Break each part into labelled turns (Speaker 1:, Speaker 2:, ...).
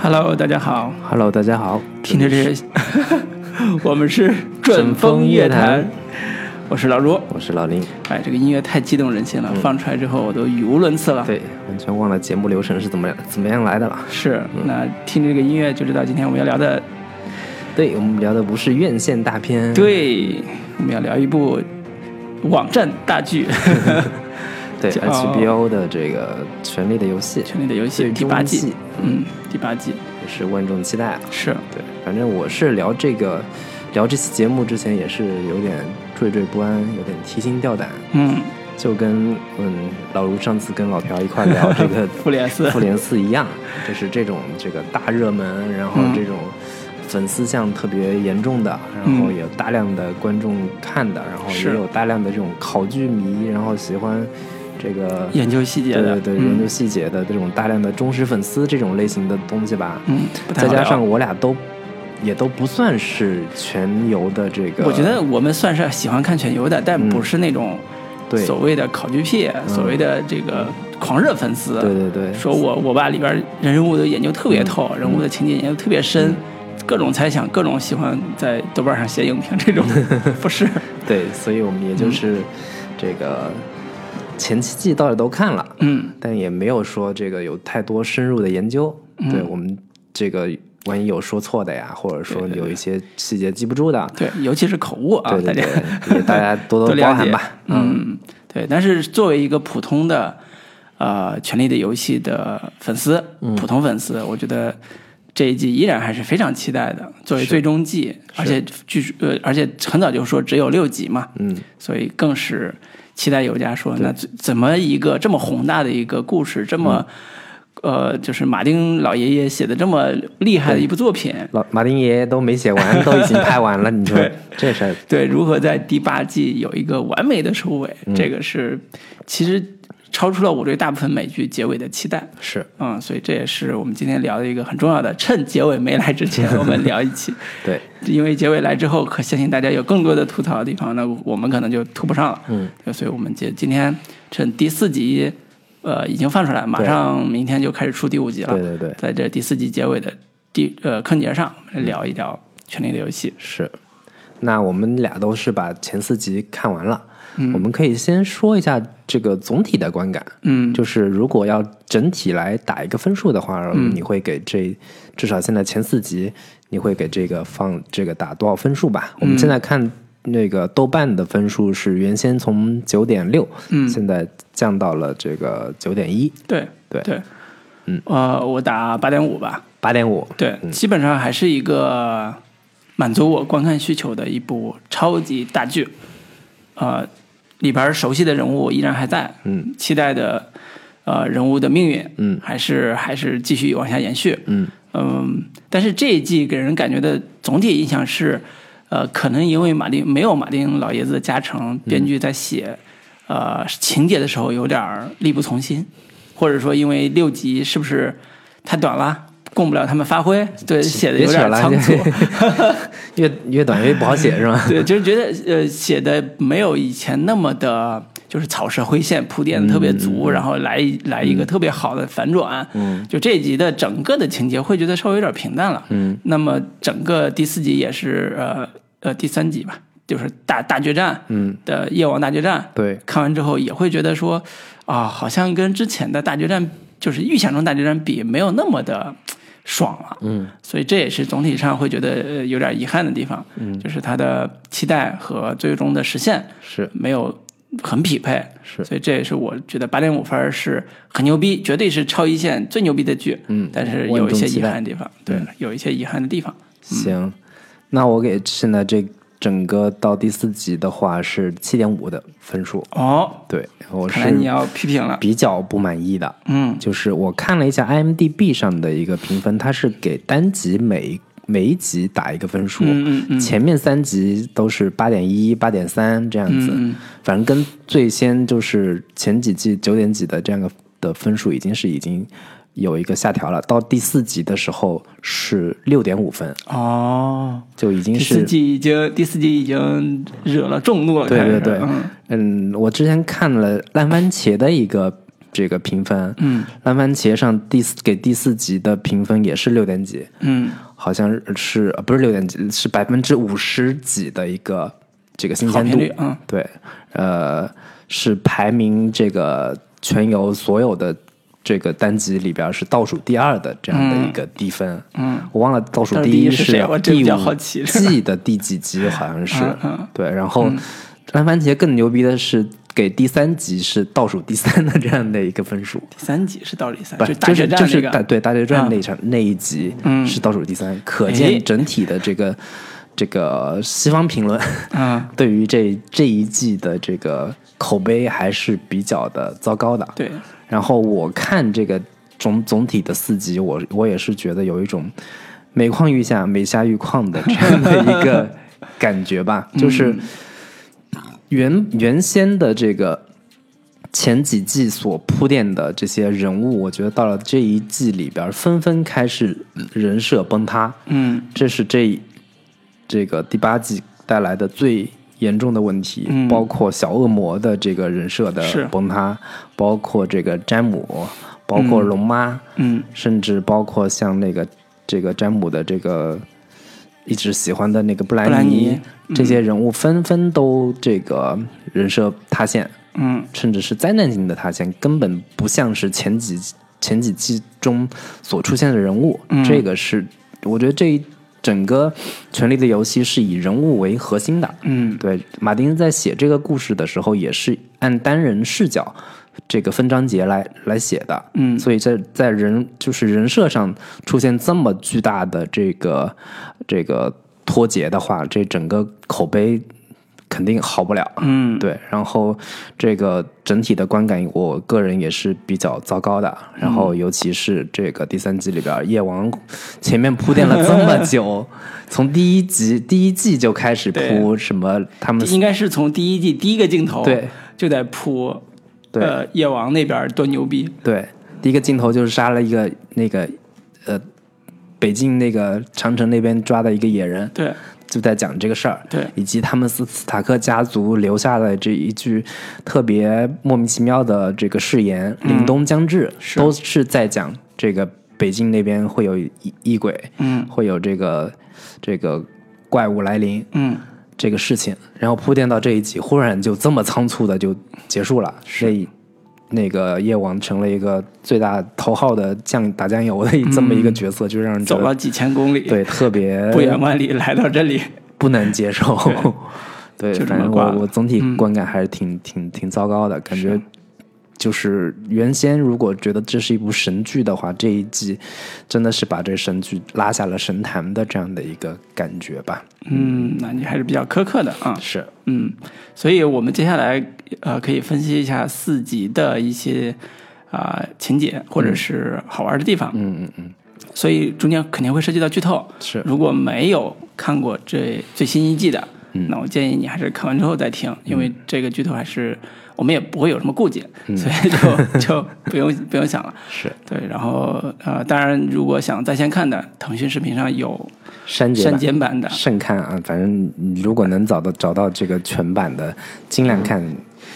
Speaker 1: Hello，大家好，
Speaker 2: Hello，大家好，
Speaker 1: 听着这， 我们是
Speaker 2: 顺风乐坛，
Speaker 1: 我是老卢。
Speaker 2: 我是老林。
Speaker 1: 哎，这个音乐太激动人心了，放出来之后我都语无伦次了。，
Speaker 2: 嗯对，完全忘了节目流程是怎么怎么样来的了。
Speaker 1: 是，那听着这个音乐就知道今天我们要聊的，
Speaker 2: 嗯对我们聊的不是院线大片，，
Speaker 1: 对，我们要聊一部网站大 剧《
Speaker 2: 对
Speaker 1: 叫
Speaker 2: HBO 的这个《啊权力的游戏》
Speaker 1: 权力的游戏
Speaker 2: 最》
Speaker 1: 第八
Speaker 2: 终
Speaker 1: 季
Speaker 2: 季，
Speaker 1: 嗯，第八季
Speaker 2: 也是万众期待啊。
Speaker 1: 是
Speaker 2: 对，反正我是聊这个聊这期节目之前也是有点惴惴不安，有点提心吊胆，
Speaker 1: 嗯，
Speaker 2: 就跟嗯老卢上次跟老朴一块儿聊这个
Speaker 1: 复联四
Speaker 2: 复联四一样，就是这种这个大热门，然后
Speaker 1: 嗯
Speaker 2: 这种粉丝向特别严重的，然后
Speaker 1: 嗯
Speaker 2: 有大量的观众看的，然后也
Speaker 1: 是
Speaker 2: 有大量的这种考据迷，然后喜欢这个
Speaker 1: 研究细节
Speaker 2: 对
Speaker 1: 的，嗯
Speaker 2: 对对研究细节的这种大量的忠实粉丝这种类型的东西吧。
Speaker 1: 嗯，嗯，不太
Speaker 2: 再
Speaker 1: 好
Speaker 2: 加
Speaker 1: 聊
Speaker 2: 上我俩都也都不算是全游的这个，嗯
Speaker 1: 我觉得我们算是喜欢看全游的，但不是那种
Speaker 2: 对
Speaker 1: 所谓的考据癖，所谓的这个狂热粉丝。
Speaker 2: 对对嗯对，嗯
Speaker 1: 说我我把里边人物的研究特别透，人物的情节研究特别深，各种猜想，各种喜欢在豆瓣上写影评这 种，不是？
Speaker 2: 对，所以我们也
Speaker 1: 嗯
Speaker 2: 就是这个前七季到底都看了，
Speaker 1: 嗯，
Speaker 2: 但也没有说这个有太多深入的研究。
Speaker 1: 嗯
Speaker 2: 对我们这个万一有说错的呀，或者说有一些细节记不住的，
Speaker 1: 对，尤其是口误啊，
Speaker 2: 对对
Speaker 1: 大家
Speaker 2: 对，也大家 多
Speaker 1: 多
Speaker 2: 多
Speaker 1: 了
Speaker 2: 包
Speaker 1: 解
Speaker 2: 涵吧。
Speaker 1: 嗯，对。但是作为一个普通的呃《权力的游戏》的粉丝，普通粉丝，我觉得这一季依然还是非常期待的。作为最终季，而且据呃，而且很早就说只有六集嘛，嗯，所以更是期待有加说，那怎怎么一个这么宏大的一个故事，这么、呃，就是马丁老爷爷写的这么厉害的一部作品，
Speaker 2: 老马丁爷爷都没写完，都已经拍完了，你说这事儿？
Speaker 1: 对，如何在第八季有一个完美的收尾，
Speaker 2: 嗯
Speaker 1: 这个是其实超出了我对大部分美剧结尾的期待。
Speaker 2: 是
Speaker 1: 嗯，所以这也是我们今天聊的一个很重要的。趁结尾没来之前，我们聊一 期，
Speaker 2: 对，
Speaker 1: 因为结尾来之后，可相信大家有更多的吐槽的地方，那我们可能就吐不上了。嗯，所以我们今今天趁第四集，呃，已经放出来，马上明天就开始出第五集了。
Speaker 2: 对对对
Speaker 1: 在这第四集结尾的第呃坑节上，我们聊一聊《权力的游戏》。
Speaker 2: 是。那我们俩都是把前四集看完了，我们可以先说一下这个总体的观感。
Speaker 1: 嗯，
Speaker 2: 就是如果要整体来打一个分数的话，
Speaker 1: 嗯
Speaker 2: 你会给这至少现在前四集，你会给这个放这个打多少分数吧？
Speaker 1: 嗯
Speaker 2: 我们现在看那个豆瓣的分数是原先从九点六，
Speaker 1: 嗯
Speaker 2: 现在降到了这个九点一，
Speaker 1: 对
Speaker 2: 对
Speaker 1: 对，嗯，呃，我打八点五吧。
Speaker 2: 八点五。
Speaker 1: 对，基本上还是一个满足我观看需求的一部超级大剧。呃，里边熟悉的人物依然还在，嗯，期待的呃人物的命运，嗯，还是还是继续往下延续，嗯但是这一季给人感觉的总体印象是，呃，可能因为马丁没有马丁老爷子的加成，编剧在写、呃情节的时候有点儿力不从心，或者说因为六集是不是太短了？供不了他们发挥，对写的有点儿
Speaker 2: 别扯
Speaker 1: 仓
Speaker 2: 了
Speaker 1: 促，
Speaker 2: 越越短越不好写 是吧？
Speaker 1: 对，就是觉得呃写的没有以前那么的，就是草蛇灰线铺垫的特别足，然后来一来一个特别好的反转。嗯，就这一集的整个的情节会觉得稍微有点平淡了。嗯，那么整个第四集也是呃呃第三集吧，就是大大决战，嗯的夜王大决战。
Speaker 2: 对，
Speaker 1: 看完之后也会觉得说啊、好像跟之前的大决战就是预想中大决战比没有那么的。爽了，嗯，所以这也是总体上会觉得呃有点遗憾的地方，嗯，就是他的期待和最终的实现
Speaker 2: 是
Speaker 1: 没有很匹配，
Speaker 2: 是
Speaker 1: 所以这也是我觉得八点五分儿是很牛逼，绝对是超一线最牛逼的剧，嗯，但是有一些遗憾的地方，对，
Speaker 2: 嗯
Speaker 1: 有一些遗憾的地方，
Speaker 2: 行。那我给现在这整个到第四集的话是七点五的分数，
Speaker 1: 哦，
Speaker 2: 对我
Speaker 1: 看来你
Speaker 2: 是
Speaker 1: 要批评了，
Speaker 2: 比较不满意的。
Speaker 1: 嗯，
Speaker 2: 就是我看了一下 IMDB 上的一个评分，它是给单集每每一集打一个分数，
Speaker 1: 嗯嗯嗯
Speaker 2: 前面三集都是八点一、八点三这样子，
Speaker 1: 嗯嗯
Speaker 2: 反正跟最先就是前几季九点几的这样的的分数已经是已经有一个下调了，到第四集的时候是六点五分，
Speaker 1: 哦，
Speaker 2: 就已经
Speaker 1: 第
Speaker 2: 是
Speaker 1: 四季已经第四季已经惹了众怒了，
Speaker 2: 对
Speaker 1: 开始
Speaker 2: 对对
Speaker 1: 嗯，
Speaker 2: 嗯，我之前看了烂番茄的一个这个评分，
Speaker 1: 嗯，
Speaker 2: 烂番茄上第四给第四集的评分也是六点几，
Speaker 1: 嗯，
Speaker 2: 好像是呃不是六点几，是百分之五十几的一个这个新
Speaker 1: 好
Speaker 2: 鲜
Speaker 1: 频
Speaker 2: 度
Speaker 1: 率，嗯
Speaker 2: 对，呃，是排名这个全游所有的这个单集里边是倒数第二的这样的一个低分。嗯，我忘了倒数
Speaker 1: 倒数
Speaker 2: 第
Speaker 1: 第一是
Speaker 2: 是
Speaker 1: 谁啊我真
Speaker 2: 第
Speaker 1: 比较
Speaker 2: 五
Speaker 1: 好奇
Speaker 2: 季的第几集，好像是
Speaker 1: 嗯嗯
Speaker 2: 对。然后烂番茄更牛逼的是给第三集是倒数第三的这样的一个分数。
Speaker 1: 第三集是倒数第三，
Speaker 2: 不
Speaker 1: 就是大
Speaker 2: 就是
Speaker 1: 决战
Speaker 2: 就
Speaker 1: 那
Speaker 2: 是大
Speaker 1: 个，嗯
Speaker 2: 对大决战那一场、那一集是倒数第三，可
Speaker 1: 哎
Speaker 2: 见整体的这个这个西方评论，
Speaker 1: 嗯，
Speaker 2: 对于这这一季的这个口碑还是比较的糟糕的。
Speaker 1: 对，
Speaker 2: 然后我看这个总总体的四集，我我也是觉得有一种每况愈下、每下愈况的这样的一个感觉吧，就是原原先的这个前几季所铺垫的这些人物，我觉得到了这一季里边，纷纷开始人设崩塌，
Speaker 1: 嗯
Speaker 2: 这是这这个第八季带来的最严重的问题，
Speaker 1: 嗯
Speaker 2: 包括小恶魔的这个人设
Speaker 1: 是
Speaker 2: 的崩塌，包括这个詹姆，包括龙妈，
Speaker 1: 嗯
Speaker 2: 甚至包括像那个这个詹姆的这个一直喜欢的那个布兰妮，
Speaker 1: 布兰妮
Speaker 2: 这些人物纷纷都这个人设塌陷，
Speaker 1: 嗯
Speaker 2: 甚至是灾难性的塌陷，根本不像是前几前几季中所出现的人物。
Speaker 1: 嗯
Speaker 2: 这个是我觉得这一整个《权力的游戏》是以人物为核心的。
Speaker 1: 嗯
Speaker 2: 对，马丁在写这个故事的时候，也是按单人视角这个分章节来来写的。
Speaker 1: 嗯
Speaker 2: 所以在在人就是人设上出现这么巨大的这个这个脱节的话，这整个口碑肯定好不了。啊
Speaker 1: 嗯，
Speaker 2: 对，然后这个整体的观感，我个人也是比较糟糕的。啊
Speaker 1: 嗯
Speaker 2: 然后尤其是这个第三季里边儿，夜王前面铺垫了这么久， 从第一集第一季就开始
Speaker 1: 对
Speaker 2: 铺什么他们
Speaker 1: 应该是从第一季第一个镜头
Speaker 2: 对
Speaker 1: 就在铺，
Speaker 2: 对
Speaker 1: 呃，夜王那边多牛逼，
Speaker 2: 对第一个镜头就是杀了一个那个呃北境那个长城那边抓的一个野人，
Speaker 1: 对，
Speaker 2: 就在讲这个事儿，
Speaker 1: 对
Speaker 2: 以及他们斯斯塔克家族留下的这一句特别莫名其妙的这个誓言“凛冬将至”，
Speaker 1: 嗯是
Speaker 2: 都是在讲这个北境那边会有异异鬼，
Speaker 1: 嗯
Speaker 2: 会有这个这个怪物来临
Speaker 1: 嗯
Speaker 2: 这个事情，然后铺垫到这一集，忽然就这么仓促的就结束了，所以那个夜王成了一个最大头号的酱打酱油的这么一个角色，就让人觉
Speaker 1: 走
Speaker 2: 得
Speaker 1: 了几千公里，
Speaker 2: 对特别
Speaker 1: 不远万里来到这里，
Speaker 2: 不能接受。对，
Speaker 1: 就这
Speaker 2: 反
Speaker 1: 么
Speaker 2: 正
Speaker 1: 挂
Speaker 2: 我
Speaker 1: 了嗯
Speaker 2: 我总体观感还是挺、挺挺糟糕的，感觉就是原先如果觉得这是一部神剧的话，这一季真的是把这神剧拉下了神坛的这样的一个感觉吧。
Speaker 1: 嗯，那你还是比较苛刻的啊，
Speaker 2: 是，
Speaker 1: 嗯，所以我们接下来呃可以分析一下四集的一些啊、情节或者是好玩的地方，
Speaker 2: 嗯嗯嗯，
Speaker 1: 所以中间肯定会涉及到剧透。
Speaker 2: 是
Speaker 1: 如果没有看过这最新一季的，
Speaker 2: 嗯
Speaker 1: 那我建议你还是看完之后再听，因为这个剧透还是我们也不会有什么顾忌，
Speaker 2: 嗯
Speaker 1: 所以 就就不用不用想了。
Speaker 2: 是
Speaker 1: 对，然后呃，当然如果想在线看的，腾讯视频上有
Speaker 2: 删节
Speaker 1: 删
Speaker 2: 版。
Speaker 1: 减版的，
Speaker 2: 慎看啊，反正你如果能找到找到这个全版的，尽量看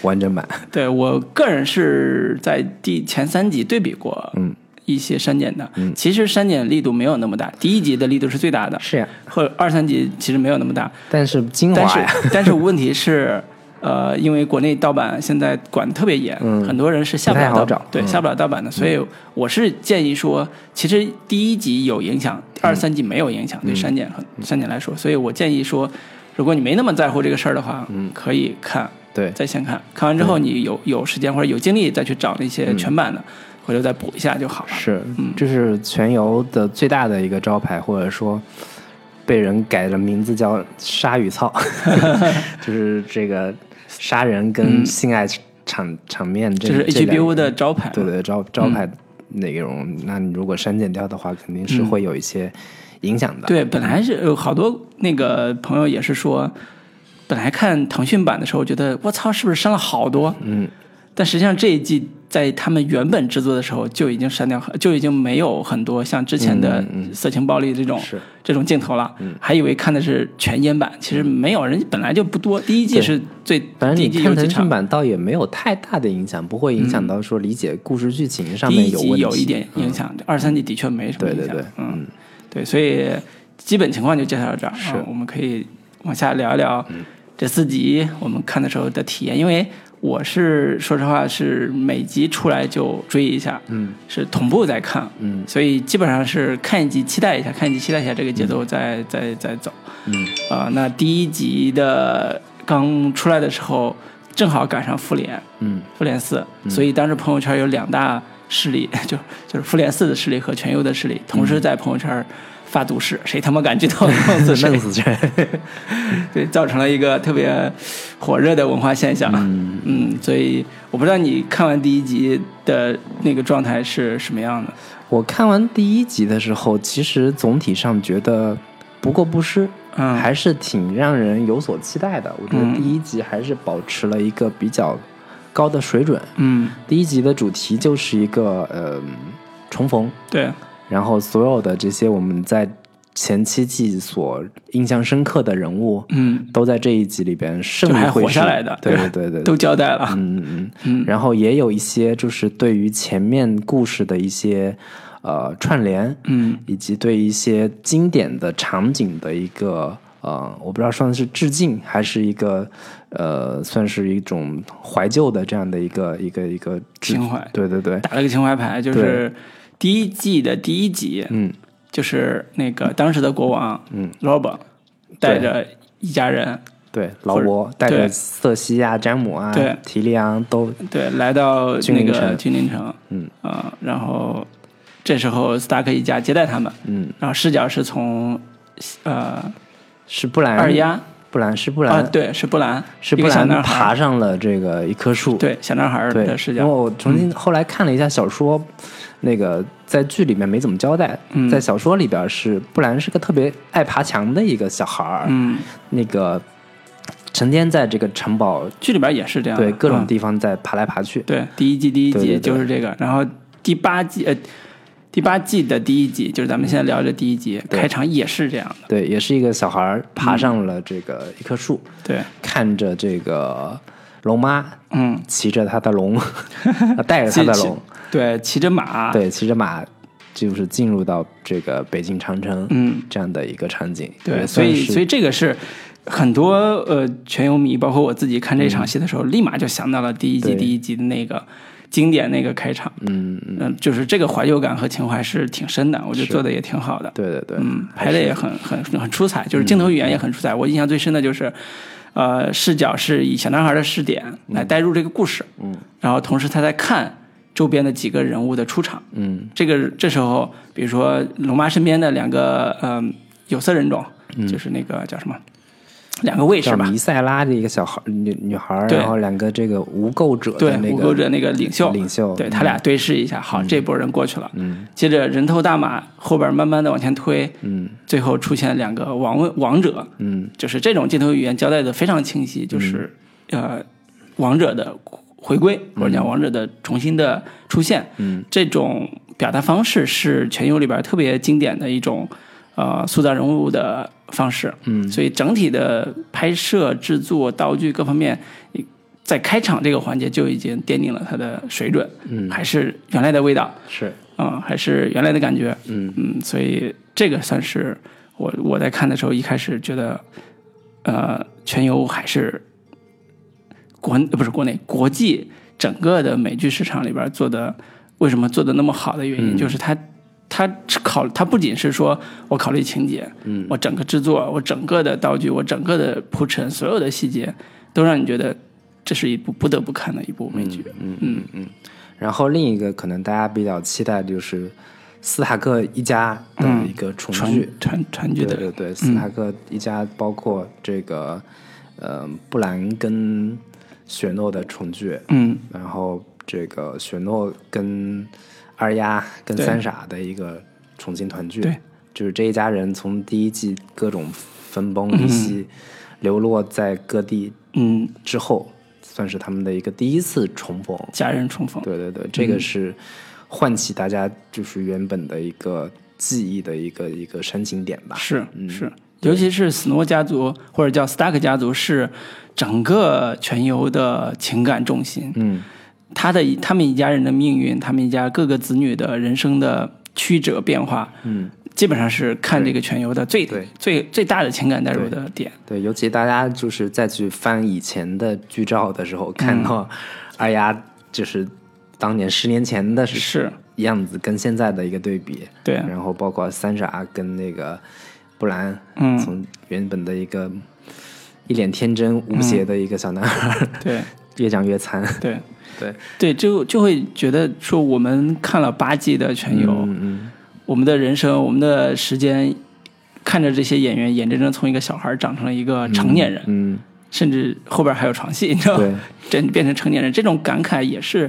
Speaker 2: 完整版。
Speaker 1: 对我个人是在第前三集对比过，
Speaker 2: 嗯，
Speaker 1: 一些删减的，其实删减力度没有那么大，第一集的力度是最大的，
Speaker 2: 是呀、
Speaker 1: 或者二三集其实没有那么大，
Speaker 2: 但是啊精
Speaker 1: 但
Speaker 2: 华
Speaker 1: 是
Speaker 2: 呀，
Speaker 1: 但是问题是，呃，因为国内盗版现在管得特别严，
Speaker 2: 嗯
Speaker 1: 很多人是下不
Speaker 2: 不
Speaker 1: 了
Speaker 2: 太好
Speaker 1: 盗版
Speaker 2: 找，
Speaker 1: 对，
Speaker 2: 嗯
Speaker 1: 下不了盗版的，所以我是建议说，其实第一集有影响，
Speaker 2: 嗯
Speaker 1: 二三集没有影响，对删减和删减来说，所以我建议说，如果你没那么在乎这个事儿的话，
Speaker 2: 嗯
Speaker 1: 可以看。
Speaker 2: 对，
Speaker 1: 在线看，看完之后
Speaker 2: 嗯
Speaker 1: 你有有时间或者有精力再去找那些全版的，回头再补一下就好了。
Speaker 2: 是，
Speaker 1: 嗯
Speaker 2: 这是全游的最大的一个招牌，或者说被人改了名字叫“鲨 鱼操”，就是这个杀人跟性爱场、场面
Speaker 1: 嗯
Speaker 2: 这，
Speaker 1: 这是
Speaker 2: 这两
Speaker 1: HBO 的嗯招牌嘛，
Speaker 2: 对对招招牌内容。那你如果删减掉的话，肯定是会有一些影响
Speaker 1: 嗯
Speaker 2: 的。
Speaker 1: 对，本来是有好多那个朋友也是说，本来看腾讯版的时候觉得我操，是不是删了好多？
Speaker 2: 嗯，
Speaker 1: 但实际上这一季在他们原本制作的时候就已经删掉很，就已经没有很多像之前的色情暴力这种、
Speaker 2: 嗯是嗯
Speaker 1: 这种镜头了。还以为看的是全阉版，其实没有，人家本来就不多。第一季
Speaker 2: 对
Speaker 1: 是最，
Speaker 2: 反正
Speaker 1: 第一
Speaker 2: 你
Speaker 1: 季
Speaker 2: 看
Speaker 1: 有几
Speaker 2: 腾
Speaker 1: 场嗯
Speaker 2: 讯，版倒也没有太大的影响，不会影响到说理解故事剧情上
Speaker 1: 第
Speaker 2: 面
Speaker 1: 一
Speaker 2: 有
Speaker 1: 集
Speaker 2: 问题。
Speaker 1: 有一点影响，二三季的确没什么
Speaker 2: 对
Speaker 1: 影响。
Speaker 2: 对对
Speaker 1: 嗯，对，所以基本情况就介绍到这儿。是、我们可以往下聊一聊
Speaker 2: 嗯
Speaker 1: 这四集我们看的时候的体验，因为我是说实话是每集出来就追一下，嗯，是同步在看，嗯，所以基本上是看一集期待一下，看一集期待一下这个节奏在、在在走，嗯啊、那第一集的刚出来的时候。正好赶上复联，
Speaker 2: 嗯，
Speaker 1: 复联四，所以当时朋友圈有两大势力， 就就是复联四的势力和全优的势力，同
Speaker 2: 嗯
Speaker 1: 时在朋友圈发毒誓，谁他妈敢剧透， 弄死谁
Speaker 2: 弄，死这，
Speaker 1: 对，造成了一个特别火热的文化现象。嗯所以我不知道你看完第一集的那个状态是什么样的。
Speaker 2: 我看完第一集的时候，其实总体上觉得不过不失，
Speaker 1: 嗯
Speaker 2: 还是挺让人有所期待的。我觉得第一集还是保持了一个比较高的水准。
Speaker 1: 嗯，
Speaker 2: 第一集的主题就是一个呃重逢，
Speaker 1: 对，
Speaker 2: 然后所有的这些我们在前七季所印象深刻的人物，
Speaker 1: 嗯，
Speaker 2: 都在这一集里边胜
Speaker 1: 就
Speaker 2: 利
Speaker 1: 还
Speaker 2: 会
Speaker 1: 活
Speaker 2: 师
Speaker 1: 下来的，
Speaker 2: 对
Speaker 1: 吧
Speaker 2: 对对对，
Speaker 1: 都交代了。
Speaker 2: 嗯嗯嗯，然后也有一些就是对于前面故事的一些呃串联，
Speaker 1: 嗯，
Speaker 2: 以及对一些经典的场景的一个呃，我不知道算是致敬还是一个呃，算是一种怀旧的这样的一个一个一个致
Speaker 1: 情怀
Speaker 2: 对对对，
Speaker 1: 打了个情怀牌，就是第一季的第一集，
Speaker 2: 嗯，
Speaker 1: 就是那个当时的国王，嗯，Rob 带着一家人，
Speaker 2: 对，劳
Speaker 1: 或者
Speaker 2: 勃带
Speaker 1: 对
Speaker 2: 着瑟西亚、詹姆啊、
Speaker 1: 对
Speaker 2: 提利昂都
Speaker 1: 对，来到
Speaker 2: 君
Speaker 1: 那
Speaker 2: 临
Speaker 1: 个
Speaker 2: 城
Speaker 1: 君临城，嗯啊、然后这时候斯达克一家接待他们，
Speaker 2: 嗯，
Speaker 1: 然后视角是从呃
Speaker 2: 是布兰
Speaker 1: 二丫
Speaker 2: 布兰是布兰、
Speaker 1: 啊，对，是布兰，
Speaker 2: 是
Speaker 1: 一
Speaker 2: 布
Speaker 1: 个小
Speaker 2: 兰
Speaker 1: 男孩
Speaker 2: 爬
Speaker 1: 儿，
Speaker 2: 上了这个一棵树，
Speaker 1: 对，小男孩儿
Speaker 2: 对
Speaker 1: 的视
Speaker 2: 因为
Speaker 1: 角，
Speaker 2: 我重新后来看了一下小说，那个在剧里面没怎么交代，
Speaker 1: 嗯
Speaker 2: 在小说里边是布兰是个特别爱爬墙的一个小孩儿，
Speaker 1: 嗯，
Speaker 2: 那个成天在这个城堡
Speaker 1: 剧里边也是这样的，
Speaker 2: 对各
Speaker 1: 嗯
Speaker 2: 种地方在爬来爬去，
Speaker 1: 对，第一季第一
Speaker 2: 对
Speaker 1: 集
Speaker 2: 对对
Speaker 1: 就是这个，然后第八季呃，第八季的第一集就是咱们现在聊这第一集，
Speaker 2: 对
Speaker 1: 开场也是这样的，
Speaker 2: 对，也是一个小孩儿
Speaker 1: 嗯
Speaker 2: 爬上了这个一棵树，
Speaker 1: 对，
Speaker 2: 看着这个龙妈
Speaker 1: 嗯，
Speaker 2: 骑着他的龙， 带着他
Speaker 1: 骑
Speaker 2: 的
Speaker 1: 骑
Speaker 2: 龙，
Speaker 1: 对，骑着马，，
Speaker 2: 对，骑着马。就是进入到这个北京长城，
Speaker 1: 嗯，
Speaker 2: 这样的一个场景，
Speaker 1: 对，
Speaker 2: 也
Speaker 1: 所
Speaker 2: 算
Speaker 1: 以
Speaker 2: 是
Speaker 1: 所以这个是很多呃全游迷，包括我自己看这场戏的时候，立马就想到了第一季
Speaker 2: 对
Speaker 1: 第一集的那个经典那个开场，嗯嗯，就是这个怀旧感和情怀是挺深的，我觉得做的也挺好的，
Speaker 2: 对对对，
Speaker 1: 嗯，拍的也很很很出彩，就是镜头语言也很出彩。我印象最深的就是，呃，视角是以小男孩的视点来带入这个故事，嗯，然后同时他在看周边的几个人物的出场，
Speaker 2: 嗯，
Speaker 1: 这个这时候，比如说龙妈身边的两个嗯、有色人种，就是那个叫什么，两个卫士
Speaker 2: 叫
Speaker 1: 吧
Speaker 2: 弥，赛拉的一个小孩女女孩儿，
Speaker 1: 对
Speaker 2: 然后两个这个无垢者
Speaker 1: 对
Speaker 2: 的，那
Speaker 1: 无
Speaker 2: 个
Speaker 1: 垢者那个领袖，
Speaker 2: 领袖嗯
Speaker 1: 对他俩对视一下，好，这波人过去了，嗯，接着人头大马后边慢慢的往前推，嗯，最后出现两个王位王者，嗯，就是这种镜头语言交代的非常清晰，就是、
Speaker 2: 嗯
Speaker 1: 呃，王者的回归或者讲王者的重新的出现，嗯，这种表达方式是全游里边特别经典的一种。呃，塑造人物的方式，嗯，所以整体的拍摄、制作、道具各方面，在开场这个环节就已经奠定了它的水准，嗯，还是原来的味道，
Speaker 2: 是
Speaker 1: 啊、还是原来的感觉，嗯嗯，所以这个算是我我在看的时候一开始觉得，呃，全游还是国呃不是国内国际整个的美剧市场里边做的，为什么做的那么好的原因，就是它它考它不仅是说我考虑情节，嗯，我整个制作，我整个的道具，我整个的铺陈，所有的细节都让你觉得这是一部不得不看的一部美剧，嗯嗯
Speaker 2: 然后另一个可能大家比较期待的就是斯塔克一家的一个重
Speaker 1: 传
Speaker 2: 聚，
Speaker 1: 传传剧
Speaker 2: 对
Speaker 1: 嗯的嗯
Speaker 2: 对对，斯塔克一家包括这个呃布兰跟雪诺的重聚，
Speaker 1: 嗯，
Speaker 2: 然后这个雪诺跟二丫跟
Speaker 1: 对
Speaker 2: 三傻的一个重新团聚，
Speaker 1: 对
Speaker 2: 就是这一家人从第一季各种分崩离析，流落在各地
Speaker 1: 嗯，
Speaker 2: 之后，算是他们的一个第一次重逢。
Speaker 1: 家人重逢，
Speaker 2: 对对对，这个
Speaker 1: 嗯
Speaker 2: 是唤起大家就是原本的一个记忆的一个一个煽情点吧。
Speaker 1: 是是，尤其是斯诺家族或者叫 Stark 家族是整个全游的情感重心。
Speaker 2: 嗯，
Speaker 1: 他的他们一家人的命运，他们一家各个子女的人生的曲折变化，
Speaker 2: 嗯，
Speaker 1: 基本上是看这个全游的最
Speaker 2: 对
Speaker 1: 最最大的情感代入的点。
Speaker 2: 对，尤其大家就是再去翻以前的剧照的时候，
Speaker 1: 嗯
Speaker 2: 看到二丫就是当年十年前的
Speaker 1: 是，
Speaker 2: 样子跟现在的一个对比，
Speaker 1: 对，
Speaker 2: 然后包括三傻跟那个布兰，
Speaker 1: 嗯
Speaker 2: 从原本的一个一脸天真无
Speaker 1: 嗯
Speaker 2: 邪的一个小男孩，
Speaker 1: 对，
Speaker 2: 越长越残。
Speaker 1: 对，
Speaker 2: 对，
Speaker 1: 对，就就会觉得说，我们看了八季的全游，
Speaker 2: 嗯嗯，
Speaker 1: 我们的人生，我们的时间，看着这些演员眼睁睁从一个小孩长成了一个成年人，
Speaker 2: 嗯，
Speaker 1: 甚至后边还有床戏，你知道
Speaker 2: 对
Speaker 1: 吗？真变成成年 人，这种感慨也是，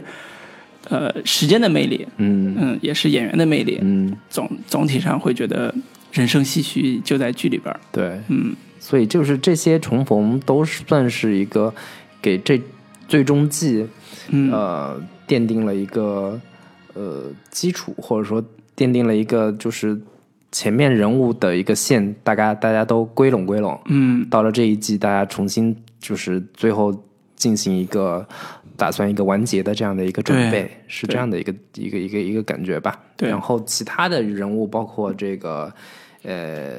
Speaker 1: 呃，时间的魅力，
Speaker 2: 嗯
Speaker 1: 嗯，也是演员的魅力。
Speaker 2: 嗯，
Speaker 1: 总总体上会觉得人生唏嘘就在剧里边儿，
Speaker 2: 对，
Speaker 1: 嗯，
Speaker 2: 所以就是这些重逢都算是一个给这最终季，
Speaker 1: 嗯
Speaker 2: 呃，奠定了一个呃基础，或者说奠定了一个就是前面人物的一个线，大概大家都归拢归拢，
Speaker 1: 嗯，
Speaker 2: 到了这一季，大家重新就是最后进行一个打算一个完结的这样的一个准备，是这样的一个一个一个一个感觉吧。
Speaker 1: 对
Speaker 2: 然后其他的人物包括这个呃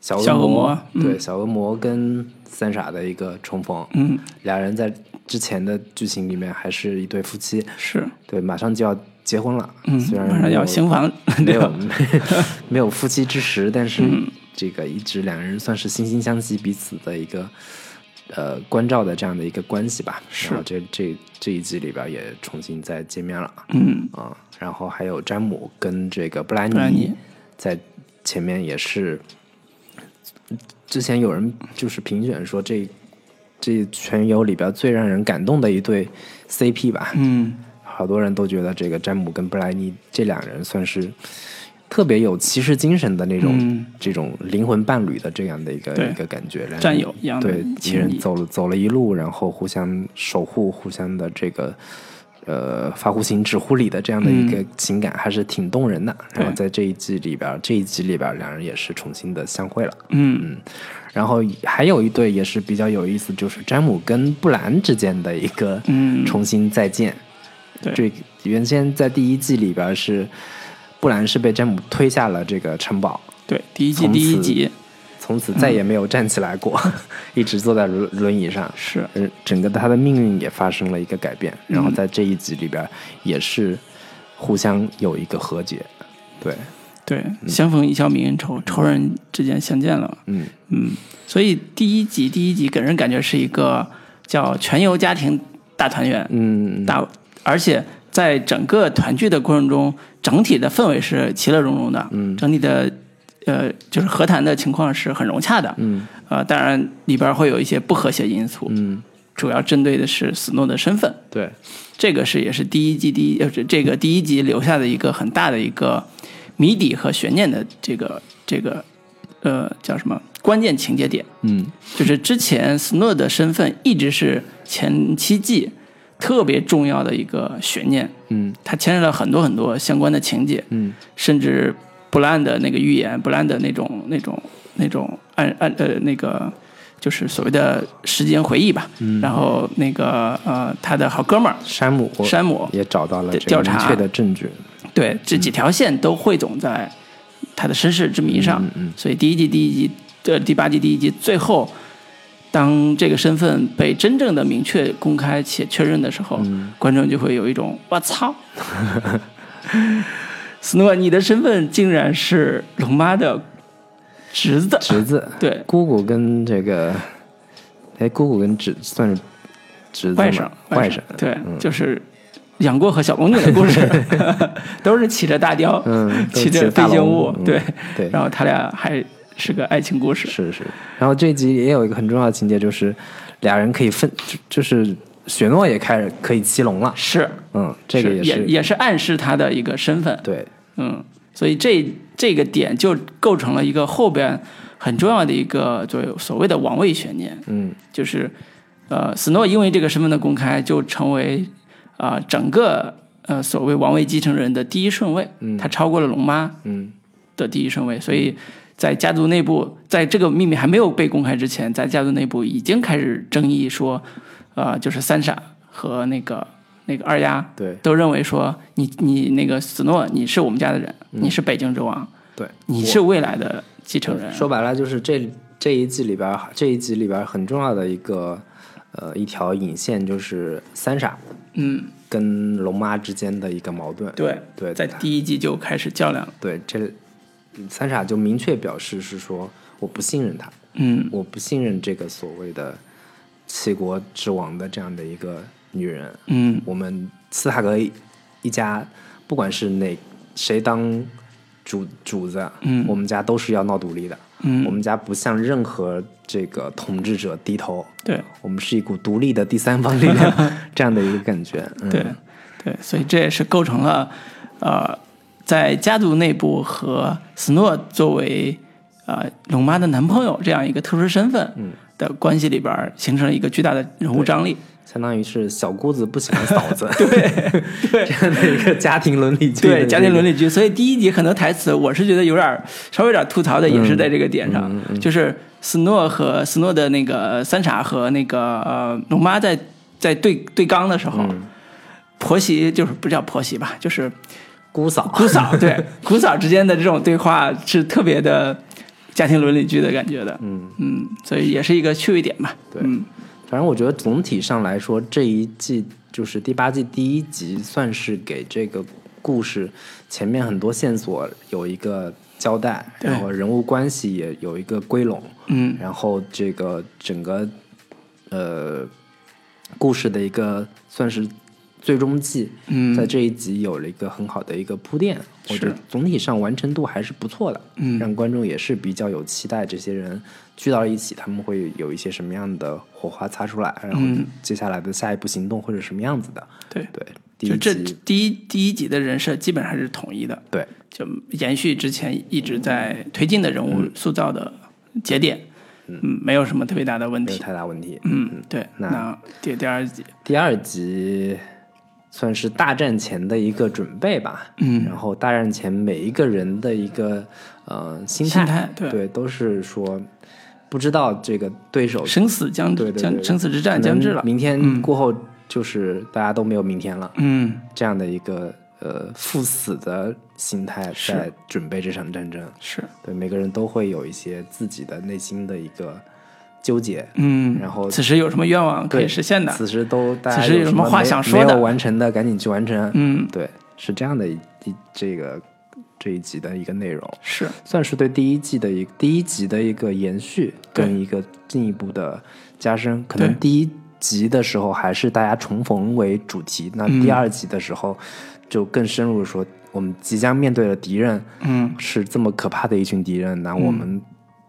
Speaker 2: 小
Speaker 1: 小恶
Speaker 2: 恶魔
Speaker 1: 魔，嗯
Speaker 2: 对小恶魔跟三傻的一个重逢，
Speaker 1: 嗯，
Speaker 2: 俩人在之前的剧情里面还是一对夫妻，
Speaker 1: 是，
Speaker 2: 对，马上就要结婚了，
Speaker 1: 嗯，
Speaker 2: 虽然
Speaker 1: 马上
Speaker 2: 没
Speaker 1: 要
Speaker 2: 有
Speaker 1: 行房，
Speaker 2: 没
Speaker 1: 对啊嗯
Speaker 2: 有
Speaker 1: 吧？
Speaker 2: 没有夫妻之实，但是这个一直两人算是惺惺相惜，彼此的一个呃关照的这样的一个关系吧。然后这这这一季里边也重新再见面了
Speaker 1: 嗯，
Speaker 2: 啊、然后还有詹姆跟这个布兰
Speaker 1: 布兰
Speaker 2: 妮
Speaker 1: 妮
Speaker 2: 在前面也是，之前有人就是评选说这这全游里边最让人感动的一对 CP 吧，
Speaker 1: 嗯，
Speaker 2: 好多人都觉得这个詹姆跟布莱尼这两人算是特别有骑士精神的那种、
Speaker 1: 嗯
Speaker 2: 这种灵魂伴侣的这样的一个
Speaker 1: 对
Speaker 2: 一个感觉，两人
Speaker 1: 战友一样的
Speaker 2: 对，一
Speaker 1: 情
Speaker 2: 人
Speaker 1: 谊，
Speaker 2: 走了走了一路，然后互相守护，互相的这个呃发乎情止乎礼的这样的一个情感，还是挺动人的。然后
Speaker 1: 对
Speaker 2: 在这一季里边，这一集里边，两人也是重新的相会了。
Speaker 1: 嗯，
Speaker 2: 然后还有一对也是比较有意思，就是詹姆跟布兰之间的一个
Speaker 1: 嗯
Speaker 2: 重新再见。
Speaker 1: 对
Speaker 2: 这原先在第一季里边是布兰是被詹姆推下了这个城堡，
Speaker 1: 对，第一季
Speaker 2: 从
Speaker 1: 第一
Speaker 2: 此
Speaker 1: 集
Speaker 2: 从此
Speaker 1: 嗯
Speaker 2: 再也没有站起来过， 一直坐在轮轮椅上。
Speaker 1: 是，
Speaker 2: 呃，整个他的命运也发生了一个改变，然
Speaker 1: 嗯
Speaker 2: 后在这一集里边也是互相有一个和解。对，
Speaker 1: 对，相逢一笑泯恩仇，仇人之间相见了。
Speaker 2: 嗯
Speaker 1: 嗯，所以第一集第一集给人感觉是一个叫全游家庭大团圆，
Speaker 2: 嗯，
Speaker 1: 大，而且在整个团聚的过程中，整体的氛围是其乐融融的，嗯，整体的呃就是和谈的情况是很融洽的，嗯，呃，当然里边会有一些不和谐因素，
Speaker 2: 嗯，
Speaker 1: 主要针对的是斯诺的身份，
Speaker 2: 对，
Speaker 1: 这个是也是第一季第一呃这这个第一集留下的一个很大的一个谜底和悬念的这个这个呃叫什么关键情节点，
Speaker 2: 嗯
Speaker 1: 就是之前斯诺的身份一直是前七季特别重要的一个悬念，
Speaker 2: 嗯
Speaker 1: 它牵涉了很多很多相关的情节，
Speaker 2: 嗯
Speaker 1: 甚至布兰的那个预言，布兰的那种那种那种按按呃那个就是所谓的时间回忆吧，
Speaker 2: 嗯
Speaker 1: 然后那个呃他的好哥们儿。
Speaker 2: 山姆
Speaker 1: 山姆
Speaker 2: 也找到了这个
Speaker 1: 调查
Speaker 2: 明确的证据。
Speaker 1: 对，这几条线都汇总在他的身世之谜上。
Speaker 2: 嗯嗯
Speaker 1: 所以第一季第一集，呃，第八季第一集最后，当这个身份被真正的明确、公开且确认的时候，嗯观众就会有一种“我操”。 斯诺，你的身份竟然是龙妈的侄子，
Speaker 2: 侄子
Speaker 1: 对，
Speaker 2: 姑姑跟这个，哎，姑姑跟侄算是侄子吗
Speaker 1: 嗯外甥，
Speaker 2: 外
Speaker 1: 甥，对，就是杨过和小龙女的故 事，都是骑着大雕，
Speaker 2: 嗯，都
Speaker 1: 骑
Speaker 2: 骑
Speaker 1: 着
Speaker 2: 着大
Speaker 1: 飞行
Speaker 2: 龙
Speaker 1: 物
Speaker 2: 嗯，
Speaker 1: 对，
Speaker 2: 对，
Speaker 1: 然后他俩还是个爱情故事，
Speaker 2: 是是。然后这一集也有一个很重要的情节，就是俩人可以分，就就是雪诺也开始可以骑龙了。
Speaker 1: 是，
Speaker 2: 嗯，这个
Speaker 1: 是
Speaker 2: 也
Speaker 1: 也
Speaker 2: 是
Speaker 1: 也是暗示他的一个身份，
Speaker 2: 对，
Speaker 1: 嗯，所以这这个点就构成了一个后边很重要的一个作为所谓的王位悬念，
Speaker 2: 嗯
Speaker 1: 就是呃，斯诺因为这个身份的公开，就成为啊、呃整个呃所谓王位继承人的第一顺位，他超过了龙妈
Speaker 2: 嗯
Speaker 1: 的第一顺位，所以在家族内部，在这个秘密还没有被公开之前，在家族内部已经开始争议说，呃，就是三傻和那个那个二丫
Speaker 2: 对
Speaker 1: 都认为说你你那个斯诺你是我们家的人，你是北京之王，
Speaker 2: 对，
Speaker 1: 你是未来的继承人，
Speaker 2: 说白了就是这这一季里边儿这一集里边儿很重要的一个呃一条引线就是三傻
Speaker 1: 嗯，
Speaker 2: 跟龙妈之间的一个矛盾。
Speaker 1: 对
Speaker 2: 对
Speaker 1: 在第一季就开始较量了，
Speaker 2: 对，这三傻就明确表示是说我不信任他，
Speaker 1: 嗯
Speaker 2: 我不信任这个所谓的七国之王的这样的一个女人。
Speaker 1: 嗯
Speaker 2: 我们斯塔格一家，不管是哪谁当主主子，啊
Speaker 1: 嗯
Speaker 2: 我们家都是要闹独立的。我
Speaker 1: 嗯，
Speaker 2: 们家不向任何这个统治者低头，
Speaker 1: 对
Speaker 2: 我们是一股独立的第三方力 量，这样的一个感觉。嗯、
Speaker 1: 对对，所以这也是构成了呃，在家族内部和斯诺作为呃龙妈的男朋友这样一个特殊身份的关系里边儿形成了一个巨大的人物张力。
Speaker 2: 相当于是小姑子不喜欢嫂 子，对这样的一个家庭伦理剧的这
Speaker 1: 对
Speaker 2: 个
Speaker 1: 家庭伦理剧，所以第一集很多台词，我是觉得有点儿稍微有点儿吐槽的，也是在
Speaker 2: 嗯
Speaker 1: 这个点上，就是斯诺和斯诺的那个三傻和那个呃龙妈在在对对刚的时候，
Speaker 2: 嗯
Speaker 1: 婆媳就是不叫婆媳吧，就是
Speaker 2: 姑嫂，
Speaker 1: 姑嫂 对姑嫂之间的这种对话是特别的家庭伦理剧的感觉的，嗯嗯，所以也是一个趣味点吧，
Speaker 2: 对
Speaker 1: 嗯
Speaker 2: 反正我觉得总体上来说，这一季就是第八季第一集，算是给这个故事前面很多线索有一个交代，
Speaker 1: 对
Speaker 2: 然后人物关系也有一个归拢，
Speaker 1: 嗯
Speaker 2: 然后这个整个呃故事的一个算是最终季，
Speaker 1: 嗯
Speaker 2: 在这一集有了一个很好的一个铺垫，我觉得
Speaker 1: 是
Speaker 2: 总体上完成度还是不错的，
Speaker 1: 嗯
Speaker 2: 让观众也是比较有期待，这些人聚到一起，他们会有一些什么样的火花擦出来，然后
Speaker 1: 嗯
Speaker 2: 接下来的下一步行动会是什么样子的，
Speaker 1: 对，
Speaker 2: 对，第
Speaker 1: 就
Speaker 2: 一
Speaker 1: 这
Speaker 2: 集，
Speaker 1: 第一第一集的人设基本上是统一的，
Speaker 2: 对，
Speaker 1: 就延续之前一直在推进的人物
Speaker 2: 嗯
Speaker 1: 塑造的节点，嗯，没有什么特别大的问
Speaker 2: 没有
Speaker 1: 题。
Speaker 2: 太大问题，
Speaker 1: 嗯，对。
Speaker 2: 那
Speaker 1: 那第第二集，
Speaker 2: 第二集算是大战前的一个准备吧，
Speaker 1: 嗯
Speaker 2: 然后大战前每一个人的一个呃心态，
Speaker 1: 心态对
Speaker 2: 都是说不知道这个对手
Speaker 1: 生死将
Speaker 2: 对对
Speaker 1: 将
Speaker 2: 对
Speaker 1: 生死之
Speaker 2: 可
Speaker 1: 战
Speaker 2: 能
Speaker 1: 将至了。
Speaker 2: 明天过后就是大家都没有明天了，
Speaker 1: 嗯，
Speaker 2: 这样的一个呃赴死的心态在准备这场战争，
Speaker 1: 是，
Speaker 2: 对每个人都会有一些自己的内心的一个纠结，
Speaker 1: 嗯，
Speaker 2: 然后
Speaker 1: 此时有什么愿望可以
Speaker 2: 哦对
Speaker 1: 实现的？
Speaker 2: 此时都大家
Speaker 1: 此时有
Speaker 2: 有
Speaker 1: 什么话
Speaker 2: 没
Speaker 1: 想说的
Speaker 2: 没有完成的赶紧去完成。
Speaker 1: 嗯，
Speaker 2: 对，是这样的一一这个这一集的一个内容，
Speaker 1: 是，
Speaker 2: 算是对第一季的一第一集的一个延续，
Speaker 1: 对
Speaker 2: 跟一个进一步的加深。可能
Speaker 1: 对
Speaker 2: 第一集的时候还是大家重逢为主题，那
Speaker 1: 嗯
Speaker 2: 第二集的时候就更深入地说，我们即将面对的敌人
Speaker 1: 嗯，
Speaker 2: 是这么可怕的一群敌人，那我们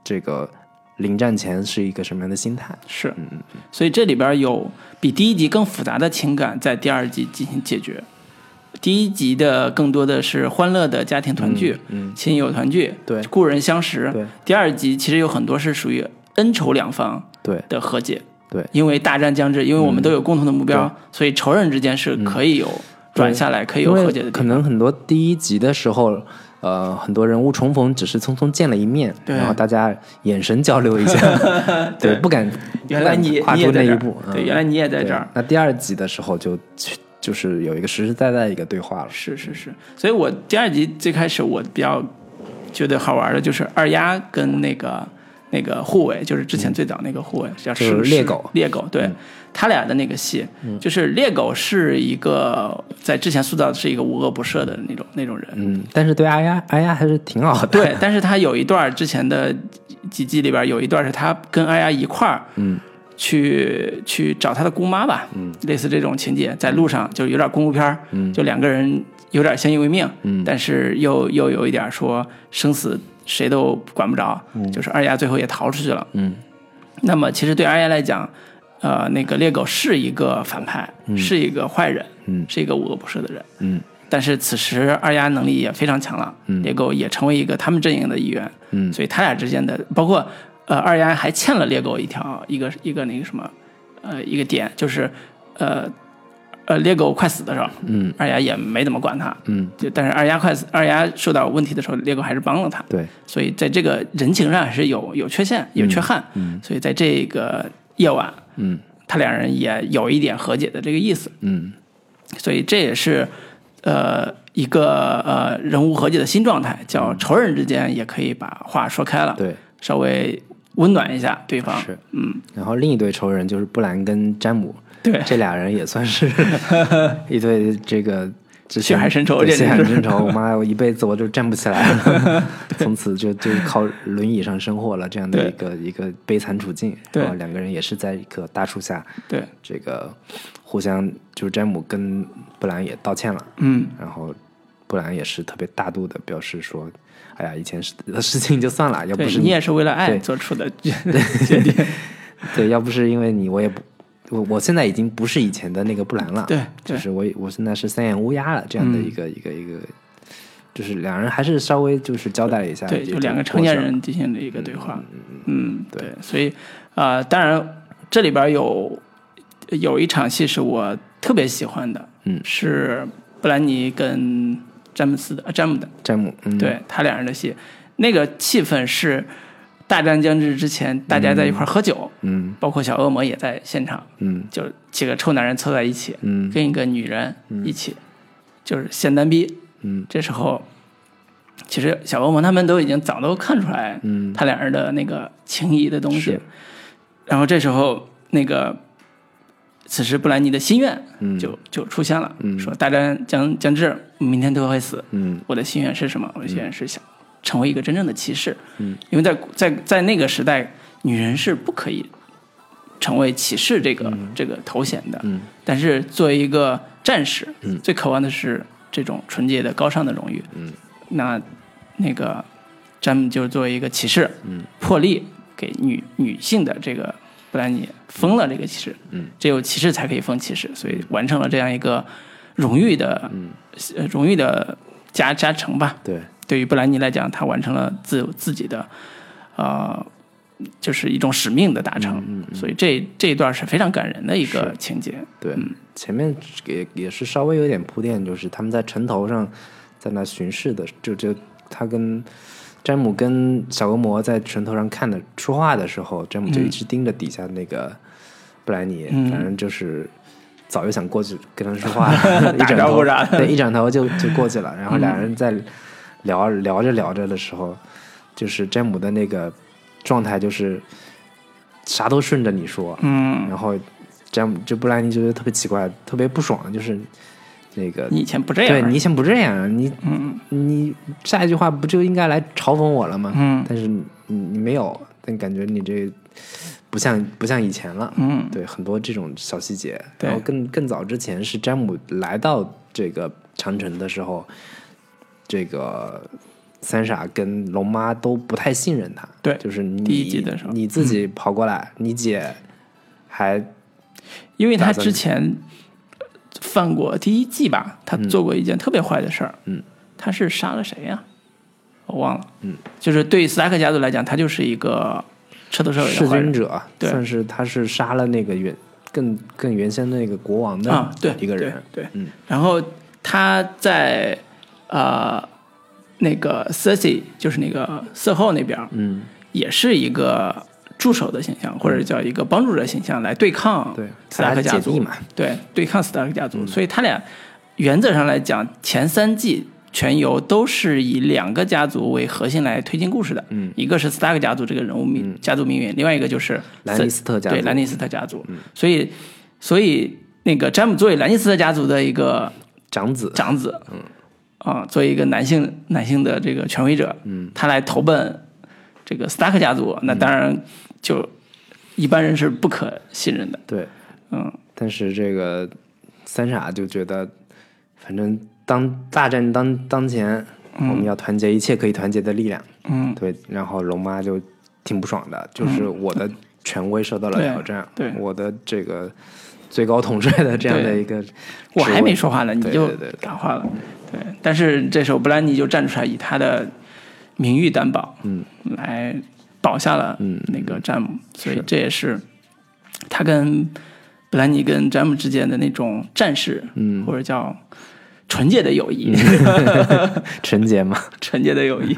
Speaker 2: 这个临战前是一个什么样的心态？
Speaker 1: 是。
Speaker 2: 嗯
Speaker 1: 所以这里边有比第一集更复杂的情感在第二集进行解决。第一集的更多的是欢乐的家庭团聚，
Speaker 2: 嗯，
Speaker 1: 亲友团聚，
Speaker 2: 对
Speaker 1: 故人相识，
Speaker 2: 对
Speaker 1: 第二集其实有很多是属于恩仇两方
Speaker 2: 对
Speaker 1: 的和解，
Speaker 2: 对。
Speaker 1: 因为大战将至，因为我们都有共同的目标，所以仇人之间是可以有转下来，可以有
Speaker 2: 因为
Speaker 1: 和解的地
Speaker 2: 可
Speaker 1: 方。
Speaker 2: 能很多第一集的时候，呃，很多人物重逢只是匆匆见了一面，
Speaker 1: 对
Speaker 2: 然后大家眼神交流一下， 对，不敢
Speaker 1: 原来你
Speaker 2: 不敢跨
Speaker 1: 你也
Speaker 2: 出那
Speaker 1: 在这
Speaker 2: 一
Speaker 1: 儿
Speaker 2: 步，，嗯
Speaker 1: 对，原来你也在这儿
Speaker 2: 对，那第二集的时候就就是有一个实实在在的一个对话了，
Speaker 1: 是是是，所以我第二集最开始我比较觉得好玩的就是二丫跟那个那个护卫，就是之前最早那个护卫、叫
Speaker 2: 嗯就是是猎狗嗯
Speaker 1: 猎狗对、他俩的那个戏，就是猎狗是一个在之前塑造的是一个无恶不赦的那种那种人，
Speaker 2: 嗯，但是对阿丫阿丫还是挺好的，
Speaker 1: 对，但是他有一段儿之前的几季里边儿有一段儿是他跟阿丫一块儿，
Speaker 2: 嗯，
Speaker 1: 去去找他的姑妈吧，嗯，类似这种情节，在路上就有点儿公路片儿，嗯，就两个人有点儿相依为命，嗯，但是又又有一点儿说生死谁都管不着，就是二丫最后也逃出去了，
Speaker 2: 嗯，
Speaker 1: 那么其实对二丫来讲。呃，那个猎狗是一个反派，是一个坏人，
Speaker 2: 嗯
Speaker 1: 是一个无恶不赦的人，
Speaker 2: 嗯
Speaker 1: 但是此时二丫能力也非常强了，
Speaker 2: 嗯
Speaker 1: 猎狗也成为一个他们阵营的一员，
Speaker 2: 嗯
Speaker 1: 所以他俩之间的，包括呃二丫还欠了猎狗一条一个一个那个什么呃一个点，就是呃呃猎狗快死的时候，
Speaker 2: 嗯，
Speaker 1: 二丫也没怎么管他，
Speaker 2: 嗯，
Speaker 1: 就但是二丫快死，二丫受到问题的时候，猎狗还是帮了他，
Speaker 2: 对，
Speaker 1: 所以在这个人情上还是有有缺陷、有缺憾，
Speaker 2: 嗯
Speaker 1: 所以在这个夜晚，
Speaker 2: 嗯
Speaker 1: 他两人也有一点和解的这个意思，
Speaker 2: 嗯
Speaker 1: 所以这也是呃一个呃人物和解的新状态，叫仇人之间也可以把话说开了，
Speaker 2: 嗯对，
Speaker 1: 稍微温暖一下对方，
Speaker 2: 是
Speaker 1: 嗯，
Speaker 2: 然后另一对仇人就是布兰跟詹姆，
Speaker 1: 对
Speaker 2: 这俩人也 算是一对这个之
Speaker 1: 血
Speaker 2: 前
Speaker 1: 海深仇
Speaker 2: 对
Speaker 1: 这
Speaker 2: 血海
Speaker 1: 真是
Speaker 2: 深仇。我妈，我一辈子我就站不起 来了，从此就就靠轮椅上生活了，这样的一个一个悲惨处境。
Speaker 1: 对
Speaker 2: 然后两个人也是在一棵大树下，
Speaker 1: 对，
Speaker 2: 这个互相就是詹姆跟布兰也道歉了，
Speaker 1: 嗯，
Speaker 2: 然后布兰也是特别大度的表示说：“哎呀，以前是的事情就算了，要不
Speaker 1: 对
Speaker 2: 是
Speaker 1: 你也是为了爱
Speaker 2: 对
Speaker 1: 做出的决 定，
Speaker 2: 对，要不是因为你，我也不，我我现在已经不是以前的那个布兰了，
Speaker 1: 对对嗯
Speaker 2: 就是我我现在是三眼乌鸦了，这样的一个、一个一个，就是两人还是稍微就是交代了一下，
Speaker 1: 对，就两个成年，人进行了一个对话，嗯，
Speaker 2: 对
Speaker 1: 对，所以啊、呃当然这里边有有一场戏是我特别喜欢的，
Speaker 2: 嗯
Speaker 1: 是布兰妮跟詹姆斯的呃詹姆的，
Speaker 2: 詹姆，嗯，，
Speaker 1: 对他俩人的戏，那个气氛是大战将至之前，大家在一块儿喝酒，
Speaker 2: 嗯
Speaker 1: 包括小恶魔也在现场，
Speaker 2: 嗯
Speaker 1: 就几个臭男人凑在一起，
Speaker 2: 嗯
Speaker 1: 跟一个女人一起，就是现单逼。
Speaker 2: 嗯
Speaker 1: 这时候，其实小恶魔他们都已经早都看出来
Speaker 2: 嗯
Speaker 1: 他俩人的那个情谊的东西
Speaker 2: 是。
Speaker 1: 然后这时候，那个此时布兰妮的心愿
Speaker 2: 嗯
Speaker 1: 就就出现了，
Speaker 2: 嗯
Speaker 1: 说大战将将至，明天都会死。
Speaker 2: 嗯
Speaker 1: 我的心愿是什么？我的心愿是想成为一个真正的骑士。
Speaker 2: 嗯，
Speaker 1: 因为在在在那个时代，女人是不可以成为骑士这个、这个头衔的。
Speaker 2: 嗯，
Speaker 1: 但是作为一个战士，
Speaker 2: 嗯
Speaker 1: 最渴望的是这种纯洁的、高尚的荣誉。
Speaker 2: 嗯，
Speaker 1: 那那个詹姆就是作为一个骑士，
Speaker 2: 嗯，
Speaker 1: 破例给女女性的这个布兰妮封了这个骑士。
Speaker 2: 嗯，
Speaker 1: 只有骑士才可以封骑士，所以完成了这样一个荣誉的、
Speaker 2: 嗯
Speaker 1: 呃荣誉的加加成吧。
Speaker 2: 对，
Speaker 1: 对于布兰妮来讲，她完成了自自己的，呃，就是一种使命的达成，
Speaker 2: 嗯
Speaker 1: 所以这这一段是非常感人的一个情节。
Speaker 2: 对，前面也也是稍微有点铺垫，就是他们在城头上在那巡视的，就就他跟詹姆跟小恶魔在城头上看的说话的时候，詹姆就一直盯着底下那个布兰妮，
Speaker 1: 嗯
Speaker 2: 反正就是。早就想过去跟他说 话了，一
Speaker 1: 打
Speaker 2: 转
Speaker 1: 招呼
Speaker 2: 头
Speaker 1: 啥的嗯
Speaker 2: 对，一转头就就过去了。然后俩人在聊、聊着聊着的时候，就是詹姆的那个状态，就是啥都顺着你说，
Speaker 1: 嗯，
Speaker 2: 然后詹姆这布兰妮就觉得特别奇怪，特别不爽，就是那个
Speaker 1: 你以前不这
Speaker 2: 对
Speaker 1: 样，
Speaker 2: 你以前不这样，你
Speaker 1: 嗯
Speaker 2: 你下一句话不就应该来嘲讽我了吗？
Speaker 1: 嗯
Speaker 2: 但是你你没有，但感觉你这不像不像以前了。
Speaker 1: 嗯，
Speaker 2: 对，很多这种小细节。
Speaker 1: 对
Speaker 2: 然后更更早之前是詹姆来到这个长城的时候，这个三傻跟龙妈都不太信任他。
Speaker 1: 对
Speaker 2: 就是你
Speaker 1: 第一集的时候嗯
Speaker 2: 你自己跑过来，你姐还
Speaker 1: 因为他
Speaker 2: 打算
Speaker 1: 之前犯过第一季吧，他做过一件特别坏的事儿，
Speaker 2: 嗯，
Speaker 1: 他是杀了谁呀、我忘了，
Speaker 2: 嗯，
Speaker 1: 就是对斯塔克家族来讲，他就是一个彻头彻尾
Speaker 2: 弑
Speaker 1: 的坏
Speaker 2: 君
Speaker 1: 人。
Speaker 2: 者，
Speaker 1: 对
Speaker 2: 算是他是杀了那个原更更原先那个国王
Speaker 1: 啊
Speaker 2: 的，
Speaker 1: 对，
Speaker 2: 一个人。
Speaker 1: 对，对
Speaker 2: 嗯
Speaker 1: 然后他在呃那个 Cersei，就是那个色后那边，
Speaker 2: 嗯，
Speaker 1: 也是一个助手的形象，或者叫一个帮助者形象来对抗
Speaker 2: 对，
Speaker 1: 斯塔克
Speaker 2: 他
Speaker 1: 家
Speaker 2: 姐
Speaker 1: 族
Speaker 2: 弟，嘛，嗯
Speaker 1: 对，对抗斯塔克家族。所以他俩原则上来讲，前三季。全游都是以两个家族为核心来推进故事的，
Speaker 2: 嗯
Speaker 1: 一个是斯塔克家族这个人物命、家族命运，另外一个就是
Speaker 2: 兰尼斯特家族
Speaker 1: 对兰尼斯特家族，所以所以那个詹姆作为兰尼斯特家族的一个
Speaker 2: 长子。
Speaker 1: 长子，嗯，啊，作为一个男性男性的这个权威者，嗯，他来投奔这个斯塔克家族，那当然就一般人是不可信任的，
Speaker 2: 对，
Speaker 1: 嗯，
Speaker 2: 但是这个三傻就觉得，反正当大战当当前，我们要团结一切可以团结的力量。
Speaker 1: 嗯，
Speaker 2: 对，然后龙妈就挺不爽的，就是我的权威受到了
Speaker 1: 对
Speaker 2: 挑战，
Speaker 1: 对
Speaker 2: 我的这个最高统帅的这样的
Speaker 1: 对
Speaker 2: 一个，
Speaker 1: 我还没，说话呢，你
Speaker 2: 对
Speaker 1: 就
Speaker 2: 对对对
Speaker 1: 赶话了，对，但是这时候布兰妮就站出来，以他的名誉担保，
Speaker 2: 嗯，
Speaker 1: 来保下了
Speaker 2: 嗯
Speaker 1: 那个詹姆，所以
Speaker 2: 是
Speaker 1: 这也是他跟布兰妮跟詹姆之间的那种战士，嗯，或者叫纯洁的友谊，
Speaker 2: 嗯纯洁嘛，
Speaker 1: 纯洁的友 谊，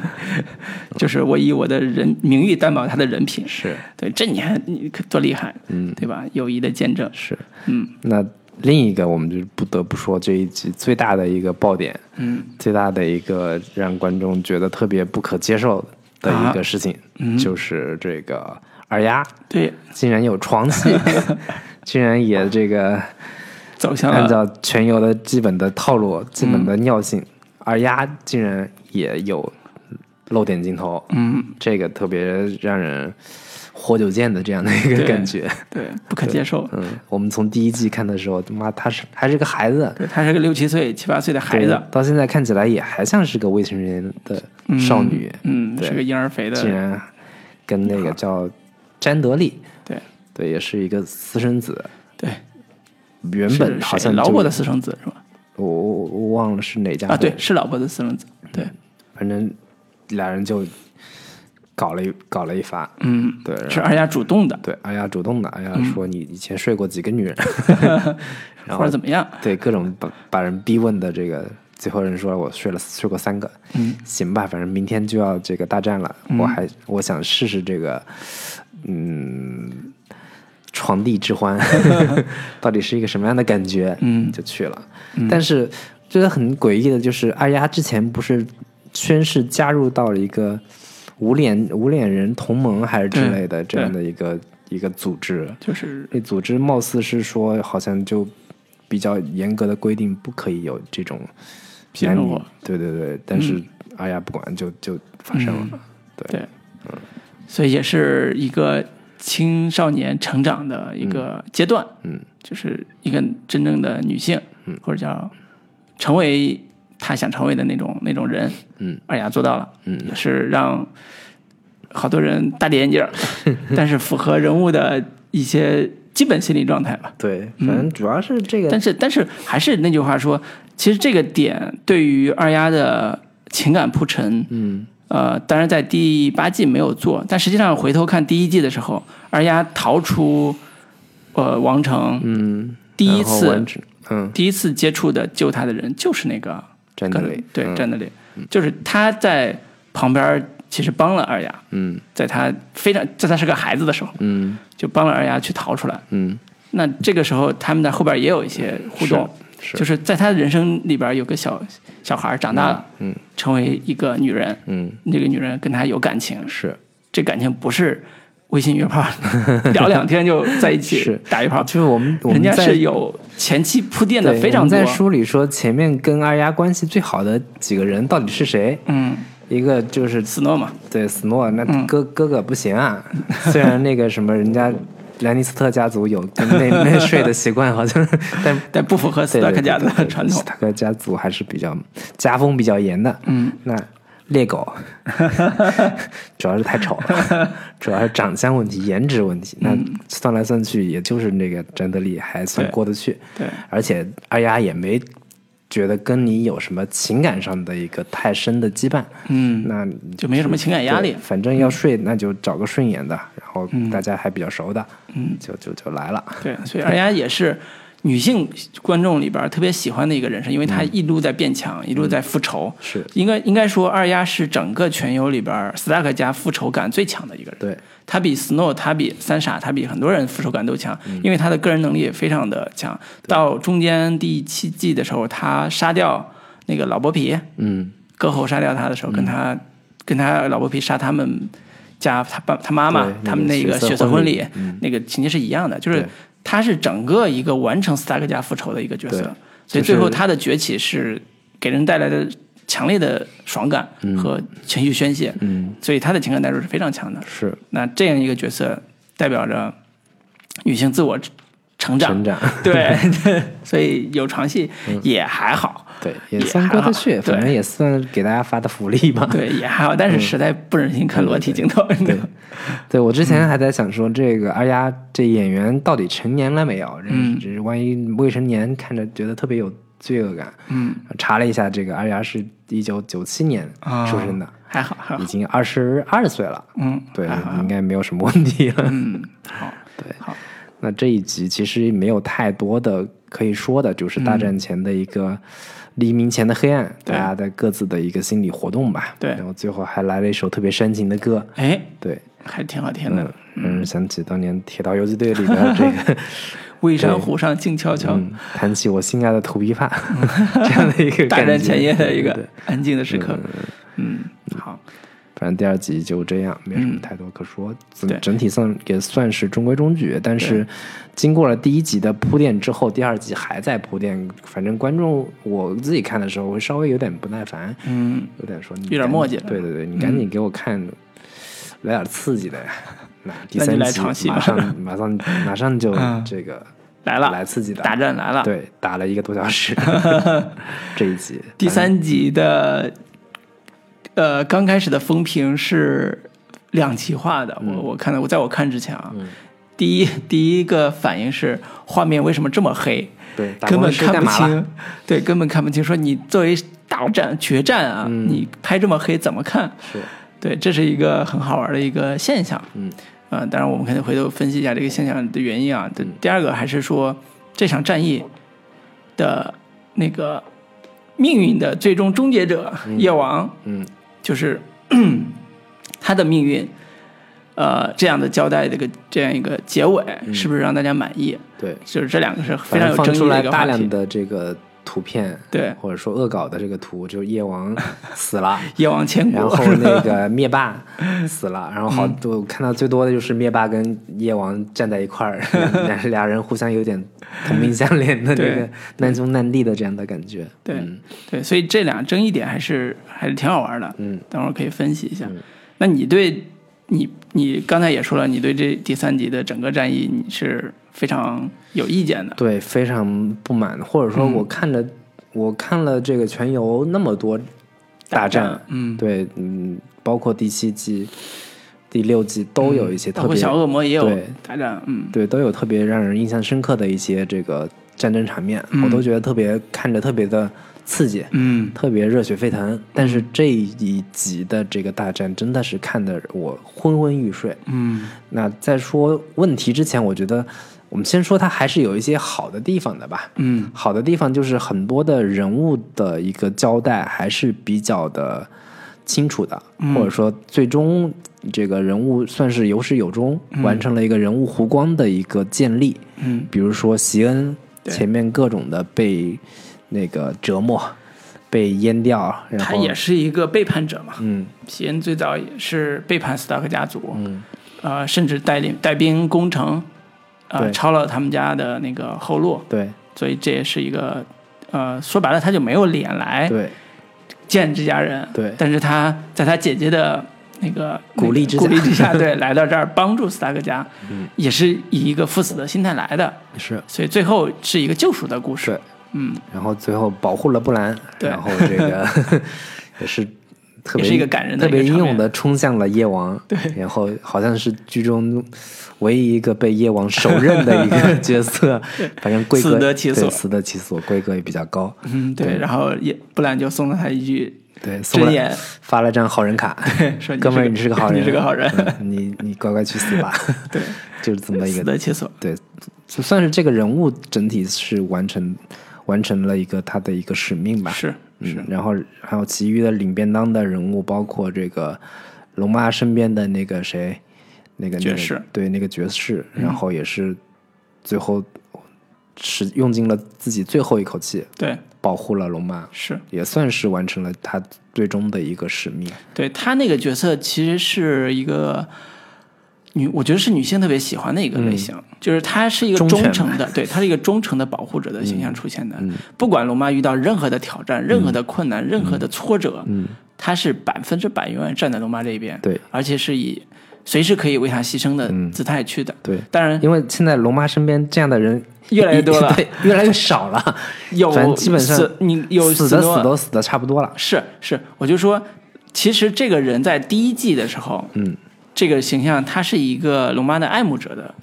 Speaker 1: 就是我以我的人名誉担保他的人品，
Speaker 2: 是
Speaker 1: 对，这你还你可多厉害，嗯，对吧？友谊的见证，
Speaker 2: 是，
Speaker 1: 嗯，
Speaker 2: 那另一个我们就不得不说这一集最大的一个爆点，
Speaker 1: 嗯，
Speaker 2: 最大的一个让观众觉得特别不可接受的
Speaker 1: 啊
Speaker 2: 一个事情，
Speaker 1: 嗯
Speaker 2: 就是这个二丫
Speaker 1: 对，
Speaker 2: 竟然有床 戏，竟然也这个
Speaker 1: 啊走向
Speaker 2: 按
Speaker 1: 了
Speaker 2: 照全游的基本的套路、基本
Speaker 1: 嗯
Speaker 2: 的尿性，二丫竟然也有露点镜头，
Speaker 1: 嗯，
Speaker 2: 这个特别让人活久见的这样的一个
Speaker 1: 对
Speaker 2: 感觉。
Speaker 1: 对，不可接受。
Speaker 2: 嗯，我们从第一季看的时候，他妈他是还是个孩子，
Speaker 1: 对，她是个六七岁、七八岁的孩
Speaker 2: 对
Speaker 1: 子，
Speaker 2: 到现在看起来也还像是个未成年的少女，
Speaker 1: 嗯，
Speaker 2: 对
Speaker 1: 是个婴儿肥的，
Speaker 2: 竟然跟那个叫詹德利，
Speaker 1: 对
Speaker 2: 对，也是一个私生子，
Speaker 1: 对，
Speaker 2: 原本
Speaker 1: 是
Speaker 2: 好
Speaker 1: 谁
Speaker 2: 像
Speaker 1: 老
Speaker 2: 就
Speaker 1: 婆的私生子是吧？
Speaker 2: 我我我忘了是哪家
Speaker 1: 啊，对
Speaker 2: 的，
Speaker 1: 是老婆的私生子，对，
Speaker 2: 反正俩人就搞了一搞了一发，
Speaker 1: 嗯，
Speaker 2: 对，然
Speaker 1: 是
Speaker 2: 后
Speaker 1: 二丫主动的，
Speaker 2: 对，哎呀，主动的，哎呀，说你以前睡过几个 女人，然
Speaker 1: 或
Speaker 2: 后
Speaker 1: 者怎么样？
Speaker 2: 对各种把把人逼问的这个，最后人说我睡了睡过三个，嗯，行吧，反正明天就要这个大战了，我还我想试试这个，嗯，床地之欢 到底是一个什么样的感觉，嗯，就去了，但是觉得很诡异的就是二丫之前不是宣誓加入到了一个无脸无脸人同盟还是之类的
Speaker 1: 对
Speaker 2: 这样的一个一个组织，
Speaker 1: 就是
Speaker 2: 那组织貌似是说，好像就比较严格的规定，不可以有这种
Speaker 1: 皮
Speaker 2: 男
Speaker 1: 肉
Speaker 2: 女
Speaker 1: 火，
Speaker 2: 对对对，但是、
Speaker 1: 嗯
Speaker 2: 哎呀，不管就就发生了，对
Speaker 1: 对，所以也是一个青少年成长的一个阶段，
Speaker 2: 嗯，
Speaker 1: 就是一个真正的女性，或者叫成为她想成为的那种那种人，
Speaker 2: 嗯，
Speaker 1: 二丫做到了，
Speaker 2: 嗯
Speaker 1: 也是让好多人大跌眼镜儿， 但是符合人物的一些基本心理状态吧。
Speaker 2: 对，
Speaker 1: 嗯
Speaker 2: 反正主要是这个
Speaker 1: 但是但是还是那句话说，其实这个点对于二丫的情感铺陈，嗯，呃，当然在第八季没有做，但实际上回头看第一季的时候，二丫逃出呃王城，嗯，第一
Speaker 2: 然后
Speaker 1: 次
Speaker 2: 完成嗯，
Speaker 1: 第一次接触的救她的人就是那个
Speaker 2: 真的累，
Speaker 1: 对
Speaker 2: 嗯
Speaker 1: 站德里，就是他在旁边其实帮了二丫，
Speaker 2: 嗯
Speaker 1: 在她非常在她是个孩子的时候，
Speaker 2: 嗯
Speaker 1: 就帮了二丫去逃出来。
Speaker 2: 嗯，
Speaker 1: 那这个时候他们在后边也有一些互动，
Speaker 2: 是
Speaker 1: 就是在她的人生里边有个小小孩长大了，
Speaker 2: 嗯
Speaker 1: 成为一个女人，
Speaker 2: 嗯
Speaker 1: 那个女人跟他有感情，
Speaker 2: 是，
Speaker 1: 这感情不是微信约炮聊两天就在一起
Speaker 2: 是
Speaker 1: 打一炮
Speaker 2: 就，是我们我
Speaker 1: 人
Speaker 2: 们
Speaker 1: 家
Speaker 2: 在
Speaker 1: 是有前期铺垫的
Speaker 2: 对
Speaker 1: 非
Speaker 2: 我
Speaker 1: 常
Speaker 2: 们
Speaker 1: 多
Speaker 2: 在。书里说前面跟二丫关系最好的几个人到底是谁？
Speaker 1: 嗯，
Speaker 2: 一个就是
Speaker 1: 斯诺嘛，
Speaker 2: 对，斯诺那哥、哥哥不行啊， 虽然那个什么人家兰尼斯特家族有跟内内睡的习惯，好像， 但
Speaker 1: 但不符合斯
Speaker 2: 对
Speaker 1: 达克
Speaker 2: 对
Speaker 1: 家的
Speaker 2: 对对对
Speaker 1: 传
Speaker 2: 斯
Speaker 1: 统。
Speaker 2: 塔克家族还是比较家风比较严的。嗯，那猎狗 主要是太丑了，主要是长相问题、颜值问题。那算来算去，也就是那个詹德利还算
Speaker 1: 嗯对
Speaker 2: 过得去，
Speaker 1: 对，
Speaker 2: 而且二丫也没觉得跟你有什么情感上的一个太深的羁绊。
Speaker 1: 嗯，
Speaker 2: 那
Speaker 1: 就没什么情感压力嗯
Speaker 2: 对。反正要睡，那就找个顺眼的，然后大家还比较熟的，嗯，就就就来了。
Speaker 1: 对，所以二丫也是女性观众里边儿特别喜欢的一个人设，因为她一路在变强，一路在复仇。
Speaker 2: 嗯是
Speaker 1: 应该应该说，二丫是整个全游里边儿斯塔克家复仇感最强的一个人。
Speaker 2: 对，
Speaker 1: 他比 Snow，他比三傻，他比很多人复仇感都强，
Speaker 2: 嗯
Speaker 1: 因为他的个人能力也非常的强。到中间第七季的时候，他杀掉那个老剥皮，
Speaker 2: 嗯，
Speaker 1: 割喉杀掉他的时候，跟他跟他老剥皮杀他们家他爸他妈妈
Speaker 2: 对
Speaker 1: 他们那
Speaker 2: 那个
Speaker 1: 个
Speaker 2: 血色
Speaker 1: 血色
Speaker 2: 婚
Speaker 1: 婚
Speaker 2: 礼嗯
Speaker 1: 礼那个情节是一样的，就是
Speaker 2: 对
Speaker 1: 他是整个一个完成斯塔克家复仇的一个角
Speaker 2: 对
Speaker 1: 色，所以
Speaker 2: 就是
Speaker 1: 最后他的崛起是给人带来的强烈的爽感和情绪宣泄，
Speaker 2: 嗯，
Speaker 1: 所以他的情感代入是非常强的。
Speaker 2: 是
Speaker 1: 那这样一个角色代表着女性自我成长，
Speaker 2: 成长， 嗯
Speaker 1: 对，所以有床戏也还好，
Speaker 2: 对，也
Speaker 1: 也
Speaker 2: 算
Speaker 1: 还
Speaker 2: 过得
Speaker 1: 好
Speaker 2: 去，
Speaker 1: 对
Speaker 2: 反正也算给大家发的福利吧。
Speaker 1: 对，也还好，但是实在不忍心看裸体镜头，你知
Speaker 2: 嗯对
Speaker 1: 道吗，
Speaker 2: 对我之
Speaker 1: 嗯
Speaker 2: 前还在想说，这个二丫这演员到底成年了没有？
Speaker 1: 嗯
Speaker 2: 这这万一未成年，看着觉得特别有罪恶感。
Speaker 1: 嗯，
Speaker 2: 查了一下，这个二丫是一九九七年
Speaker 1: 啊
Speaker 2: 出生的，
Speaker 1: 还好，还好
Speaker 2: 已，经二十二岁了。
Speaker 1: 嗯，
Speaker 2: 对
Speaker 1: 还好，，
Speaker 2: 应该没有什么问题了。
Speaker 1: 嗯，好，对，好，
Speaker 2: 那这一集其实没有太多的可以说的，就是
Speaker 1: 嗯
Speaker 2: 大战前的一个黎明前的黑暗，大家的各自的一个心理活动吧。
Speaker 1: 对
Speaker 2: 然后最后还来了一首特别煽情的歌，
Speaker 1: 哎，
Speaker 2: 对，
Speaker 1: 还挺好听的
Speaker 2: 嗯。，嗯，想起当年《铁道游击队》里边这 个
Speaker 1: 微山湖上静悄悄，
Speaker 2: 嗯，弹起我心爱的头 皮发这样的一个
Speaker 1: 大
Speaker 2: 感
Speaker 1: 战
Speaker 2: 觉
Speaker 1: 前夜的一
Speaker 2: 对对
Speaker 1: 个
Speaker 2: 对
Speaker 1: 安静的时刻。嗯，好，
Speaker 2: 反正第二集就这样，没有什么太多可说。
Speaker 1: 嗯
Speaker 2: 整
Speaker 1: 对
Speaker 2: 整体上也算是中规中矩，但是经过了第一集的铺垫之后，第二集还在铺垫。反正观众我自己看的时候会稍微有点不耐烦，
Speaker 1: 嗯，
Speaker 2: 有点说你
Speaker 1: 有点
Speaker 2: 赶紧
Speaker 1: 墨迹了嗯
Speaker 2: 对对对，你赶紧给我看，来点 刺激的呀。那第
Speaker 1: 那就
Speaker 2: 三
Speaker 1: 来
Speaker 2: 集
Speaker 1: 场戏吧
Speaker 2: 马上马上马上就
Speaker 1: 嗯
Speaker 2: 这个
Speaker 1: 来了，
Speaker 2: 来刺激的
Speaker 1: 大战来了。，
Speaker 2: 对，打了一个多 小时，这一集
Speaker 1: 第三集的呃刚开始的风评是两极化的，我我看到我在我看之前啊，第一第一个反应是画面为什么这么黑？
Speaker 2: 对打
Speaker 1: 根
Speaker 2: 工
Speaker 1: 本
Speaker 2: 是
Speaker 1: 看
Speaker 2: 干
Speaker 1: 不
Speaker 2: 嘛了？
Speaker 1: 清，对，根本看不清。说你作为大战决战啊，
Speaker 2: 嗯
Speaker 1: 你拍这么黑怎么看？
Speaker 2: 是
Speaker 1: 对，这是一个很好玩的一个现象。
Speaker 2: 嗯，
Speaker 1: 呃，当然我们可以回头分析一下这个现象的原因啊。
Speaker 2: 嗯
Speaker 1: 对，第二个还是说这场战役的那个命运的最终终结者、夜王，
Speaker 2: 嗯，
Speaker 1: 就是 他的命运，呃，这样的交代这个这样一个结尾，是不是让大家满意？
Speaker 2: 对，
Speaker 1: 就是这两个是非
Speaker 2: 反
Speaker 1: 常有
Speaker 2: 正嗯放
Speaker 1: 争
Speaker 2: 出
Speaker 1: 议的
Speaker 2: 来
Speaker 1: 一个
Speaker 2: 大
Speaker 1: 话题
Speaker 2: 量。的这个图片，
Speaker 1: 对
Speaker 2: 或者说恶搞的这个图，就是 夜王死了。
Speaker 1: 夜王千
Speaker 2: 然
Speaker 1: 古，
Speaker 2: 后那个灭霸 死了，然后好
Speaker 1: 嗯
Speaker 2: 多我看到最多的就是灭霸跟夜王站在一 块儿，俩俩人互相有点同命相连的这个
Speaker 1: 对
Speaker 2: 难兄难弟的这样的感觉。 嗯
Speaker 1: 对、对，所以这俩争议点还是还是挺好玩的，
Speaker 2: 嗯，
Speaker 1: 等会儿可以分析一下。那你对你你刚才也说了，你对这第三集的整个战役你是非常有意见的，
Speaker 2: 对，非常不满，或者
Speaker 1: 嗯
Speaker 2: 说我看了、我看了这个全游那么多大战，
Speaker 1: 嗯，
Speaker 2: 对，嗯，包括第七季、第六季都有一些
Speaker 1: 嗯包
Speaker 2: 特
Speaker 1: 括
Speaker 2: 别、
Speaker 1: 小恶魔也有
Speaker 2: 对
Speaker 1: 大战，嗯，
Speaker 2: 对，都有特别让人印象深刻的一些这个战争场面，我都觉得特别看着特别的刺激，
Speaker 1: 嗯，
Speaker 2: 特别热血沸腾。但是这一集的这个大战真的是看得我昏昏欲睡，
Speaker 1: 嗯，
Speaker 2: 那在说问题之前，我觉得我们先说它还是有一些好的地方的吧。
Speaker 1: 嗯，
Speaker 2: 好的地方就是很多的人物的一个交代还是比较的清楚的，
Speaker 1: 嗯
Speaker 2: 或者说最终这个人物算是有始有终，完成了一个人物弧光的一个建立。
Speaker 1: 嗯，
Speaker 2: 比如说席恩
Speaker 1: 对
Speaker 2: 前面各种的被那个折磨、被阉掉，然
Speaker 1: 他
Speaker 2: 后
Speaker 1: 也是一个背叛者嘛，
Speaker 2: 嗯
Speaker 1: 皮恩最早也是背叛斯塔克家族，嗯，呃，甚至带领带兵攻城，呃，
Speaker 2: 对
Speaker 1: 抄了他们家的那个后路，
Speaker 2: 对
Speaker 1: 所以这也是一个，呃，说白了他就没有脸来
Speaker 2: 对
Speaker 1: 见这家人，
Speaker 2: 对
Speaker 1: 但是他在他姐姐的那个
Speaker 2: 鼓励之下嗯
Speaker 1: 鼓励之下， 对，来到这儿帮助斯塔克家，也是以一个赴死的心态来的，
Speaker 2: 是。
Speaker 1: 所以最后是一个救赎的故事
Speaker 2: 对，
Speaker 1: 嗯，
Speaker 2: 然后最后保护了布兰，
Speaker 1: 对
Speaker 2: 然后 这个也是特别
Speaker 1: 也是一个感人的
Speaker 2: 特别英
Speaker 1: 一个场
Speaker 2: 勇
Speaker 1: 面
Speaker 2: 的冲向了夜王，对，然后好像是剧中唯一一个被夜王手刃的 一个角色，反正规格
Speaker 1: 死得其所
Speaker 2: 对死得其所，规格也比较高，
Speaker 1: 嗯，对，然后也布兰就送了他一句
Speaker 2: 对，送
Speaker 1: 真
Speaker 2: 了
Speaker 1: 言，
Speaker 2: 发了张好人卡，
Speaker 1: 说
Speaker 2: 哥们儿你是
Speaker 1: 是
Speaker 2: 个好人，
Speaker 1: 你是个好人，
Speaker 2: 嗯，你你乖乖去死吧，
Speaker 1: 对，
Speaker 2: 就是这么一
Speaker 1: 死
Speaker 2: 个，
Speaker 1: 得其所，
Speaker 2: 对，就算是这个人物整体是完成完成了一个他的一个使命吧，
Speaker 1: 是是
Speaker 2: 嗯，然后还有其余的领便当的人物，包括这个龙妈身边的那个谁，那个
Speaker 1: 爵士嗯
Speaker 2: 那个、对那个爵士，然后也是最后是用尽了自己最后一口气，
Speaker 1: 对，
Speaker 2: 保护了龙妈，
Speaker 1: 是。
Speaker 2: 也算是完成了他最终的一个使命。
Speaker 1: 对她那个角色其实是一个女，我觉得是女性特别喜欢的一个类型，就是她是一个
Speaker 2: 嗯忠
Speaker 1: 忠
Speaker 2: 诚嗯
Speaker 1: 诚的，对，她是一个忠诚的保护者的形象出现的。不管龙妈遇到任何的挑战、任何的困难、任
Speaker 2: 嗯
Speaker 1: 何的挫折，她是百分之百永远站在龙妈这一边，
Speaker 2: 对，嗯
Speaker 1: 而且是以随时可以为她牺牲的姿态去的。
Speaker 2: 对，
Speaker 1: 当然
Speaker 2: 因为现在龙妈身边这样的人
Speaker 1: 越来越多了
Speaker 2: 对，越来越少了，
Speaker 1: 有
Speaker 2: 反正基本上
Speaker 1: 死你有
Speaker 2: 死
Speaker 1: 死
Speaker 2: 的
Speaker 1: 诺
Speaker 2: 死都死的差不多了。
Speaker 1: 是是，我就说，其实这个人在第一季的时候，嗯，这个形象他是一个龙妈的爱慕者的，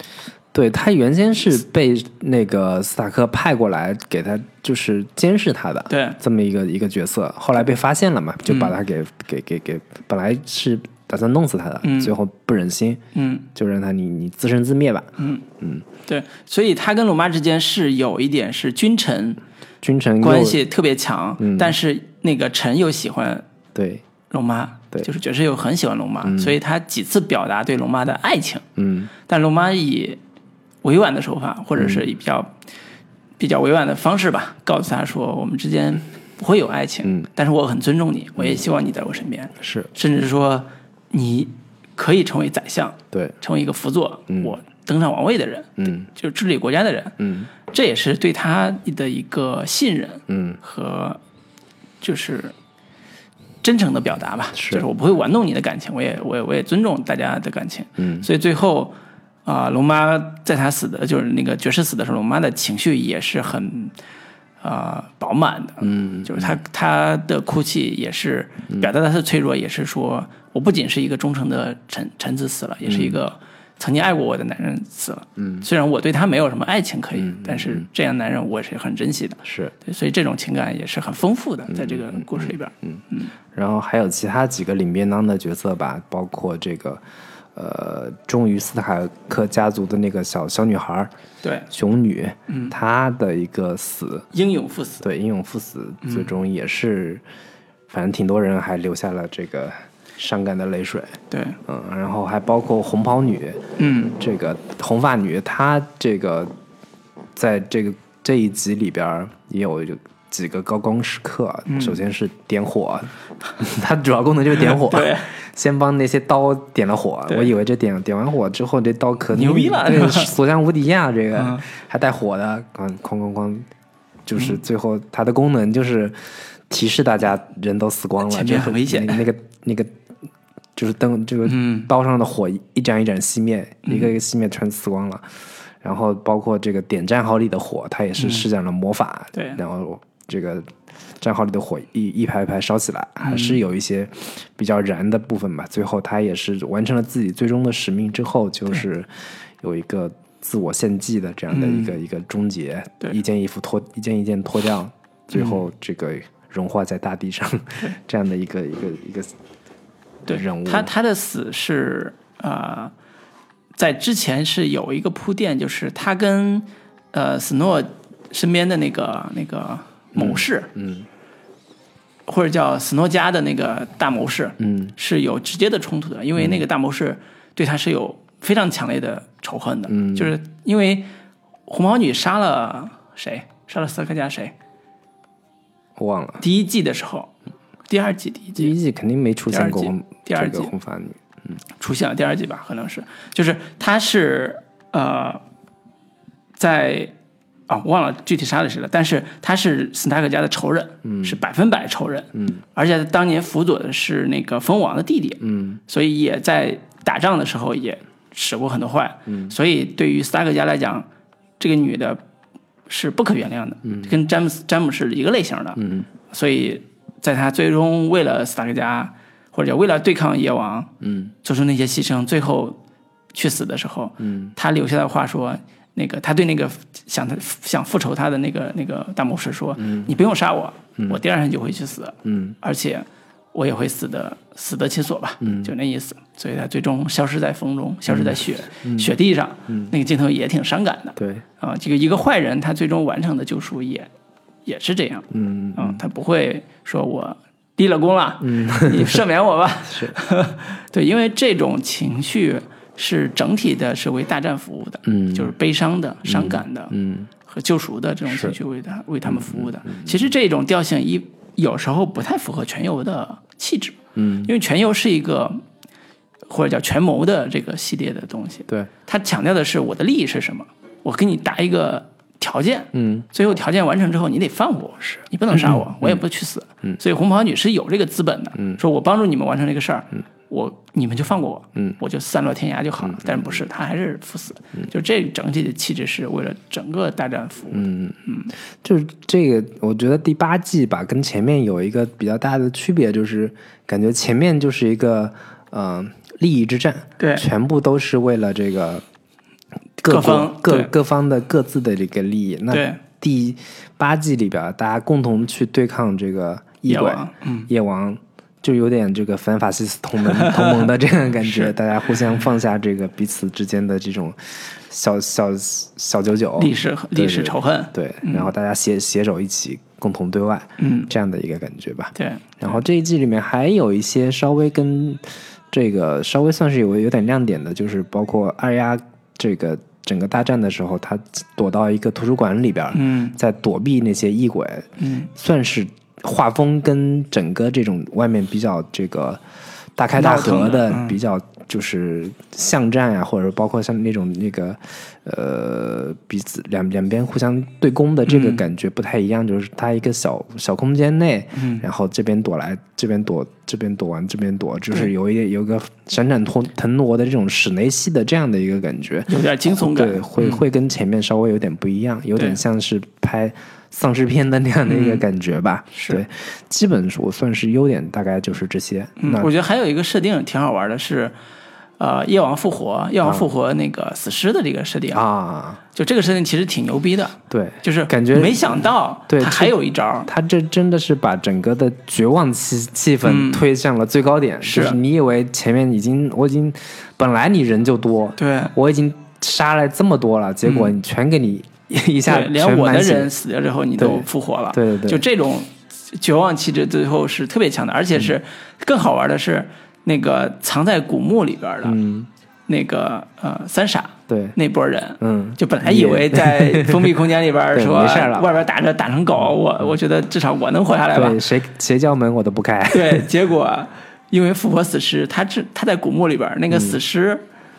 Speaker 2: 对他原先是被那个斯塔克派过来给他就是监视他的，
Speaker 1: 对
Speaker 2: 嗯这么一个一个角色，后来被发现了嘛，就把他给、给给给，本来是打算弄死他的，
Speaker 1: 嗯
Speaker 2: 最后不忍心，
Speaker 1: 嗯，
Speaker 2: 就让他你你自生自灭吧。
Speaker 1: 对，所以他跟罗马之间是有一点是君臣
Speaker 2: 君臣又
Speaker 1: 关系特别强，但是那个臣又喜欢
Speaker 2: 对，
Speaker 1: 龙妈，
Speaker 2: 对
Speaker 1: 就是爵士又很喜欢龙妈，所以他几次表达对龙妈的爱情，嗯，但龙妈以委婉的手法，或者是以比较、比较委婉的方式吧，告诉他说我们之间不会有爱情，但是我很尊重你，我也希望你在我身边，
Speaker 2: 是
Speaker 1: 甚至说你可以成为宰相，
Speaker 2: 对，
Speaker 1: 成为一个辅佐我登上王位的人，
Speaker 2: 嗯
Speaker 1: 就是治理国家的人，
Speaker 2: 嗯
Speaker 1: 这也是对他的一个信任
Speaker 2: 嗯，
Speaker 1: 和就是真诚的表达吧，
Speaker 2: 是
Speaker 1: 就是我不会玩弄你的感情，我也我也我也尊重大家的感情，嗯，所以最后啊、龙妈在她死的就是那个爵士死的时候，龙妈的情绪也是很啊、饱满的，嗯，就是她她的哭泣也是表达她的脆弱，也是说我不仅是一个忠诚的臣臣子死了，也是一个。曾经爱过我的男人死了，嗯，虽然我对他没有什么爱情可以，但是这样男人我是很珍惜的，
Speaker 2: 是。
Speaker 1: 对，所以这种情感也是很丰富的，在这个故事里边。
Speaker 2: 然后还有其他几个领便当的角色吧，包括这个，呃，忠于斯塔克家族的那个小小女孩儿
Speaker 1: 对，
Speaker 2: 熊女，
Speaker 1: 嗯
Speaker 2: 她的一个死，
Speaker 1: 英勇赴死，
Speaker 2: 对英勇赴死，
Speaker 1: 嗯
Speaker 2: 最终也是，反正挺多人还留下了这个伤感的泪水，
Speaker 1: 对，
Speaker 2: 嗯，然后还包括红袍女，
Speaker 1: 嗯，，
Speaker 2: 这个红发女，她这个在这个这一集里边儿也有几个高光时刻。首先是点火， 它主要功能就是点火
Speaker 1: 对，
Speaker 2: 先帮那些刀点了火。
Speaker 1: 对
Speaker 2: 我以为这点点完火之后，这刀可
Speaker 1: 牛逼了
Speaker 2: 对
Speaker 1: 是吧，
Speaker 2: 所向无敌呀、这个、
Speaker 1: 嗯
Speaker 2: 还带火的，哐哐哐哐，就是最后它的功能就是提示大家人都死光了，
Speaker 1: 前面很
Speaker 2: 这个
Speaker 1: 危险
Speaker 2: 那那个那个就是灯，这个
Speaker 1: 嗯
Speaker 2: 刀上的火一一盏一盏熄灭，一个一个熄灭，全死光了。然后包括这个点战壕里的火，它也是施展了魔法，
Speaker 1: 嗯对
Speaker 2: 然后这个战壕里的火一一排一排烧起来，还
Speaker 1: 嗯
Speaker 2: 是有一些比较燃的部分吧。最后他也是完成了自己最终的使命之后，就是有一个自我献祭的这样的一个、一个终结，
Speaker 1: 嗯对嗯
Speaker 2: 一件衣服脱一件一件脱掉，最后这个融化在大地上， 这样的一个一个一个
Speaker 1: 对，
Speaker 2: 人物，
Speaker 1: 他他的死是啊、呃在之前是有一个铺垫，就是他跟呃斯诺身边的那个那个谋士，嗯，或者叫斯诺家的那个大谋士，
Speaker 2: 嗯，
Speaker 1: 是有直接的冲突的，因为那个大谋士对他是有非常强烈的仇恨的，嗯，就是因为红毛女杀了谁？杀了斯科加谁？
Speaker 2: 我忘了。
Speaker 1: 第一季的时候，第二季第一季
Speaker 2: 第一季肯定没出现过
Speaker 1: 第二季
Speaker 2: 红
Speaker 1: 第二季
Speaker 2: 这个红发女，
Speaker 1: 出现了第二季吧，可能是，就是他是呃，在啊、忘了具体杀了谁了，但是他是斯塔克家的仇人，嗯，是百分百仇人，嗯，而且他当年辅佐的是那个蜂王的弟弟，嗯，所以也在打仗的时候也使过很多坏，嗯，所以对于斯塔克家来讲，这个女的是不可原谅的，嗯，跟詹姆斯詹姆是一个类型的，嗯，所以在他最终为了斯塔克家或者为了对抗夜王，嗯，做出那些牺牲，最后去死的时候，嗯，他留下的话说。那个，他对那个想他想复仇他的那个那个大谋士说：“你不用杀我，我第二天就会去死，
Speaker 2: 嗯，
Speaker 1: 而且我也会死的死得其所吧，就那意思。”所以他最终消失在风中，消失在雪、雪地上，那个镜头也挺伤感的。
Speaker 2: 对，
Speaker 1: 啊，这个一个坏人他最终完成的救赎也也是这样，
Speaker 2: 嗯，
Speaker 1: 啊，他不会说我立了功了，嗯，你赦免我吧， 是， 对，因为这种情绪是整体的是为大战服务的，
Speaker 2: 嗯
Speaker 1: 就是悲伤的、伤感的，
Speaker 2: 嗯，
Speaker 1: 和救赎的这种情绪为他为他们服务的。其实这种调性一有时候不太符合全游的气质，嗯，因为全游是一个或者叫权谋的这个系列的东西，
Speaker 2: 对，
Speaker 1: 他强调的是我的利益是什么，我给你打一个条件，
Speaker 2: 嗯，
Speaker 1: 最后条件完成之后，你得放过我，是你不能杀我，我也不去死，嗯，所以红袍女是有这个资本的，嗯，说我帮助你们完成这个事儿，嗯，我你们就放过我，嗯，我就散落天涯就好
Speaker 2: 嗯
Speaker 1: 了，但是不是，他还是赴死，就这整体的气质是为了整个大战服务，嗯，
Speaker 2: 就是这个，我觉得第八季吧，跟前面有一个比较大的区别，就是感觉前面就是一个嗯、呃利益之战，
Speaker 1: 对
Speaker 2: 全部都是为了这个各
Speaker 1: 各
Speaker 2: 国
Speaker 1: 方
Speaker 2: 各
Speaker 1: 对
Speaker 2: 各方的各自的这个利益。那
Speaker 1: 对
Speaker 2: 第八季里边，大家共同去对抗这个异
Speaker 1: 夜
Speaker 2: 鬼
Speaker 1: 王，嗯
Speaker 2: 夜王就有点这个反法西斯同盟同盟的这样 的感觉，大家互相放下这个彼此之间的这种小小小九九
Speaker 1: 历史历史仇恨，
Speaker 2: 对，然后大家携携手一起共同对外，
Speaker 1: 嗯，
Speaker 2: 这样的一个感觉吧。
Speaker 1: 对，
Speaker 2: 然后这一季里面还有一些稍微跟这个稍微算是有有点亮点的，就是包括二丫这个整个大战的时候，她躲到一个图书馆里边，
Speaker 1: 嗯
Speaker 2: 在躲避那些异鬼，
Speaker 1: 嗯，
Speaker 2: 算是画风跟整个这种外面比较这个大开大合
Speaker 1: 闹腾
Speaker 2: 的
Speaker 1: 的嗯，
Speaker 2: 比较就是巷战啊，或者包括像那种那个呃彼此两两边互相对攻的这个感觉不太一样，就是它一个小小空间内，
Speaker 1: 嗯
Speaker 2: 然后这边躲来，这边躲，这边躲完，这边躲，就是有一点有一个闪展腾腾挪的这种室内戏的这样的一个感觉，
Speaker 1: 有点惊悚感
Speaker 2: 哦
Speaker 1: 嗯
Speaker 2: 对，，会会跟前面稍微有点不一样，有点像是拍丧尸片的那样的一个感觉吧。
Speaker 1: 嗯是
Speaker 2: 对，基本我算是优点，大概就是这些。
Speaker 1: 嗯
Speaker 2: 那
Speaker 1: 我觉得还有一个设定挺好玩的是，呃，夜王复活，夜王复活那个死尸的这个设定，
Speaker 2: 啊，
Speaker 1: 就这个设定其实挺牛逼的，
Speaker 2: 对，
Speaker 1: 就是
Speaker 2: 感觉
Speaker 1: 没想到
Speaker 2: 对
Speaker 1: 他还有一招，
Speaker 2: 他这真的是把整个的绝望气气氛推向了最高点，
Speaker 1: 嗯是啊
Speaker 2: 就是你以为前面已经我已经本来你人就多，
Speaker 1: 对
Speaker 2: 我已经杀了这么多了，结果你全给你一下
Speaker 1: 嗯对，连
Speaker 2: 全
Speaker 1: 我的
Speaker 2: 满血
Speaker 1: 人死掉之后你都
Speaker 2: 对
Speaker 1: 复活了，
Speaker 2: 对对对
Speaker 1: 就这种绝望气质最后是特别强的，而且是
Speaker 2: 嗯
Speaker 1: 更好玩的是那个藏在古墓里边的、
Speaker 2: 嗯，
Speaker 1: 那个呃三傻
Speaker 2: 对，
Speaker 1: 那波人，
Speaker 2: 嗯，
Speaker 1: 就本来以 为在封闭空间里边儿
Speaker 2: 对
Speaker 1: 说
Speaker 2: 没事儿了嗯
Speaker 1: 外边打着打成狗，我我觉得至少我能活下来吧
Speaker 2: 对，。谁谁叫门我都不开，
Speaker 1: 对，结果因为复活死尸，他这他在古墓里边儿那个死尸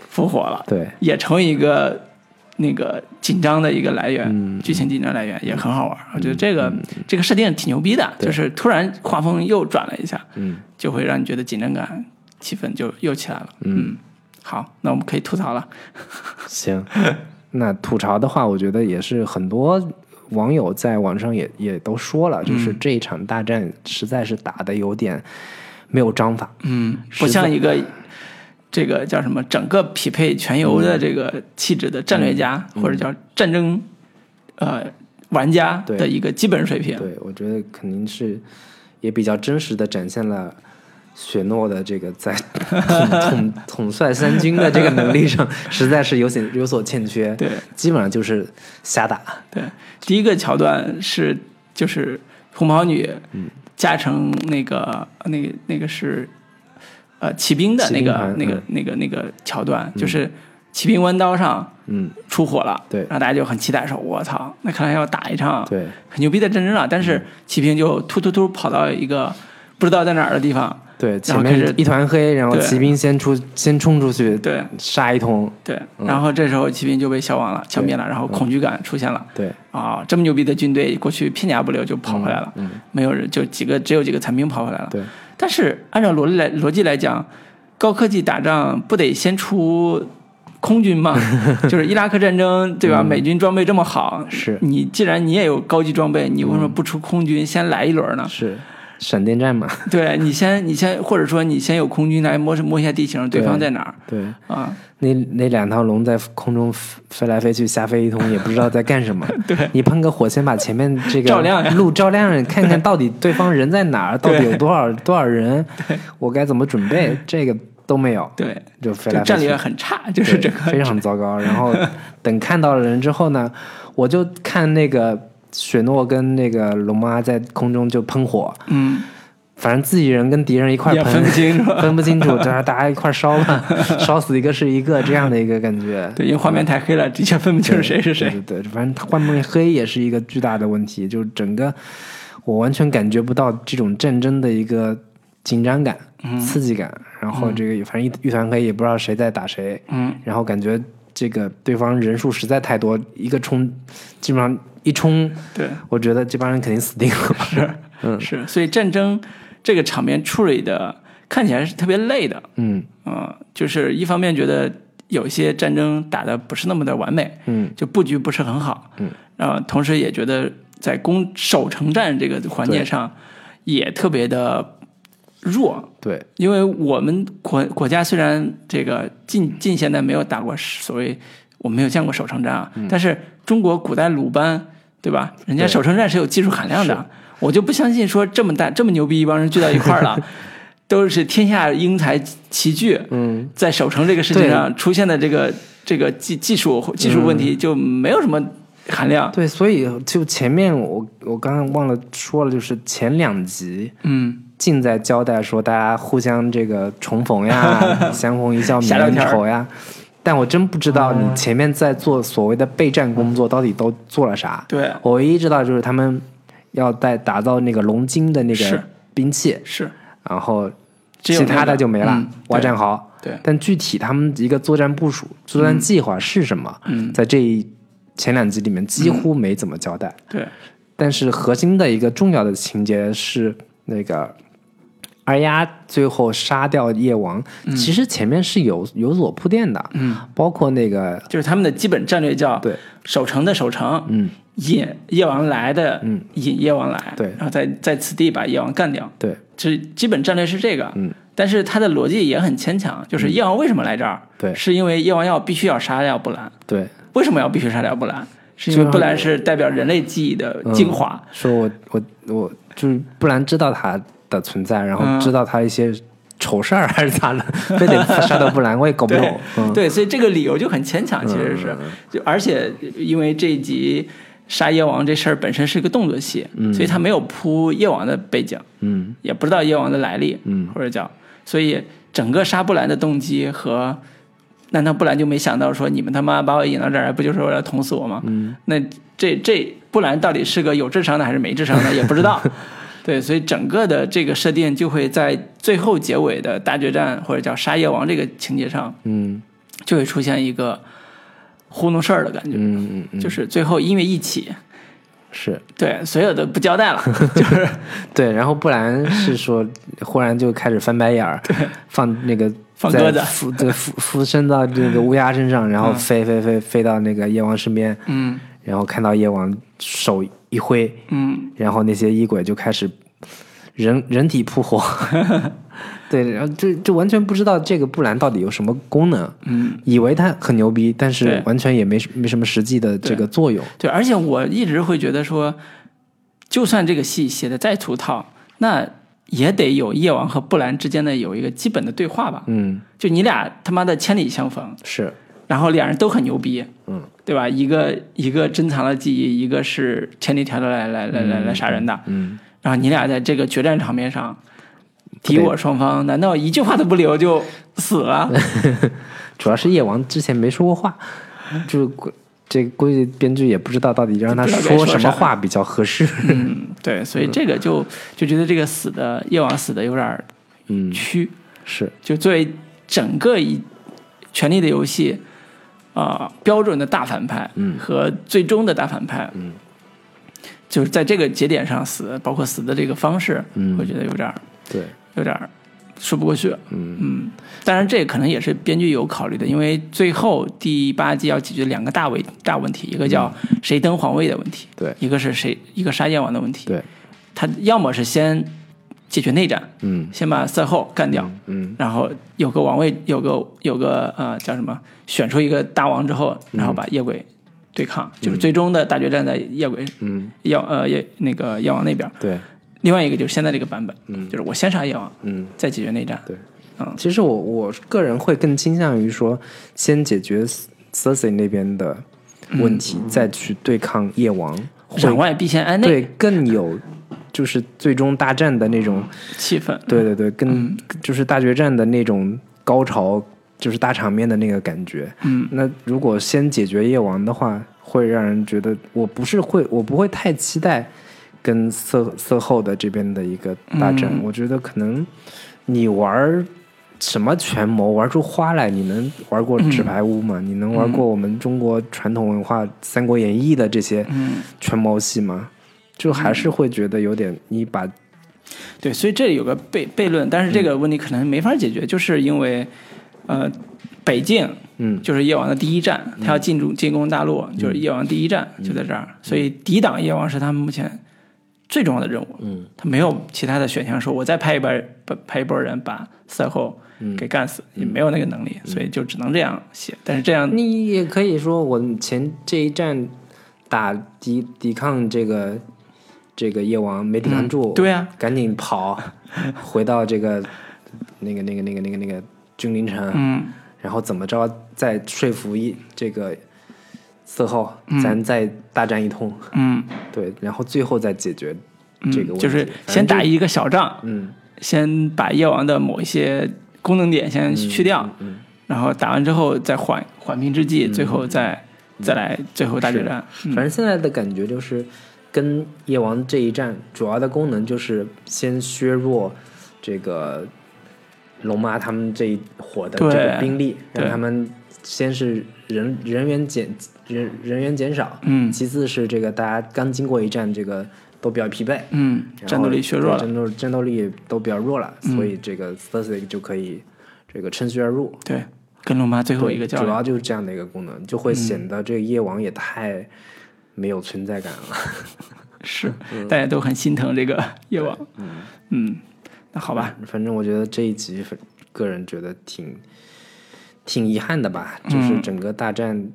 Speaker 1: 复活了，
Speaker 2: 嗯对，
Speaker 1: 也成为一个那个紧张的一个来源，剧情紧张来源也很好玩儿。我觉得这个这个设定挺牛逼的，就是突然画风又转了一下，
Speaker 2: 嗯，
Speaker 1: 就会让你觉得紧张感气氛就又起来了。嗯，好，那我们可以吐槽了。
Speaker 2: 行，那吐槽的话，我觉得也是很多网友在网上也也都说了，就是
Speaker 1: 嗯
Speaker 2: 这一场大战实在是打的有点没有章法，
Speaker 1: 嗯，不
Speaker 2: 实在
Speaker 1: 像一个这个叫什么，整个匹配全游的这个气质的战略家，或者叫战争呃玩家
Speaker 2: 对
Speaker 1: 的一个基本水平。
Speaker 2: 对，我觉得肯定是也比较真实的展现了雪诺的这个在统统 统帅三军的这个能力上，实在是有所有所欠缺。
Speaker 1: 对
Speaker 2: 基本上就是瞎打。
Speaker 1: 对第一个桥段是就是红毛女
Speaker 2: 嗯
Speaker 1: 加成那个那个那个是呃骑兵的
Speaker 2: 骑
Speaker 1: 那
Speaker 2: 兵
Speaker 1: 个
Speaker 2: 团嗯
Speaker 1: 那个那个那个桥段，就是骑兵弯刀上
Speaker 2: 嗯，
Speaker 1: 出火了，
Speaker 2: 对
Speaker 1: 然后大家就很期待说，我操，那看来要打一场
Speaker 2: 对，嗯
Speaker 1: 很牛逼的战争了，但是骑兵就突突突跑到一个不知道在哪儿的地方，
Speaker 2: 对，前
Speaker 1: 然后开
Speaker 2: 面
Speaker 1: 始
Speaker 2: 一团黑，然后
Speaker 1: 对
Speaker 2: 骑兵先出先冲出去，
Speaker 1: 对
Speaker 2: 杀一通，
Speaker 1: 对，
Speaker 2: 嗯
Speaker 1: 然后这时候骑兵就被消亡了、消灭了，然后恐惧感出现了。
Speaker 2: 对。
Speaker 1: 啊，这么牛逼的军队过去片甲不留就跑回来了，没有人就几个只有几个残兵跑回来了。
Speaker 2: 嗯对，
Speaker 1: 但是按照逻辑来逻辑来讲，高科技打仗不得先出空军 吗？就是伊拉克战争对吧？美军装备这么好，
Speaker 2: 嗯是嗯
Speaker 1: 你既然你也有高级装备，你为什么不出空军先来一轮呢？
Speaker 2: 是闪电战嘛？
Speaker 1: 对你先，你先，或者说你先有空军来摸摸一下地形，对方在哪儿
Speaker 2: 对，
Speaker 1: 啊？
Speaker 2: 那那两套龙在空中飞飞来飞去，瞎飞一通，也不知道在干什么。
Speaker 1: 对，
Speaker 2: 你喷个火，先把前面这个
Speaker 1: 照亮呀
Speaker 2: 路照亮， 看看到底对方人在哪儿，到底有多少多少人，我该怎么 准备？这个都没有，
Speaker 1: 对，
Speaker 2: 就飞
Speaker 1: 就
Speaker 2: 来飞
Speaker 1: 战
Speaker 2: 去
Speaker 1: 略。很差，就是
Speaker 2: 对
Speaker 1: 整
Speaker 2: 非
Speaker 1: 个
Speaker 2: 常糟糕。然 后等看到了人之后呢，我就看那个雪诺跟那个龙妈在空中就喷火，
Speaker 1: 嗯，
Speaker 2: 反正自己人跟敌人一块儿
Speaker 1: 也
Speaker 2: 喷，
Speaker 1: 分不 清楚。
Speaker 2: 分不清楚， 就是大家一块儿烧吧，烧死一个是一个这样的一个感觉。
Speaker 1: 对，因为画面太黑了，的确分不清是谁是谁。
Speaker 2: 对对对，反正幻梦黑也是一个巨大的问题，就是整个我完全感觉不到这种战争的一个紧张感、刺激感，然后这个反正一一团黑也不知道谁在打谁，
Speaker 1: 嗯，
Speaker 2: 然后感觉这个对方人数实在太多，一个冲基本上一冲，
Speaker 1: 对，
Speaker 2: 我觉得这帮人肯定死定
Speaker 1: 是，
Speaker 2: 了。
Speaker 1: 是，所以战争这个场面处理的看起来是特别累的，
Speaker 2: 嗯
Speaker 1: 嗯，就是一方面觉得有些战争打的不是那么的完美，
Speaker 2: 嗯，
Speaker 1: 就布局不是很好，嗯，呃，同时也觉得在攻守城战这个环节上也特别的弱，
Speaker 2: 对
Speaker 1: 因为我们国国家虽然这个近近现代没有打过所谓我们没有见过守城战啊，但是中国古代鲁班对吧？人家
Speaker 2: 嗯对
Speaker 1: 守城战是有技术含量的，我就不相信说这么大这么牛逼一帮人聚到一块儿了，都是天下英才齐聚，
Speaker 2: 嗯，
Speaker 1: 在守城这个事情上出现的这个这个技技术技术问
Speaker 2: 嗯
Speaker 1: 题就没有什么含量。
Speaker 2: 对，所以就前面我我刚刚忘了说了，就是前两集
Speaker 1: 嗯，
Speaker 2: 尽在交代说大家互相这个重逢 呀，相逢一笑泯
Speaker 1: 瞎聊
Speaker 2: 恩
Speaker 1: 天儿哦
Speaker 2: 仇呀。但我真不知道你前面在做所谓的备战工作到底都做了啥。
Speaker 1: 对，
Speaker 2: 我唯一知道就是他们要在打造那个龙晶的那
Speaker 1: 是
Speaker 2: 个兵器，
Speaker 1: 是
Speaker 2: 然后
Speaker 1: 只有
Speaker 2: 其
Speaker 1: 那
Speaker 2: 他
Speaker 1: 个
Speaker 2: 的就没了
Speaker 1: 嗯。
Speaker 2: 挖
Speaker 1: 对
Speaker 2: 战壕，
Speaker 1: 对
Speaker 2: 但具体他们一个作战部署、作战计划是什么，在这一前两集里面几乎没怎么交代。
Speaker 1: 对，
Speaker 2: 但是核心的一个重要的情节是那个二丫最后杀掉夜王，其实前面是有有所铺垫的，嗯，包括那个
Speaker 1: 就是他们的基本战略叫
Speaker 2: 对
Speaker 1: 守城的守城，嗯，引夜王来的，嗯，引夜王来，
Speaker 2: 对
Speaker 1: 然后在在此地把夜王干掉，
Speaker 2: 对
Speaker 1: 这基本战略是这个，嗯，但是它的逻辑也很牵强，就是夜王为什么来这儿？
Speaker 2: 对
Speaker 1: 是因为夜王要必须要杀掉布兰，
Speaker 2: 对，
Speaker 1: 为什么要必须杀掉布兰？是嗯因为布兰是代表人类记忆的精华，
Speaker 2: 说我我我就是不然知道他的存在，然后知道他一些丑事儿还是咋的， 非得杀掉不然我也搞不
Speaker 1: 对
Speaker 2: 懂，嗯，
Speaker 1: 对，所以这个理由就很牵强，其实是，就而且因为这一集杀夜王这事儿本身是个动作戏，所以他没有铺夜王的背景，
Speaker 2: 嗯，
Speaker 1: 也不知道夜王的来历，
Speaker 2: 嗯，
Speaker 1: 或者叫，所以整个杀布兰的动机和。难道布兰就没想到说你们他妈把我引到这儿来，不就是为了捅死我吗？嗯，那这这布兰到底是个有智商 的还是没智商的也不知道。对，所以整个的这个设定就会在最后结尾的大决战或者叫杀夜王这个情节上，
Speaker 2: 嗯
Speaker 1: 就会出现一个糊弄事儿的感觉，
Speaker 2: 嗯嗯嗯，
Speaker 1: 就是最后因为一起，
Speaker 2: 是
Speaker 1: 对所有的不交代了，就是
Speaker 2: 对，然后不然是说忽然就开始翻白眼儿，放那个。
Speaker 1: 放鸽
Speaker 2: 在
Speaker 1: 子
Speaker 2: 附对附附身到这个乌鸦身上，然后飞飞飞飞到那个夜王身边，
Speaker 1: 嗯
Speaker 2: 然后看到夜王手一挥，
Speaker 1: 嗯，
Speaker 2: 然后那些衣鬼就开始人人体 扑火，对，然后就就完全不知道这个布兰到底有什么功能，嗯，以为它很牛逼，但
Speaker 1: 对
Speaker 2: 是完全也没什没什么实际的这个作用，
Speaker 1: 对，而且我一直会觉得说，就算这个戏写的再俗套，那也得有夜王和布兰之间的有一个基本的对话吧，
Speaker 2: 嗯，
Speaker 1: 就你俩他妈的千里相逢，
Speaker 2: 是，
Speaker 1: 然后两人都很牛逼，
Speaker 2: 嗯，
Speaker 1: 对吧？一个一个珍藏了记忆，一个是千里迢迢来来来来来杀人的，
Speaker 2: 嗯，
Speaker 1: 然后你俩在这个决战场面上，敌
Speaker 2: 对
Speaker 1: 我双方难道一句话都不留就死 了？
Speaker 2: 主要是夜王之前没说过话，就是估这估计编剧也不知道到底让他
Speaker 1: 不知道该说
Speaker 2: 说什
Speaker 1: 啥
Speaker 2: 么话比较合适，
Speaker 1: 嗯，对，所以这个就就觉得这个死的夜王死的有点儿
Speaker 2: 嗯，
Speaker 1: 屈，
Speaker 2: 是，
Speaker 1: 就作为整个一《权力的游戏》啊、标准的大反派，
Speaker 2: 嗯
Speaker 1: 和最终的大反派，
Speaker 2: 嗯，
Speaker 1: 就是在这个节点上死，包括死的这个方式，
Speaker 2: 嗯
Speaker 1: 我觉得有点儿
Speaker 2: 对，
Speaker 1: 有点儿说不过去，
Speaker 2: 嗯
Speaker 1: 嗯，当然这可能也是编剧有考虑的，因为最后第八季要解决两个大问大问题，一个叫谁登皇位的问题，
Speaker 2: 嗯对
Speaker 1: 一个是谁一个杀燕王的问题，
Speaker 2: 对，
Speaker 1: 他要么是先解决内战，
Speaker 2: 嗯
Speaker 1: 先把赛后干掉，
Speaker 2: 嗯
Speaker 1: 然后有个王位，有个有个呃叫什么，选出一个大王之后，
Speaker 2: 嗯
Speaker 1: 然后把夜鬼对抗，就是最终的大决战在夜鬼
Speaker 2: 嗯，
Speaker 1: 药呃夜那个药王那边。
Speaker 2: 对，
Speaker 1: 另外一个就是现在这个版本，就是我先杀夜王，
Speaker 2: 嗯。
Speaker 1: 再解决内战。
Speaker 2: 对，
Speaker 1: 嗯
Speaker 2: 其实我我个人会更倾向于说，先解决 Cersei 那边的问题，再去对抗夜王，
Speaker 1: 攘
Speaker 2: 会
Speaker 1: 外必先安哎内，
Speaker 2: 对更有就是最终大战的那种，
Speaker 1: 气氛。
Speaker 2: 对对对，更、就是大决战的那种高潮，就是大场面的那个感觉。
Speaker 1: 嗯，
Speaker 2: 那如果先解决夜王的话，会让人觉得我不是会，我不会太期待跟色色后的这边的一个大战。我觉得可能你玩什么权谋玩出花来，你能玩过纸牌屋吗？你能玩过我们中国传统文化《三国演义》的这些权谋戏吗？就还是会觉得有点，你把
Speaker 1: 对，所以这里有个悖悖论，但是这
Speaker 2: 嗯
Speaker 1: 个问题可能没法解决，就是因为呃，北境
Speaker 2: 嗯
Speaker 1: 就是夜王的第一站，他要进驻进攻大陆，就是夜王第一站
Speaker 2: 嗯
Speaker 1: 就在这儿，所以抵挡夜王是他们目前最重要的任务。
Speaker 2: 嗯，
Speaker 1: 他没有其他的选项，说我再派一波派派一波人把赛后
Speaker 2: 嗯
Speaker 1: 给干死，也没有那个能力，所以就只能这样写。但是这样，
Speaker 2: 你也可以说，我前这一战打抵抵抗这个这个夜王没抵抗住，
Speaker 1: 嗯对啊，
Speaker 2: 赶紧跑回到这个那个那个那个那个那个君临城，
Speaker 1: 嗯，
Speaker 2: 然后怎么着再说服一这个色号，咱再大战一通，
Speaker 1: 嗯，
Speaker 2: 对，然后最后再解决这个问题，
Speaker 1: 就是先打一个小仗，嗯，先把夜王的某一些功能点先去掉，嗯，然后打完之后再缓缓兵之计，最后再再来最后大决战，
Speaker 2: 反正现在的感觉就是，跟夜王这一战主要的功能就是先削弱这个龙妈他们这一伙的这
Speaker 1: 对
Speaker 2: 个兵力，
Speaker 1: 对
Speaker 2: 让他们先是人人员减人人员减少，
Speaker 1: 嗯
Speaker 2: 其次是这个大家刚经过一战，这个都比较疲惫，
Speaker 1: 嗯，
Speaker 2: 然后
Speaker 1: 战斗力削弱了，
Speaker 2: 对
Speaker 1: 嗯
Speaker 2: 战斗战斗力都比较弱了，所以这个 Thursday 就可以这个趁虚而入，
Speaker 1: 对，跟龙妈最后一个
Speaker 2: 主
Speaker 1: 较量，
Speaker 2: 要就是这样的一个功能，就会
Speaker 1: 嗯
Speaker 2: 显得这个夜王也太没有存在感了。
Speaker 1: 是大家都很心疼这个夜王，嗯，那好吧，
Speaker 2: 反正我觉得这一集，个人觉得挺挺遗憾的吧，
Speaker 1: 嗯
Speaker 2: 就是整个大战，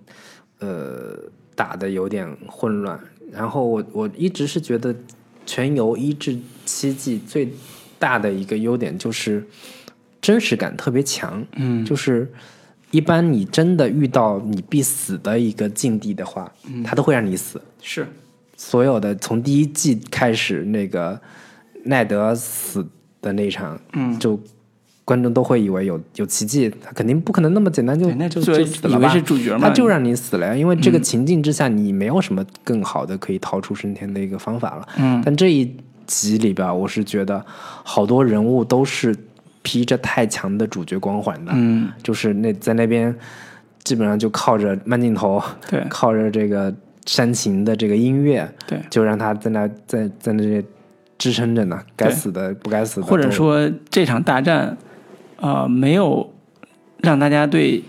Speaker 2: 呃，打的有点混乱。然后我我一直是觉得全游一至七季最大的一个优点就是真实感特别强，
Speaker 1: 嗯，
Speaker 2: 就是。一般你真的遇到你必死的一个境地的话，
Speaker 1: 嗯
Speaker 2: 他都会让你死。
Speaker 1: 是，
Speaker 2: 所有的从第一季开始，那个奈德死的那一场，嗯，就观众都会以为有有奇迹，他肯定不可能哎那么简单就
Speaker 1: 对那
Speaker 2: 就
Speaker 1: 作为
Speaker 2: 就死了
Speaker 1: 以为
Speaker 2: 吧？
Speaker 1: 是主角嘛
Speaker 2: 他就让你死了呀，因为这个情境之下，你没有什么更好的可以逃出升天的一个方法了。
Speaker 1: 嗯，
Speaker 2: 但这一集里边，我是觉得好多人物都是披着太强的主角光环的，
Speaker 1: 嗯，
Speaker 2: 就是那在那边基本上就靠着慢镜头，
Speaker 1: 对
Speaker 2: 靠着这个煽情的这个音乐，
Speaker 1: 对，
Speaker 2: 就让他在那在在那里支撑着呢，该
Speaker 1: 对
Speaker 2: 死的不该死的都，
Speaker 1: 或者说这场大战，呃，没有让大家对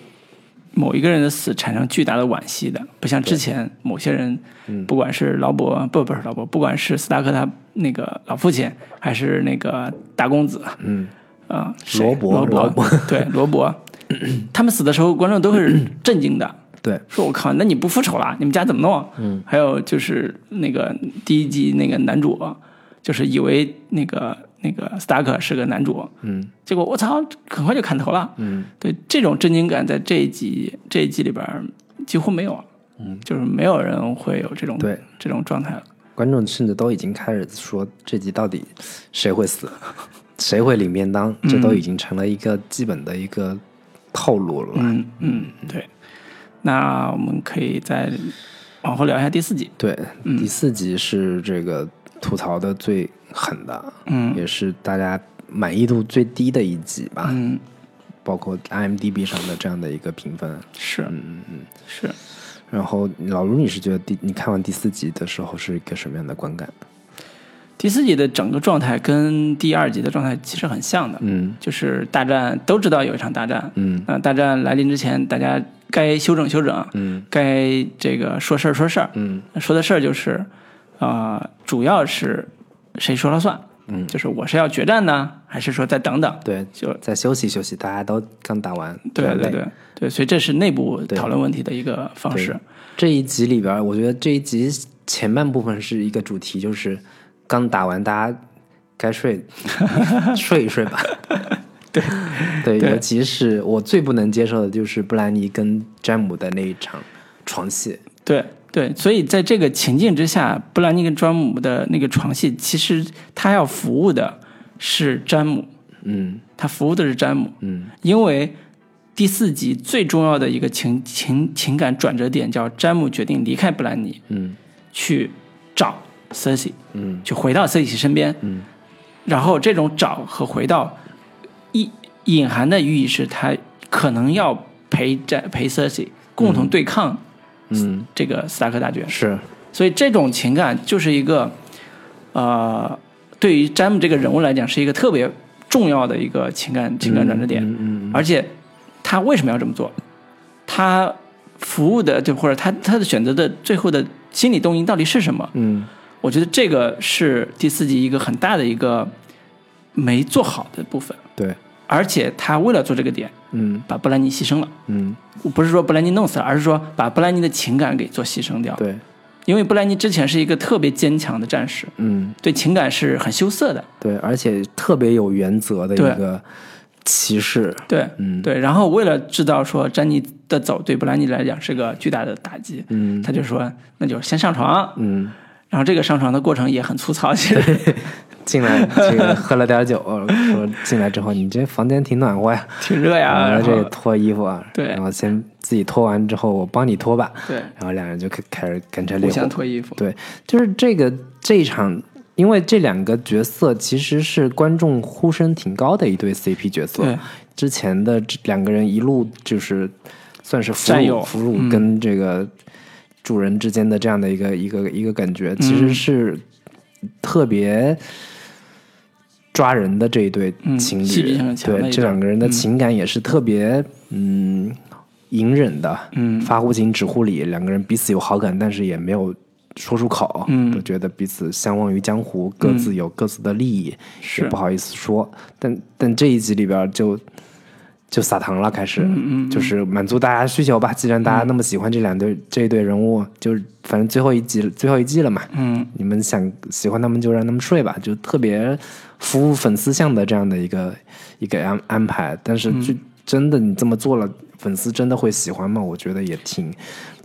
Speaker 1: 某一个人的死产生巨大的惋惜的，不像之前某些人，
Speaker 2: 嗯
Speaker 1: 不管是劳勃，不不是劳勃，不管是斯达克他那个老父亲，还是那个大公子，嗯，啊、谁
Speaker 2: 罗伯
Speaker 1: 罗
Speaker 2: 罗
Speaker 1: 伯，对罗伯，他们死的时候，观众都是震惊的。
Speaker 2: 对
Speaker 1: 说我靠，那你不复仇了？你们家怎么弄？嗯，还有就是那个第一集那个男主，就是以为那个那个斯达克是个男主，嗯，结果我操，很快就砍头了，嗯，对，这种震惊感在这一集这一集里边儿几乎没有了，嗯，就是没有人会有这种
Speaker 2: 对
Speaker 1: 这种状态了，
Speaker 2: 观众甚至都已经开始说这集到底谁 会死，谁会领便
Speaker 1: 嗯
Speaker 2: 当，这都已经成了一个基本的一个套路了吧。
Speaker 1: 嗯嗯，对，那我们可以再往后聊一下第四集，
Speaker 2: 对，
Speaker 1: 嗯
Speaker 2: 第四集是这个吐槽的最狠的，
Speaker 1: 嗯
Speaker 2: 也是大家满意度最低的一集吧，
Speaker 1: 嗯，
Speaker 2: 包括 IMDB 上的这样的一个评分。
Speaker 1: 是，嗯嗯是。
Speaker 2: 然后老卢，你是觉得第你看完第四集的时候是一个什么样的观感？
Speaker 1: 第四集的整个状态跟第二集的状态其实很像的，
Speaker 2: 嗯
Speaker 1: 就是大战都知道有一场大战，
Speaker 2: 嗯
Speaker 1: 那大战来临之前，大家该休整休整，
Speaker 2: 嗯
Speaker 1: 该这个说事儿说事儿，
Speaker 2: 嗯
Speaker 1: 说的事儿就是，啊、主要是谁说了算，
Speaker 2: 嗯，
Speaker 1: 就是我是要决战呢，还是说再等等？
Speaker 2: 对，
Speaker 1: 就
Speaker 2: 再休息休息，大家都刚打完，
Speaker 1: 对
Speaker 2: 比较
Speaker 1: 对
Speaker 2: 累
Speaker 1: 对对，所以这是内部
Speaker 2: 对
Speaker 1: 讨论问题的一个方式，
Speaker 2: 这一集里边儿，我觉得这一集前半部分是一个主题，就是刚打完，大家该 睡睡一睡吧。 对
Speaker 1: 对
Speaker 2: 对，尤其是我最不能接受的就是布兰妮跟詹姆的那一场床戏。
Speaker 1: 对对，所以在这个情境之下，布兰妮跟詹姆的那个床戏，其实他要服务的是詹姆，
Speaker 2: 嗯
Speaker 1: 他服务的是詹姆，
Speaker 2: 嗯
Speaker 1: 因为第四集最重要的一个情情情感转折点叫詹姆决定离开布兰妮，
Speaker 2: 嗯
Speaker 1: 去找 Cersei，
Speaker 2: 嗯
Speaker 1: 去回到 Cersei 身边，
Speaker 2: 嗯
Speaker 1: 然后这种找和回到，意隐含的寓意是他可能要陪詹陪 Cersei 共同对抗
Speaker 2: 嗯，
Speaker 1: 这个斯达克大决，
Speaker 2: 是
Speaker 1: 所以这种情感就是一个，呃，对于詹姆这个人物来讲是一个特别重要的一个情感情感转折点，
Speaker 2: 嗯嗯
Speaker 1: 而且他为什么要这么做？他服务的就或者他他的选择的最后的心理动因到底是什么？
Speaker 2: 嗯
Speaker 1: 我觉得这个是第四集一个很大的一个没做好的部分，
Speaker 2: 对
Speaker 1: 而且他为了做这个点，
Speaker 2: 嗯
Speaker 1: 把布兰妮牺牲了。
Speaker 2: 嗯
Speaker 1: 我不是说布兰妮弄死了，而是说把布兰妮的情感给做牺牲掉。
Speaker 2: 对
Speaker 1: 因为布兰妮之前是一个特别坚强的战士，
Speaker 2: 嗯
Speaker 1: 对情感是很羞涩的。
Speaker 2: 对，而且特别有原则的一
Speaker 1: 对
Speaker 2: 个 歧视，
Speaker 1: 对，嗯，对。然后为了制造说詹妮的走对布兰妮来讲是个巨大的打击，嗯，他就说那就先上床，
Speaker 2: 嗯，
Speaker 1: 然后这个上床的过程也很粗糙，其实
Speaker 2: 进来 这个喝了点酒，说进来之后你这房间挺暖和呀，
Speaker 1: 挺热哎 呀，
Speaker 2: 然
Speaker 1: 然
Speaker 2: 后啊这
Speaker 1: 后
Speaker 2: 个脱衣服啊，
Speaker 1: 对
Speaker 2: 然后先自己脱完之后我帮你脱吧，
Speaker 1: 对，
Speaker 2: 然后两人就开开始干柴
Speaker 1: 互
Speaker 2: 烈火
Speaker 1: 相，脱衣服，
Speaker 2: 对，就是这个这一场，因为这两个角色其实是观众呼声挺高的一对 CP 角色
Speaker 1: 对，
Speaker 2: 之前的这两个人一路就是算是俘
Speaker 1: 战
Speaker 2: 虏
Speaker 1: 友嗯
Speaker 2: 俘虏跟这个主人之间的这样的一个一个一个感觉，其
Speaker 1: 嗯
Speaker 2: 实是特别。抓人的这一对
Speaker 1: 嗯
Speaker 2: 情
Speaker 1: 戏
Speaker 2: 侣
Speaker 1: 剧性，很强的
Speaker 2: 对
Speaker 1: 一
Speaker 2: 这
Speaker 1: 对
Speaker 2: 两个人的情感也是特别嗯隐忍的，
Speaker 1: 嗯
Speaker 2: 发乎情止乎礼，两个人彼此有好感，但是也没有说出口，
Speaker 1: 嗯
Speaker 2: 都觉得彼此相忘于江湖，各自有各自的利益，
Speaker 1: 是
Speaker 2: 也不好意思说。但但这一集里边就就撒糖了，开始，
Speaker 1: 嗯嗯
Speaker 2: 就是满足大家需求吧。既然大家那么喜欢这两对、这一对人物，就是反正最后一集最后一季了嘛，
Speaker 1: 嗯，
Speaker 2: 你们想喜欢他们就让他们睡吧，就特别服务粉丝向的这样的一个一个安安排。但是
Speaker 1: 嗯
Speaker 2: 就真的你这么做了，粉丝真的会喜欢吗？我觉得也挺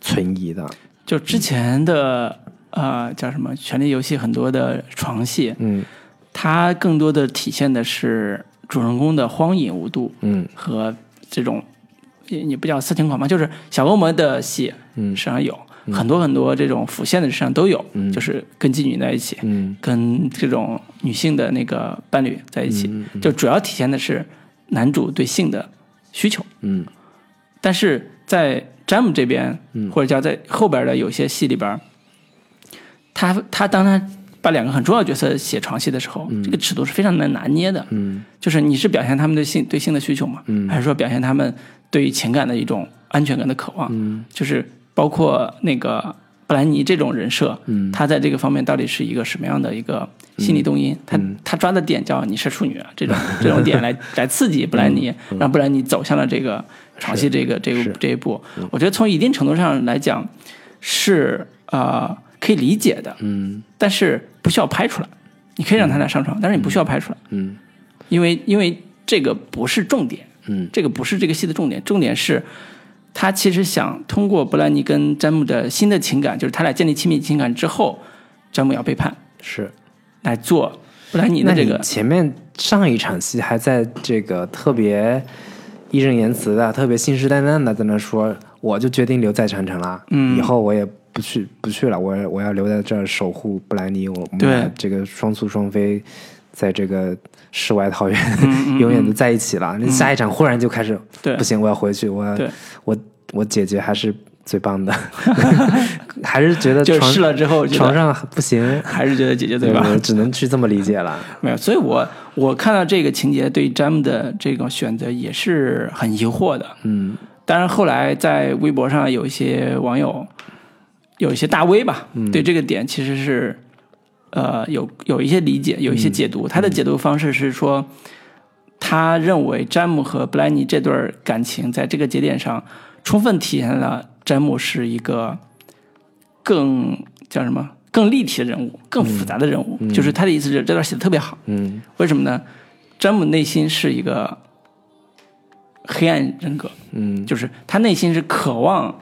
Speaker 2: 存疑的。
Speaker 1: 就之前的呃叫什么《权力游戏》很多的床戏，
Speaker 2: 嗯
Speaker 1: 它更多的体现的是主人公的荒淫无度
Speaker 2: 嗯
Speaker 1: 和这种，也也不叫色情狂吧，就是小恶魔的戏，
Speaker 2: 嗯
Speaker 1: 身上有、很多很多这种浮现的身上都有，
Speaker 2: 嗯
Speaker 1: 就是跟妓女在一起，
Speaker 2: 嗯
Speaker 1: 跟这种女性的那个伴侣在一起，
Speaker 2: 嗯
Speaker 1: 就主要体现的是男主对性的需求，
Speaker 2: 嗯
Speaker 1: 但是在詹姆这边，
Speaker 2: 嗯
Speaker 1: 或者叫在后边的有些戏里边，他他当他把两个很重要的角色写床戏的时候，这个尺度是非常难拿捏的。
Speaker 2: 嗯
Speaker 1: 就是你是表现他们对性对性的需求嘛，还是说表现他们对于情感的一种安全感的渴望？
Speaker 2: 嗯
Speaker 1: 就是包括那个布兰妮这种人设，
Speaker 2: 嗯
Speaker 1: 他在这个方面到底是一个什么样的一个心理动
Speaker 2: 嗯
Speaker 1: 因？他他抓的点叫你是处女啊，这种这种点 来来刺激布兰妮，
Speaker 2: 嗯
Speaker 1: 让布兰妮走向了这个床戏这个这个这一步。
Speaker 2: 嗯
Speaker 1: 我觉得从一定程度上来讲是呃可以理解的，
Speaker 2: 嗯
Speaker 1: 但是不需要拍出来。你可以让他俩上床，但是你不需要拍出来。
Speaker 2: 嗯
Speaker 1: 因为因为这个不是重点，
Speaker 2: 嗯，
Speaker 1: 这个不是这个戏的重点，重点是他其实想通过布兰妮跟詹姆的新的情感，就是他俩建立亲密情感之后，詹姆要背叛
Speaker 2: 是。
Speaker 1: 来做布兰妮的
Speaker 2: 那
Speaker 1: 这
Speaker 2: 你
Speaker 1: 个，
Speaker 2: 前面上一场戏还在这个特别义正言辞的、特别信誓旦旦的在那说，我就决定留在长城了，
Speaker 1: 嗯
Speaker 2: 以后我也不去不去了，我我要留在这儿守护布兰妮，我我们
Speaker 1: 对
Speaker 2: 俩这个双宿双飞，在这个世外桃源、
Speaker 1: 嗯
Speaker 2: 永远的在一起了。那、下一场忽然就开始，
Speaker 1: 对
Speaker 2: 不行，我要回去，我要
Speaker 1: 对
Speaker 2: 我我姐姐还是最 棒的，还是觉得
Speaker 1: 就
Speaker 2: 床
Speaker 1: 是试了之后觉得
Speaker 2: 床上不行。
Speaker 1: 还是觉得姐姐最
Speaker 2: 对
Speaker 1: 棒。
Speaker 2: 我只能去这么理解了。
Speaker 1: 没有，所以我我看到这个情节对詹姆的这个选择也是很疑惑的。
Speaker 2: 嗯，
Speaker 1: 当然后来在微博上有一些网友，有一些大 V 吧，对这个点其实是呃有有一些理解，有一些解读。他的解读方式是说，他认为詹姆和布兰妮这段感情在这个节点上充分体现了詹姆是一个更叫什么更立体的人物，更复杂的人物。就是他的意思是这段写的特别好，
Speaker 2: 嗯
Speaker 1: 为什么呢？詹姆内心是一个黑暗人格，
Speaker 2: 嗯
Speaker 1: 就是他内心是渴望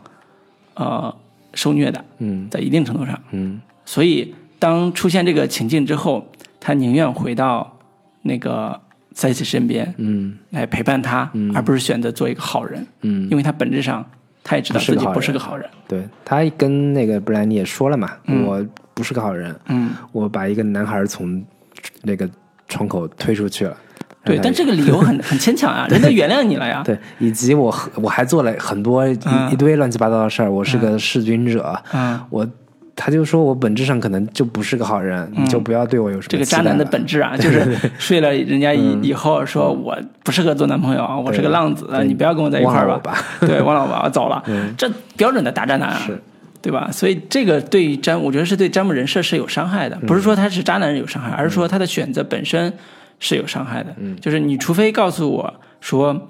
Speaker 1: 呃受虐的，
Speaker 2: 嗯
Speaker 1: 在一定程度上，
Speaker 2: 嗯
Speaker 1: 所以当出现这个情境之后，他宁愿回到那个塞西身边
Speaker 2: 嗯
Speaker 1: 来陪伴他，而不是选择做一个好人，
Speaker 2: 嗯，
Speaker 1: 因为他本质上他也知道自己
Speaker 2: 不
Speaker 1: 不
Speaker 2: 是
Speaker 1: 是
Speaker 2: 个
Speaker 1: 个
Speaker 2: 好哎
Speaker 1: 好人，
Speaker 2: 对他跟那个布兰妮也说了嘛，我不是个好人，
Speaker 1: 嗯，
Speaker 2: 我把一个男孩从那个窗口推出去了。
Speaker 1: 对，
Speaker 2: 让他
Speaker 1: 但这个理由很很牵强啊，人家原谅你了呀，
Speaker 2: 哎 对，以及我我还做了很多一、
Speaker 1: 嗯
Speaker 2: 一堆乱七八糟的事儿，我是个弑君者，
Speaker 1: 嗯，
Speaker 2: 我他就说我本质上可能就不是个好人，你就不要对我有什么
Speaker 1: 嗯这个
Speaker 2: 期
Speaker 1: 渣
Speaker 2: 待
Speaker 1: 男的
Speaker 2: 了嗯
Speaker 1: 本质啊，就是 睡了人家以以后说我不适合做男朋友，啊我是个浪子，你不要跟我在一块儿
Speaker 2: 忘了我
Speaker 1: 吧。嗯
Speaker 2: 吧
Speaker 1: 对，忘了我吧，我走了。这标准的大渣男啊，
Speaker 2: 是
Speaker 1: 对吧？所以这个对于詹，我觉得是对詹姆人设是有伤害的，不是说他是渣男有伤害，而是说他的选择本身是有伤害的。就是你除非告诉我说，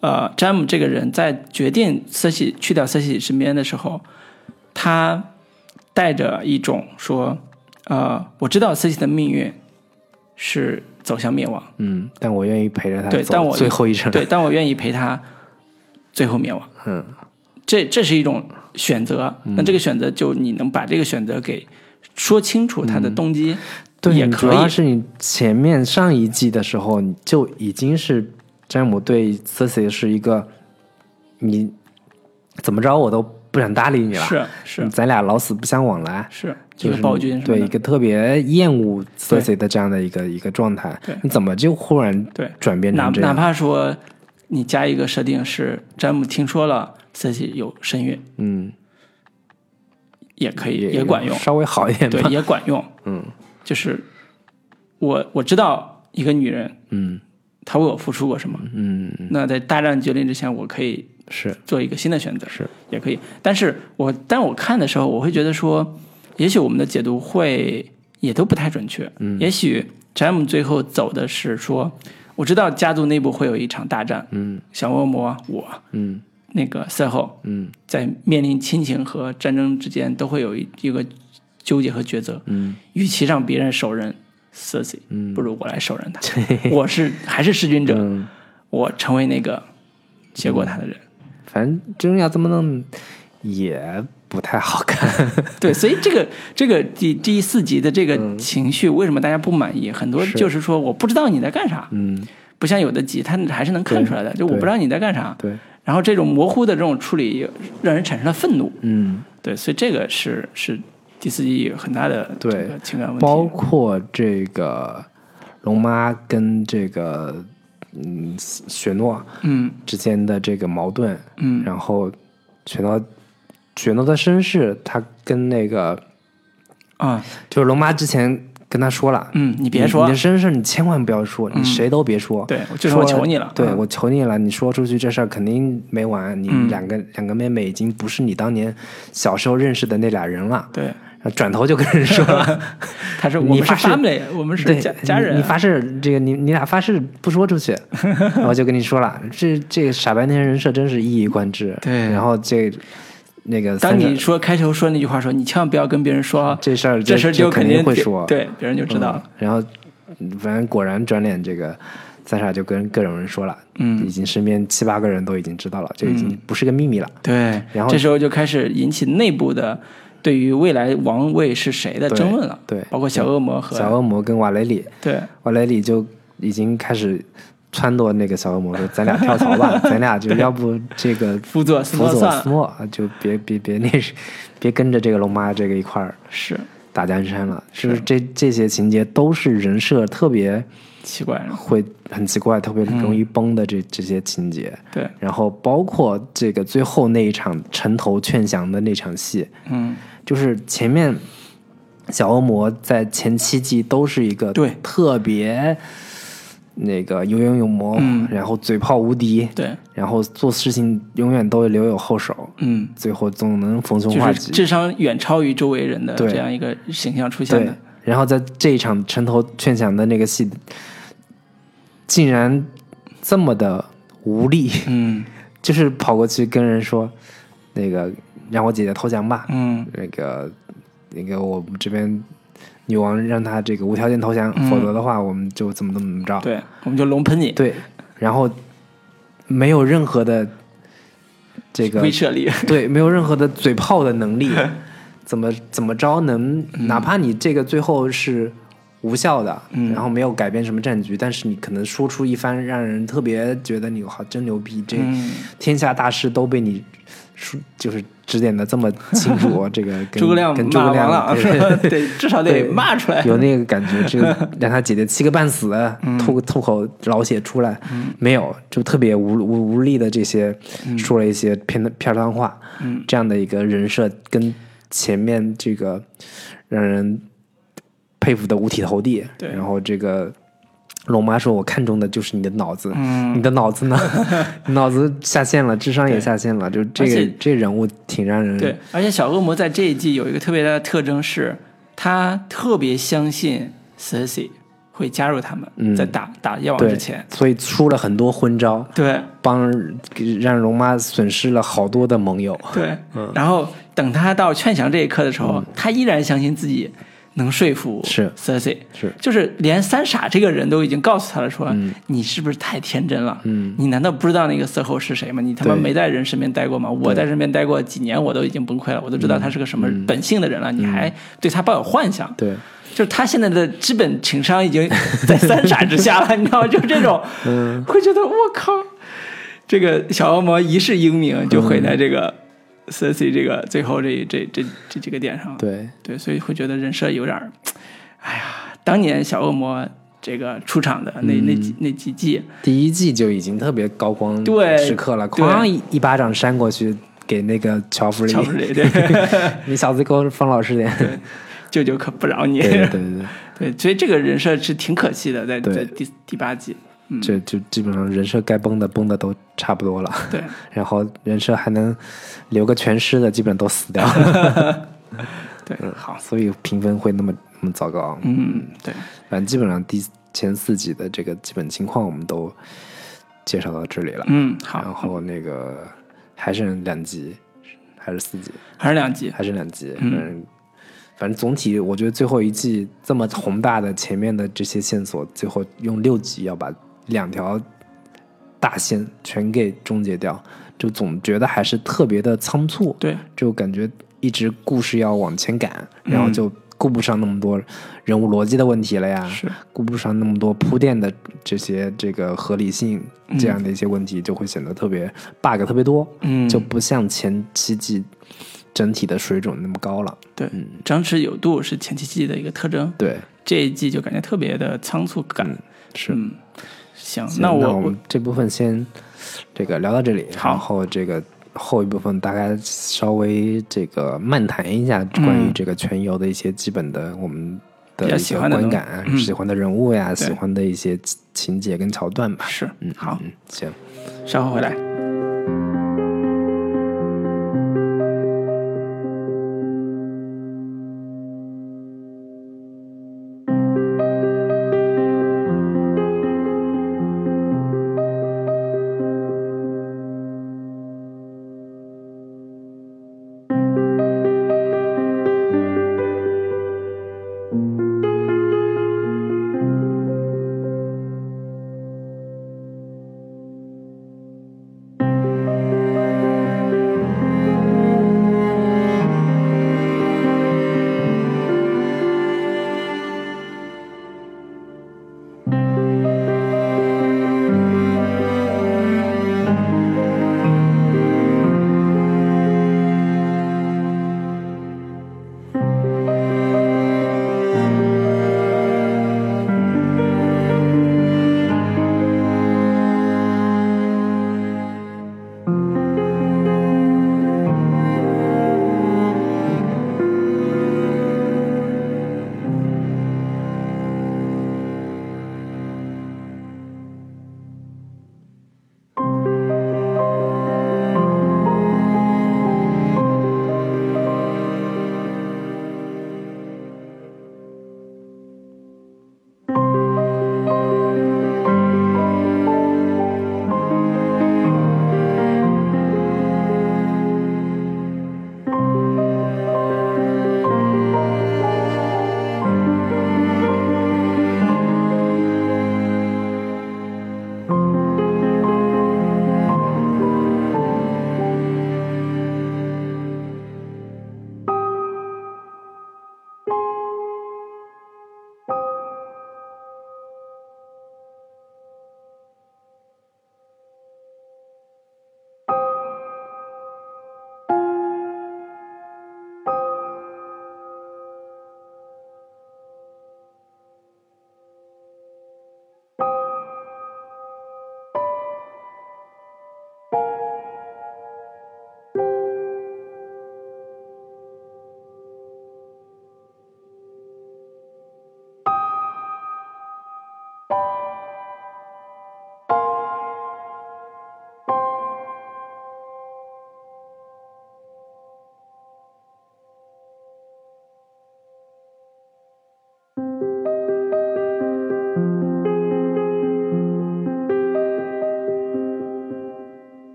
Speaker 1: 呃，詹姆这个人在决定瑟西去掉瑟西身边的时候，他带着一种说，呃，我知道瑟西的命运是走向灭亡。
Speaker 2: 嗯，但我愿意陪着他
Speaker 1: 对
Speaker 2: 走
Speaker 1: 但我
Speaker 2: 最后一程。
Speaker 1: 对，但我愿意陪他最后灭亡。
Speaker 2: 嗯，
Speaker 1: 这这是一种选择。那这个选择就你能把这个选择给说清楚他的动机，
Speaker 2: 嗯对，
Speaker 1: 也
Speaker 2: 你主
Speaker 1: 可
Speaker 2: 要
Speaker 1: 以。
Speaker 2: 是你前面上一季的时候，你就已经是詹姆对 Cersei 是一个，你怎么着我都不想搭理你了，嗯
Speaker 1: 是是
Speaker 2: 咱俩老死不相往来，
Speaker 1: 是，一
Speaker 2: 就
Speaker 1: 个
Speaker 2: 是
Speaker 1: 暴君什
Speaker 2: 对
Speaker 1: 么
Speaker 2: 一
Speaker 1: 的。
Speaker 2: 个特别厌恶 Cersei 的这样的一个一个状态
Speaker 1: 对，
Speaker 2: 你怎么就忽然
Speaker 1: 对
Speaker 2: 转变
Speaker 1: 哪
Speaker 2: 成这
Speaker 1: 哪
Speaker 2: 样？
Speaker 1: 怕说你加一个设定是詹姆听说了自己有身孕，
Speaker 2: 嗯，
Speaker 1: 也可以
Speaker 2: 也
Speaker 1: 也管用，
Speaker 2: 稍微好一点
Speaker 1: 对
Speaker 2: 吧，，
Speaker 1: 也管用。
Speaker 2: 嗯，
Speaker 1: 就是我我知道一个女人
Speaker 2: 嗯
Speaker 1: 她为我付出过什么，
Speaker 2: 嗯，
Speaker 1: 那在大战决裂之前，我可以
Speaker 2: 是
Speaker 1: 做一个新的选择，
Speaker 2: 是
Speaker 1: 也可以。但是我但我看的时候，我会觉得说，也许我们的解读会也都不太准确。嗯，也许詹姆最后走的是说，我知道家族内部会有一场大战，嗯，小恶魔我，
Speaker 2: 嗯，
Speaker 1: 那个赛后，
Speaker 2: 嗯，
Speaker 1: 在面临亲情和战争之间，都会有一一个纠结和抉择。嗯，与其让别人手刃 Cersei，嗯，不如我来手刃他。我是还是弑君者，
Speaker 2: 嗯，
Speaker 1: 我成为那个结果他的人。
Speaker 2: 反正真要这么弄也不太好看，
Speaker 1: 对，所以这个这个第第四集的这
Speaker 2: 嗯
Speaker 1: 个情绪，为什么大家不满意？很多就是说，我不知道你在干啥，
Speaker 2: 嗯，
Speaker 1: 不像有的集，它还是能看出来的，就我不知道你在干啥。
Speaker 2: 对，
Speaker 1: 然后这种模糊的这种处理，让人产生了愤怒。
Speaker 2: 嗯。
Speaker 1: 对，所以这个是是第四季有很大的
Speaker 2: 对
Speaker 1: 这个情感问题。
Speaker 2: 包括这个龙妈跟这个嗯雪诺
Speaker 1: 嗯
Speaker 2: 之间的这个矛盾，
Speaker 1: 嗯
Speaker 2: 然后雪诺雪诺的身世，他跟那个
Speaker 1: 啊
Speaker 2: 就是龙妈之前跟他说了，
Speaker 1: 嗯，你
Speaker 2: 你
Speaker 1: 别说嗯
Speaker 2: 你的，身世，你千万不要说，你谁都别说，
Speaker 1: 对，就是我求你了。
Speaker 2: 对
Speaker 1: 嗯
Speaker 2: 我求你了，你说出去这事儿肯定没完，你
Speaker 1: 嗯
Speaker 2: 两个、两个妹妹已经不是你当年小时候认识的那俩人了，
Speaker 1: 对，
Speaker 2: 然后转头就跟人说了。
Speaker 1: 他说
Speaker 2: 你
Speaker 1: 我们是
Speaker 2: 发誓
Speaker 1: family，我们
Speaker 2: 对
Speaker 1: 是家家人
Speaker 2: 你
Speaker 1: 啊。
Speaker 2: 你发誓这个你你俩发誓不说出 去，然后就跟你说了，这这个傻白甜人设真是一以贯之。
Speaker 1: 对
Speaker 2: 然后这那个
Speaker 1: 当
Speaker 2: 三个
Speaker 1: 你说开头说那句话说，你千万不要跟别人说
Speaker 2: 这事儿
Speaker 1: 这事儿
Speaker 2: 就
Speaker 1: 就
Speaker 2: 肯
Speaker 1: 肯定
Speaker 2: 会
Speaker 1: 得
Speaker 2: 说，
Speaker 1: 对，别人就
Speaker 2: 嗯，
Speaker 1: 知道了。
Speaker 2: 然后嗯反正果然转脸这个。三傻就跟各种人说了，
Speaker 1: 嗯
Speaker 2: 已经身边七八个人都已经知道了，这已经不是个秘密了。
Speaker 1: 对，
Speaker 2: 然后
Speaker 1: 这时候就开始引起内部的对于未来王位是谁的
Speaker 2: 对
Speaker 1: 争论了，
Speaker 2: 对
Speaker 1: 包括小恶魔
Speaker 2: 小
Speaker 1: 和
Speaker 2: 恶魔跟瓦雷里，
Speaker 1: 对
Speaker 2: 瓦雷里就已经开始撺掇那个小恶魔说：“咱俩跳 槽吧，咱俩就要不这个
Speaker 1: 辅佐斯
Speaker 2: 辅
Speaker 1: 诺
Speaker 2: 佐
Speaker 1: 算
Speaker 2: 斯
Speaker 1: 了，
Speaker 2: 诺，就别别别那是，别跟着这个龙妈这个一块儿
Speaker 1: 是
Speaker 2: 打江山了。就是这这些情节都是人设特别
Speaker 1: 奇怪了，
Speaker 2: 会很奇怪，特别
Speaker 1: 嗯
Speaker 2: 容易崩的这、这些情节。
Speaker 1: 对，
Speaker 2: 然后包括这个最后那一场城头劝降的那场戏，
Speaker 1: 嗯，
Speaker 2: 就是前面小恶魔在前七季都是一个
Speaker 1: 对
Speaker 2: 特别那个有勇有谋，
Speaker 1: 嗯
Speaker 2: 然后嘴炮无敌，
Speaker 1: 对，
Speaker 2: 然后做事情永远都留有后手，
Speaker 1: 嗯，
Speaker 2: 最后总能逢凶化
Speaker 1: 就
Speaker 2: 吉。
Speaker 1: 是智商远超于周围人的
Speaker 2: 对
Speaker 1: 这样一个形象出现
Speaker 2: 对
Speaker 1: 的，，
Speaker 2: 然后在这一场城头劝降的那个戏，竟然这么的无力，
Speaker 1: 嗯
Speaker 2: 就是跑过去跟人说，那个让我姐姐投降吧，
Speaker 1: 嗯
Speaker 2: 那个那个我们这边女王让她这个无条件
Speaker 1: 嗯
Speaker 2: 投降，否则的话我们就怎么怎么怎么着。
Speaker 1: 对，我们就龙喷你，
Speaker 2: 对，然后没有任何的这个
Speaker 1: 威慑力，
Speaker 2: 对，没有任何的嘴炮的 能力，怎么怎么着能，
Speaker 1: 嗯
Speaker 2: 哪怕你这个最后是无效的，
Speaker 1: 嗯
Speaker 2: 然后没有改变什么战局，但是你可能说出一番让人特别觉得你好真牛逼，这
Speaker 1: 嗯，
Speaker 2: 天下大事都被你说就是指点的这么清 楚，这个跟
Speaker 1: 诸葛亮
Speaker 2: 跟诸
Speaker 1: 骂
Speaker 2: 葛
Speaker 1: 完
Speaker 2: 亮
Speaker 1: 了，
Speaker 2: 对
Speaker 1: 是 吧得至少得
Speaker 2: 对
Speaker 1: 骂出来，
Speaker 2: 有那个感觉，就 让他姐姐气个半死，
Speaker 1: 嗯
Speaker 2: 吐吐口老血出来，没有，就特别无无无力的这些，说了一些片片儿汤话，
Speaker 1: 嗯
Speaker 2: 这样的一个人设跟前面这个让人佩服的五体投地，
Speaker 1: 对
Speaker 2: 然后这个。龙妈说：“我看中的就是你的脑子，
Speaker 1: 嗯
Speaker 2: 你的 脑子呢？你脑子下线了，智商也
Speaker 1: 对
Speaker 2: 下线了，就这
Speaker 1: 而
Speaker 2: 个
Speaker 1: 且
Speaker 2: 这人物挺让人
Speaker 1: 对，而且小恶魔在这一季有一个特别大的特征是，他特别相信 Cersei 会加入他
Speaker 2: 嗯
Speaker 1: 们，在打打夜王
Speaker 2: 对
Speaker 1: 之前，
Speaker 2: 所以出了很多昏招。
Speaker 1: 对
Speaker 2: 帮让龙妈损失了好多的盟友。
Speaker 1: 对，然后等他到劝降这一刻的时候，他依然相信自己能说服
Speaker 2: 嗯是
Speaker 1: Cersei，
Speaker 2: 是嗯
Speaker 1: 就是连三傻这个人都已经告诉他了说，你是不是太天真了？嗯，你难道不知道那个 Cersei 是谁吗？你他妈
Speaker 2: 对
Speaker 1: 没在人身边待过吗？我在身边待过几年，我都已经崩溃了，我都知
Speaker 2: 嗯
Speaker 1: 道他是个什么本性的人了，你还对他抱有幻想？
Speaker 2: 对，
Speaker 1: 就是他现在的基本情商已经 在三傻之下了，你知 道吗，就这种，
Speaker 2: 嗯
Speaker 1: 会觉得我靠，这个小恶魔一世英名就毁在这
Speaker 2: 嗯
Speaker 1: 个 Cersei 这个最后这这这这几个点上了。
Speaker 2: 对，
Speaker 1: 对，所以会觉得人设有点儿，哎呀，当年小恶魔这个出场的那、
Speaker 2: 嗯
Speaker 1: 那几那几季，
Speaker 2: 第一季就已经特别高光
Speaker 1: 对
Speaker 2: 时刻了，
Speaker 1: 对
Speaker 2: 哐一一巴掌扇过去给那个乔弗里
Speaker 1: 乔，布雷对
Speaker 2: 你小子给我放老实点。
Speaker 1: 舅舅可不饶你。
Speaker 2: 对对对 对，
Speaker 1: 对所以这个人设是挺可惜的，在
Speaker 2: 对
Speaker 1: 在第第八季，
Speaker 2: 这就基本上人设该崩的崩的都差不多了，
Speaker 1: 对
Speaker 2: 然后人设还能留个全尸的，基本上都死掉了，
Speaker 1: 对， 好，
Speaker 2: 所以评分会那么那么糟糕。
Speaker 1: 嗯，对，
Speaker 2: 反正基本上第前四集的这个基本情况我们都介绍到这里了。
Speaker 1: 嗯，
Speaker 2: 然
Speaker 1: 好，
Speaker 2: 后那个还剩两集，还是四集，
Speaker 1: 还是两集，
Speaker 2: 还剩两集。反正、反正总体，我觉得最后一季这么宏大的前面的这些线索，最后用六集要把两条大线全给终结掉，就总觉得还是特别的仓促。
Speaker 1: 对，
Speaker 2: 就感觉一直故事要往前赶，然
Speaker 1: 嗯
Speaker 2: 后就顾不上那么多人物逻辑的问题了呀，
Speaker 1: 是
Speaker 2: 顾不上那么多铺垫的这些这个合理性这样的一些问题，就会显得特别 bug 特别多，
Speaker 1: 嗯
Speaker 2: 就不像前七季整体的水准那么高了。
Speaker 1: 对，张弛有度是前七季的一个特征，
Speaker 2: 对，
Speaker 1: 这一季就感觉特别的仓促感。
Speaker 2: 是。
Speaker 1: 嗯行，
Speaker 2: 行
Speaker 1: 那
Speaker 2: 那
Speaker 1: 我
Speaker 2: 们这部分先这个聊到这里，
Speaker 1: 好
Speaker 2: 然后这个后一部分大概稍微这个漫谈一下关于这个全游的一些基本的我们
Speaker 1: 嗯
Speaker 2: 的
Speaker 1: 比较
Speaker 2: 一
Speaker 1: 喜
Speaker 2: 些
Speaker 1: 欢的东
Speaker 2: 观
Speaker 1: 西嗯
Speaker 2: 感啊、喜欢的人物呀、
Speaker 1: 对
Speaker 2: 喜欢的一些情情节跟桥段吧。
Speaker 1: 是
Speaker 2: 嗯，
Speaker 1: 好，
Speaker 2: 嗯，行，
Speaker 1: 稍后回来。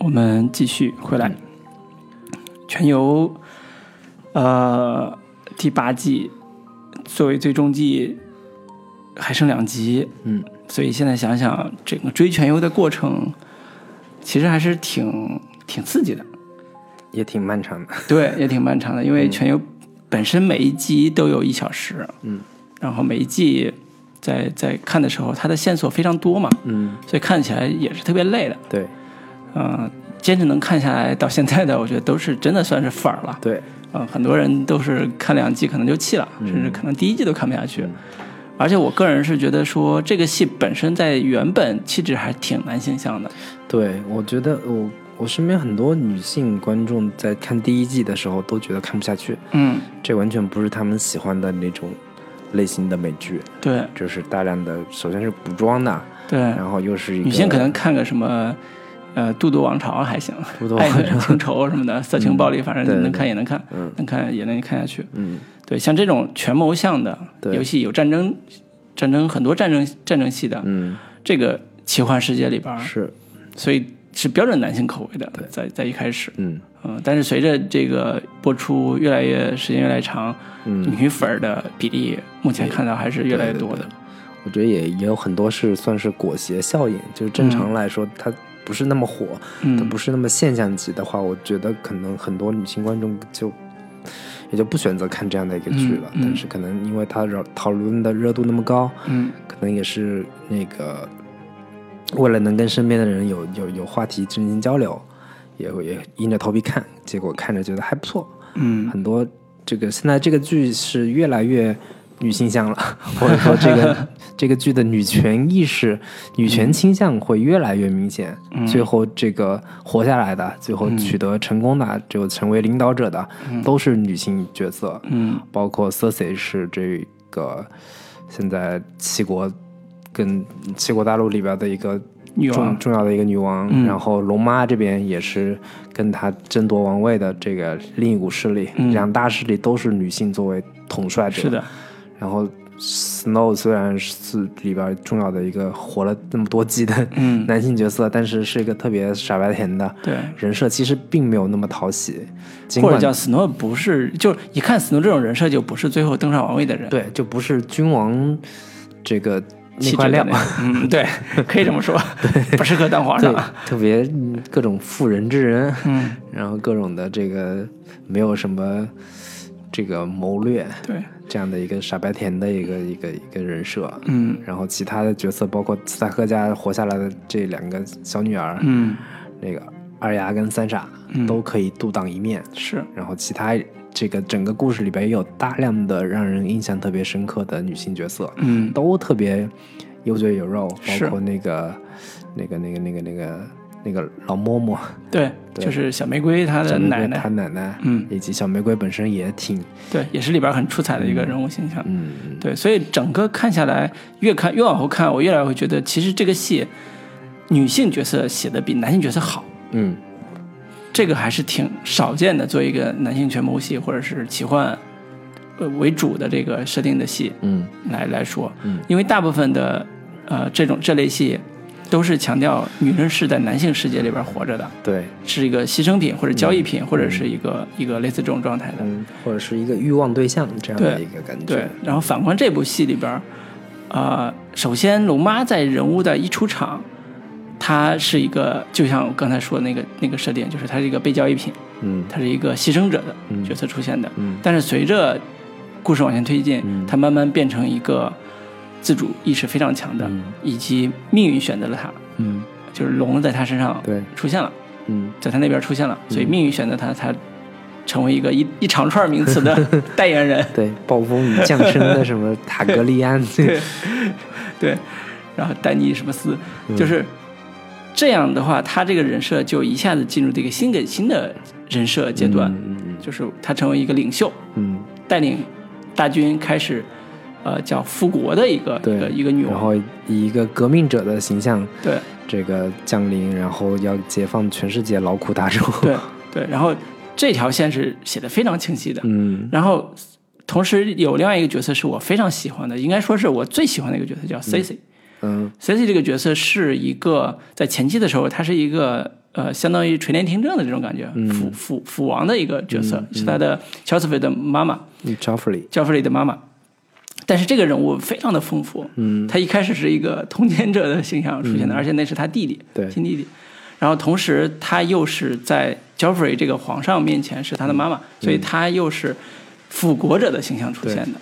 Speaker 1: 我们继续回
Speaker 2: 嗯
Speaker 1: 来。全游，呃，第八季作为最终季还剩两集，
Speaker 2: 嗯，
Speaker 1: 所以现在想想，整个追全游的过程其实还是挺挺刺激的，
Speaker 2: 也挺漫长的。
Speaker 1: 对，也挺漫长的，因为全游本身每一集都有一小时，
Speaker 2: 嗯，
Speaker 1: 然后每一季在在看的时候，它的线索非常多嘛，
Speaker 2: 嗯，
Speaker 1: 所以看起来也是特别累的，
Speaker 2: 对
Speaker 1: 嗯，坚持能看下来到现在的，我觉得都是真的算是粉儿了。
Speaker 2: 对，
Speaker 1: 呃，很多人都是看两季可能就弃了，
Speaker 2: 嗯
Speaker 1: 甚至可能第一季都看不下去。而且我个人是觉得说，这个戏本身在原本气质还挺难形象的。
Speaker 2: 对，我觉得我我身边很多女性观众在看第一季的时候都觉得看不下去，
Speaker 1: 嗯，
Speaker 2: 这完全不是他们喜欢的那种类型的美剧，
Speaker 1: 对
Speaker 2: 就是大量的首先是古装的，
Speaker 1: 对，
Speaker 2: 然后又是一个
Speaker 1: 女性可能看个什么，呃，《都督王朝》还行，
Speaker 2: 都督
Speaker 1: 爱
Speaker 2: 王
Speaker 1: 恨情仇什么的，色情暴力，反
Speaker 2: 对
Speaker 1: 正
Speaker 2: 嗯对
Speaker 1: 能看也能看，
Speaker 2: 嗯
Speaker 1: 能看也能看下去。
Speaker 2: 嗯
Speaker 1: 对，像这种权谋向的
Speaker 2: 对
Speaker 1: 游戏，有战争，战争很多战争战争戏的，
Speaker 2: 嗯
Speaker 1: 这个奇幻世界里边儿，
Speaker 2: 是
Speaker 1: 所以是标准男性口味的，在在一开始。
Speaker 2: 嗯
Speaker 1: 嗯，但是随着这个播出越来越时间越来越长，
Speaker 2: 嗯，
Speaker 1: 女粉儿的比例目前看到还是越来越多的。
Speaker 2: 我觉得也也有很多是算是裹挟效应，就是正常来说它不是那么火，它
Speaker 1: 嗯
Speaker 2: 不是那么现象级的话，我觉得可能很多女性观众就也就不选择看这样的一个剧了。
Speaker 1: 嗯嗯
Speaker 2: 但是可能因为它讨讨论的热度那么高，
Speaker 1: 嗯，
Speaker 2: 可能也是那个为了能跟身边的人有有有话题进行交流，也会也硬着头皮看，结果看着觉得还不错。
Speaker 1: 嗯
Speaker 2: 很多这个现在这个剧是越来越女性向了， 或者说这个这个剧的女权意识、女权倾向会越来越明显。
Speaker 1: 嗯
Speaker 2: 最后这个活下来的，最后取得成功的，最后成为领导者的，都是女性角色，
Speaker 1: 嗯
Speaker 2: 包括 Cersei 是这个现在七国跟七国大陆里边的一个
Speaker 1: 女
Speaker 2: 重
Speaker 1: 王，
Speaker 2: 重要的一个女王，
Speaker 1: 嗯
Speaker 2: 然后龙妈这边也是跟她争夺王位的这个另一股势力，
Speaker 1: 嗯
Speaker 2: 两大势力都是女性作为统帅者。
Speaker 1: 是的，
Speaker 2: 然后 Snow 虽然是里边重要的一个活了那么多季的
Speaker 1: 嗯，
Speaker 2: 男性角色，但是是一个特别傻白甜的
Speaker 1: 对。
Speaker 2: 人设，其实并没有那么讨喜。尽
Speaker 1: 或者
Speaker 2: 管
Speaker 1: 叫 Snow 不是，就是一看 Snow 这种人设就不是最后登上王位的人，
Speaker 2: 对，就不是君王这个那
Speaker 1: 气
Speaker 2: 块
Speaker 1: 质的
Speaker 2: 料
Speaker 1: 那。种，嗯，对，可以这么说，不适合当皇
Speaker 2: 对
Speaker 1: 上。，
Speaker 2: 特别嗯各种妇人之仁，
Speaker 1: 嗯，
Speaker 2: 然后各种的这个没有什么这个谋略
Speaker 1: 对，
Speaker 2: 这样的一个傻白甜的一个一个一个人设，
Speaker 1: 嗯
Speaker 2: 然后其他的角色包括斯塔克家活下来的这两个小女儿，
Speaker 1: 嗯，
Speaker 2: 那个二丫跟三傻、都可以独当一面，
Speaker 1: 是，
Speaker 2: 然后其他这个整个故事里边也有大量的让人印象特别深刻的女性角色，
Speaker 1: 嗯
Speaker 2: 都特别有血有肉，
Speaker 1: 是
Speaker 2: 包括那个那个那个那个那个那个老嬷嬷，
Speaker 1: 对，
Speaker 2: 对
Speaker 1: 就是小玫瑰她
Speaker 2: 小
Speaker 1: 的
Speaker 2: 玫
Speaker 1: 奶
Speaker 2: 瑰
Speaker 1: 奶
Speaker 2: 她，奶奶，
Speaker 1: 嗯
Speaker 2: 以及小玫瑰本身也挺，
Speaker 1: 对，也是里边很出彩的一个人物形象。
Speaker 2: 嗯，
Speaker 1: 对，所以整个看下来，越看越往后看，我越来越会觉得，其实这个戏女性角色写的比男性角色好，
Speaker 2: 嗯，
Speaker 1: 这个还是挺少见的。作为一个男性权谋戏或者是奇幻呃为主的这个设定的戏
Speaker 2: 嗯，
Speaker 1: 来来说
Speaker 2: 嗯，
Speaker 1: 因为大部分的呃这种这类戏都是强调女人是在男性世界里边活着的，
Speaker 2: 对，
Speaker 1: 是一个牺牲品或者交易品，或者是一个一个类似这种状态的。
Speaker 2: 嗯，或者嗯是一个欲望对象这样的
Speaker 1: 对
Speaker 2: 一个感觉，
Speaker 1: 对，然后反观这部戏里边儿，呃，首先龙妈在人物的一出场，她是一个，就像我刚才说的那个那个设定，就是她是一个被交易品，
Speaker 2: 嗯
Speaker 1: 她是一个牺牲者的角色出现的。
Speaker 2: 嗯
Speaker 1: 但是随着故事往前推进，她慢慢变成一个自主意识非常强的，以及命运选择了她，
Speaker 2: 嗯，
Speaker 1: 就是龙在她身上
Speaker 2: 对，
Speaker 1: 出现了。
Speaker 2: 嗯
Speaker 1: 在他那边出现了，所以命运选择他，他成为一个一一长串名词 的代言人。
Speaker 2: 对，暴风雨降生的什 么塔格利安，
Speaker 1: 对，对，然后丹尼什么斯，
Speaker 2: 嗯
Speaker 1: 就是这样的话，他这个人设就一下子进入这个新的新的人设阶段，
Speaker 2: 嗯
Speaker 1: 就是他成为一个领袖，
Speaker 2: 嗯
Speaker 1: 带领大军开始，呃，叫复国的一个
Speaker 2: 对
Speaker 1: 一个一个女
Speaker 2: 嗯，然
Speaker 1: 王，
Speaker 2: 后以一个革命者的形象
Speaker 1: 对
Speaker 2: 这个降临，然后要解放全世界劳苦大众，
Speaker 1: 对对，然后这条线是写的非常清晰的，
Speaker 2: 嗯
Speaker 1: 然后同时有另外一个角色是我非常喜欢的，应该说是我最喜欢的一个角色，叫 Cici。
Speaker 2: 嗯
Speaker 1: Cici 这个角色是一个在前期的时候，她是一个呃，相当于垂帘听政的这种感觉，
Speaker 2: 嗯
Speaker 1: 辅辅辅王的一个角色，是他的乔斯菲的妈妈，
Speaker 2: 嗯 Joffrey，
Speaker 1: 教弗里的妈妈。但是这个人物非常的丰富，嗯，他一开始是一个通奸者的形象出现的，而且那是他弟弟，
Speaker 2: 嗯对
Speaker 1: 亲弟弟。然后同时他又是在 Joffrey 这个皇上面前是他的
Speaker 2: 嗯
Speaker 1: 妈妈，所以他又是辅国者的形象出现的，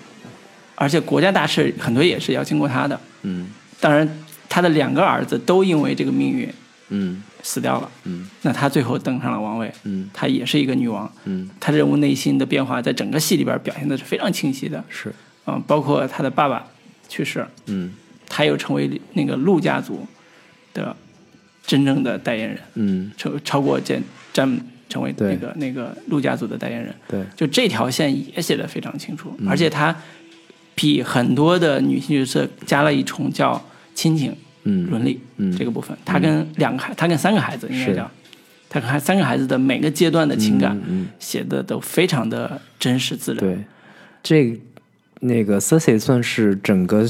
Speaker 1: 而且国家大事很多也是要经过他的。
Speaker 2: 嗯
Speaker 1: 当然，他的两个儿子都因为这个命运
Speaker 2: 嗯
Speaker 1: 死掉了，
Speaker 2: 嗯
Speaker 1: 那他最后登上了王位，
Speaker 2: 嗯
Speaker 1: 她也是一个女王，
Speaker 2: 嗯，
Speaker 1: 她人物内心的变化在整个戏里边表现的是非常清晰的，
Speaker 2: 是，
Speaker 1: 嗯，包括她的爸爸去世，
Speaker 2: 嗯
Speaker 1: 她又成为那个陆家族的真正的代言人，
Speaker 2: 嗯
Speaker 1: 超超过詹詹姆成为
Speaker 2: 对
Speaker 1: 那个那个陆家族的代言人，
Speaker 2: 对，
Speaker 1: 就这条线也写的非常清楚，
Speaker 2: 嗯
Speaker 1: 而且她比很多的女性角色加了一重叫亲情
Speaker 2: 嗯
Speaker 1: 伦理，
Speaker 2: 嗯
Speaker 1: 这个部分，她跟两个孩，她跟三个孩子应该
Speaker 2: 是
Speaker 1: 叫，她跟三个孩子的每个阶段的情感。
Speaker 2: 嗯
Speaker 1: 写的都非常的真实自然。
Speaker 2: 对，这那个 Cersei 算是整个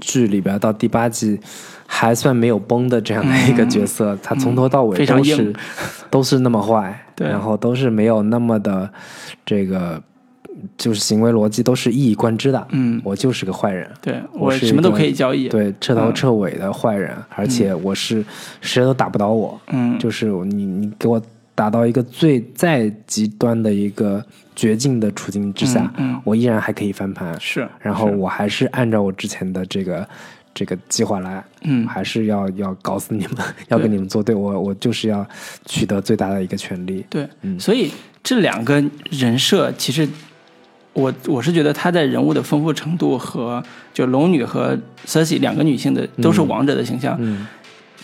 Speaker 2: 剧里边到第八季还算没有崩的这样的一个角色，他从头到尾
Speaker 1: 嗯非常
Speaker 2: 都是、
Speaker 1: 硬
Speaker 2: 都是那么坏，
Speaker 1: 对
Speaker 2: 然后都是没有那么的这个就是行为逻辑都是一以贯之的，
Speaker 1: 嗯，
Speaker 2: 我就是个坏人。
Speaker 1: 对
Speaker 2: 我
Speaker 1: 我
Speaker 2: 是
Speaker 1: 什么
Speaker 2: 一个
Speaker 1: 都可以交易。，
Speaker 2: 对，彻
Speaker 1: 嗯
Speaker 2: 头彻尾的坏人，而且我是谁都打不倒我，
Speaker 1: 嗯，
Speaker 2: 就是你你给我打到一个最再极端的一个绝境的处境之下，
Speaker 1: 嗯嗯
Speaker 2: 我依然还可以翻盘，
Speaker 1: 是。
Speaker 2: 然后
Speaker 1: 是
Speaker 2: 我还是按照我之前的这个这个计划来，
Speaker 1: 嗯
Speaker 2: 还是要要搞死你们， 要跟你们作对，我我就是要取得最大的一个权利，
Speaker 1: 对，所以这两个人设其实我我是觉得她在人物的丰富程度和就龙女和 Cersei 两个女性的都是王者的形象，
Speaker 2: 嗯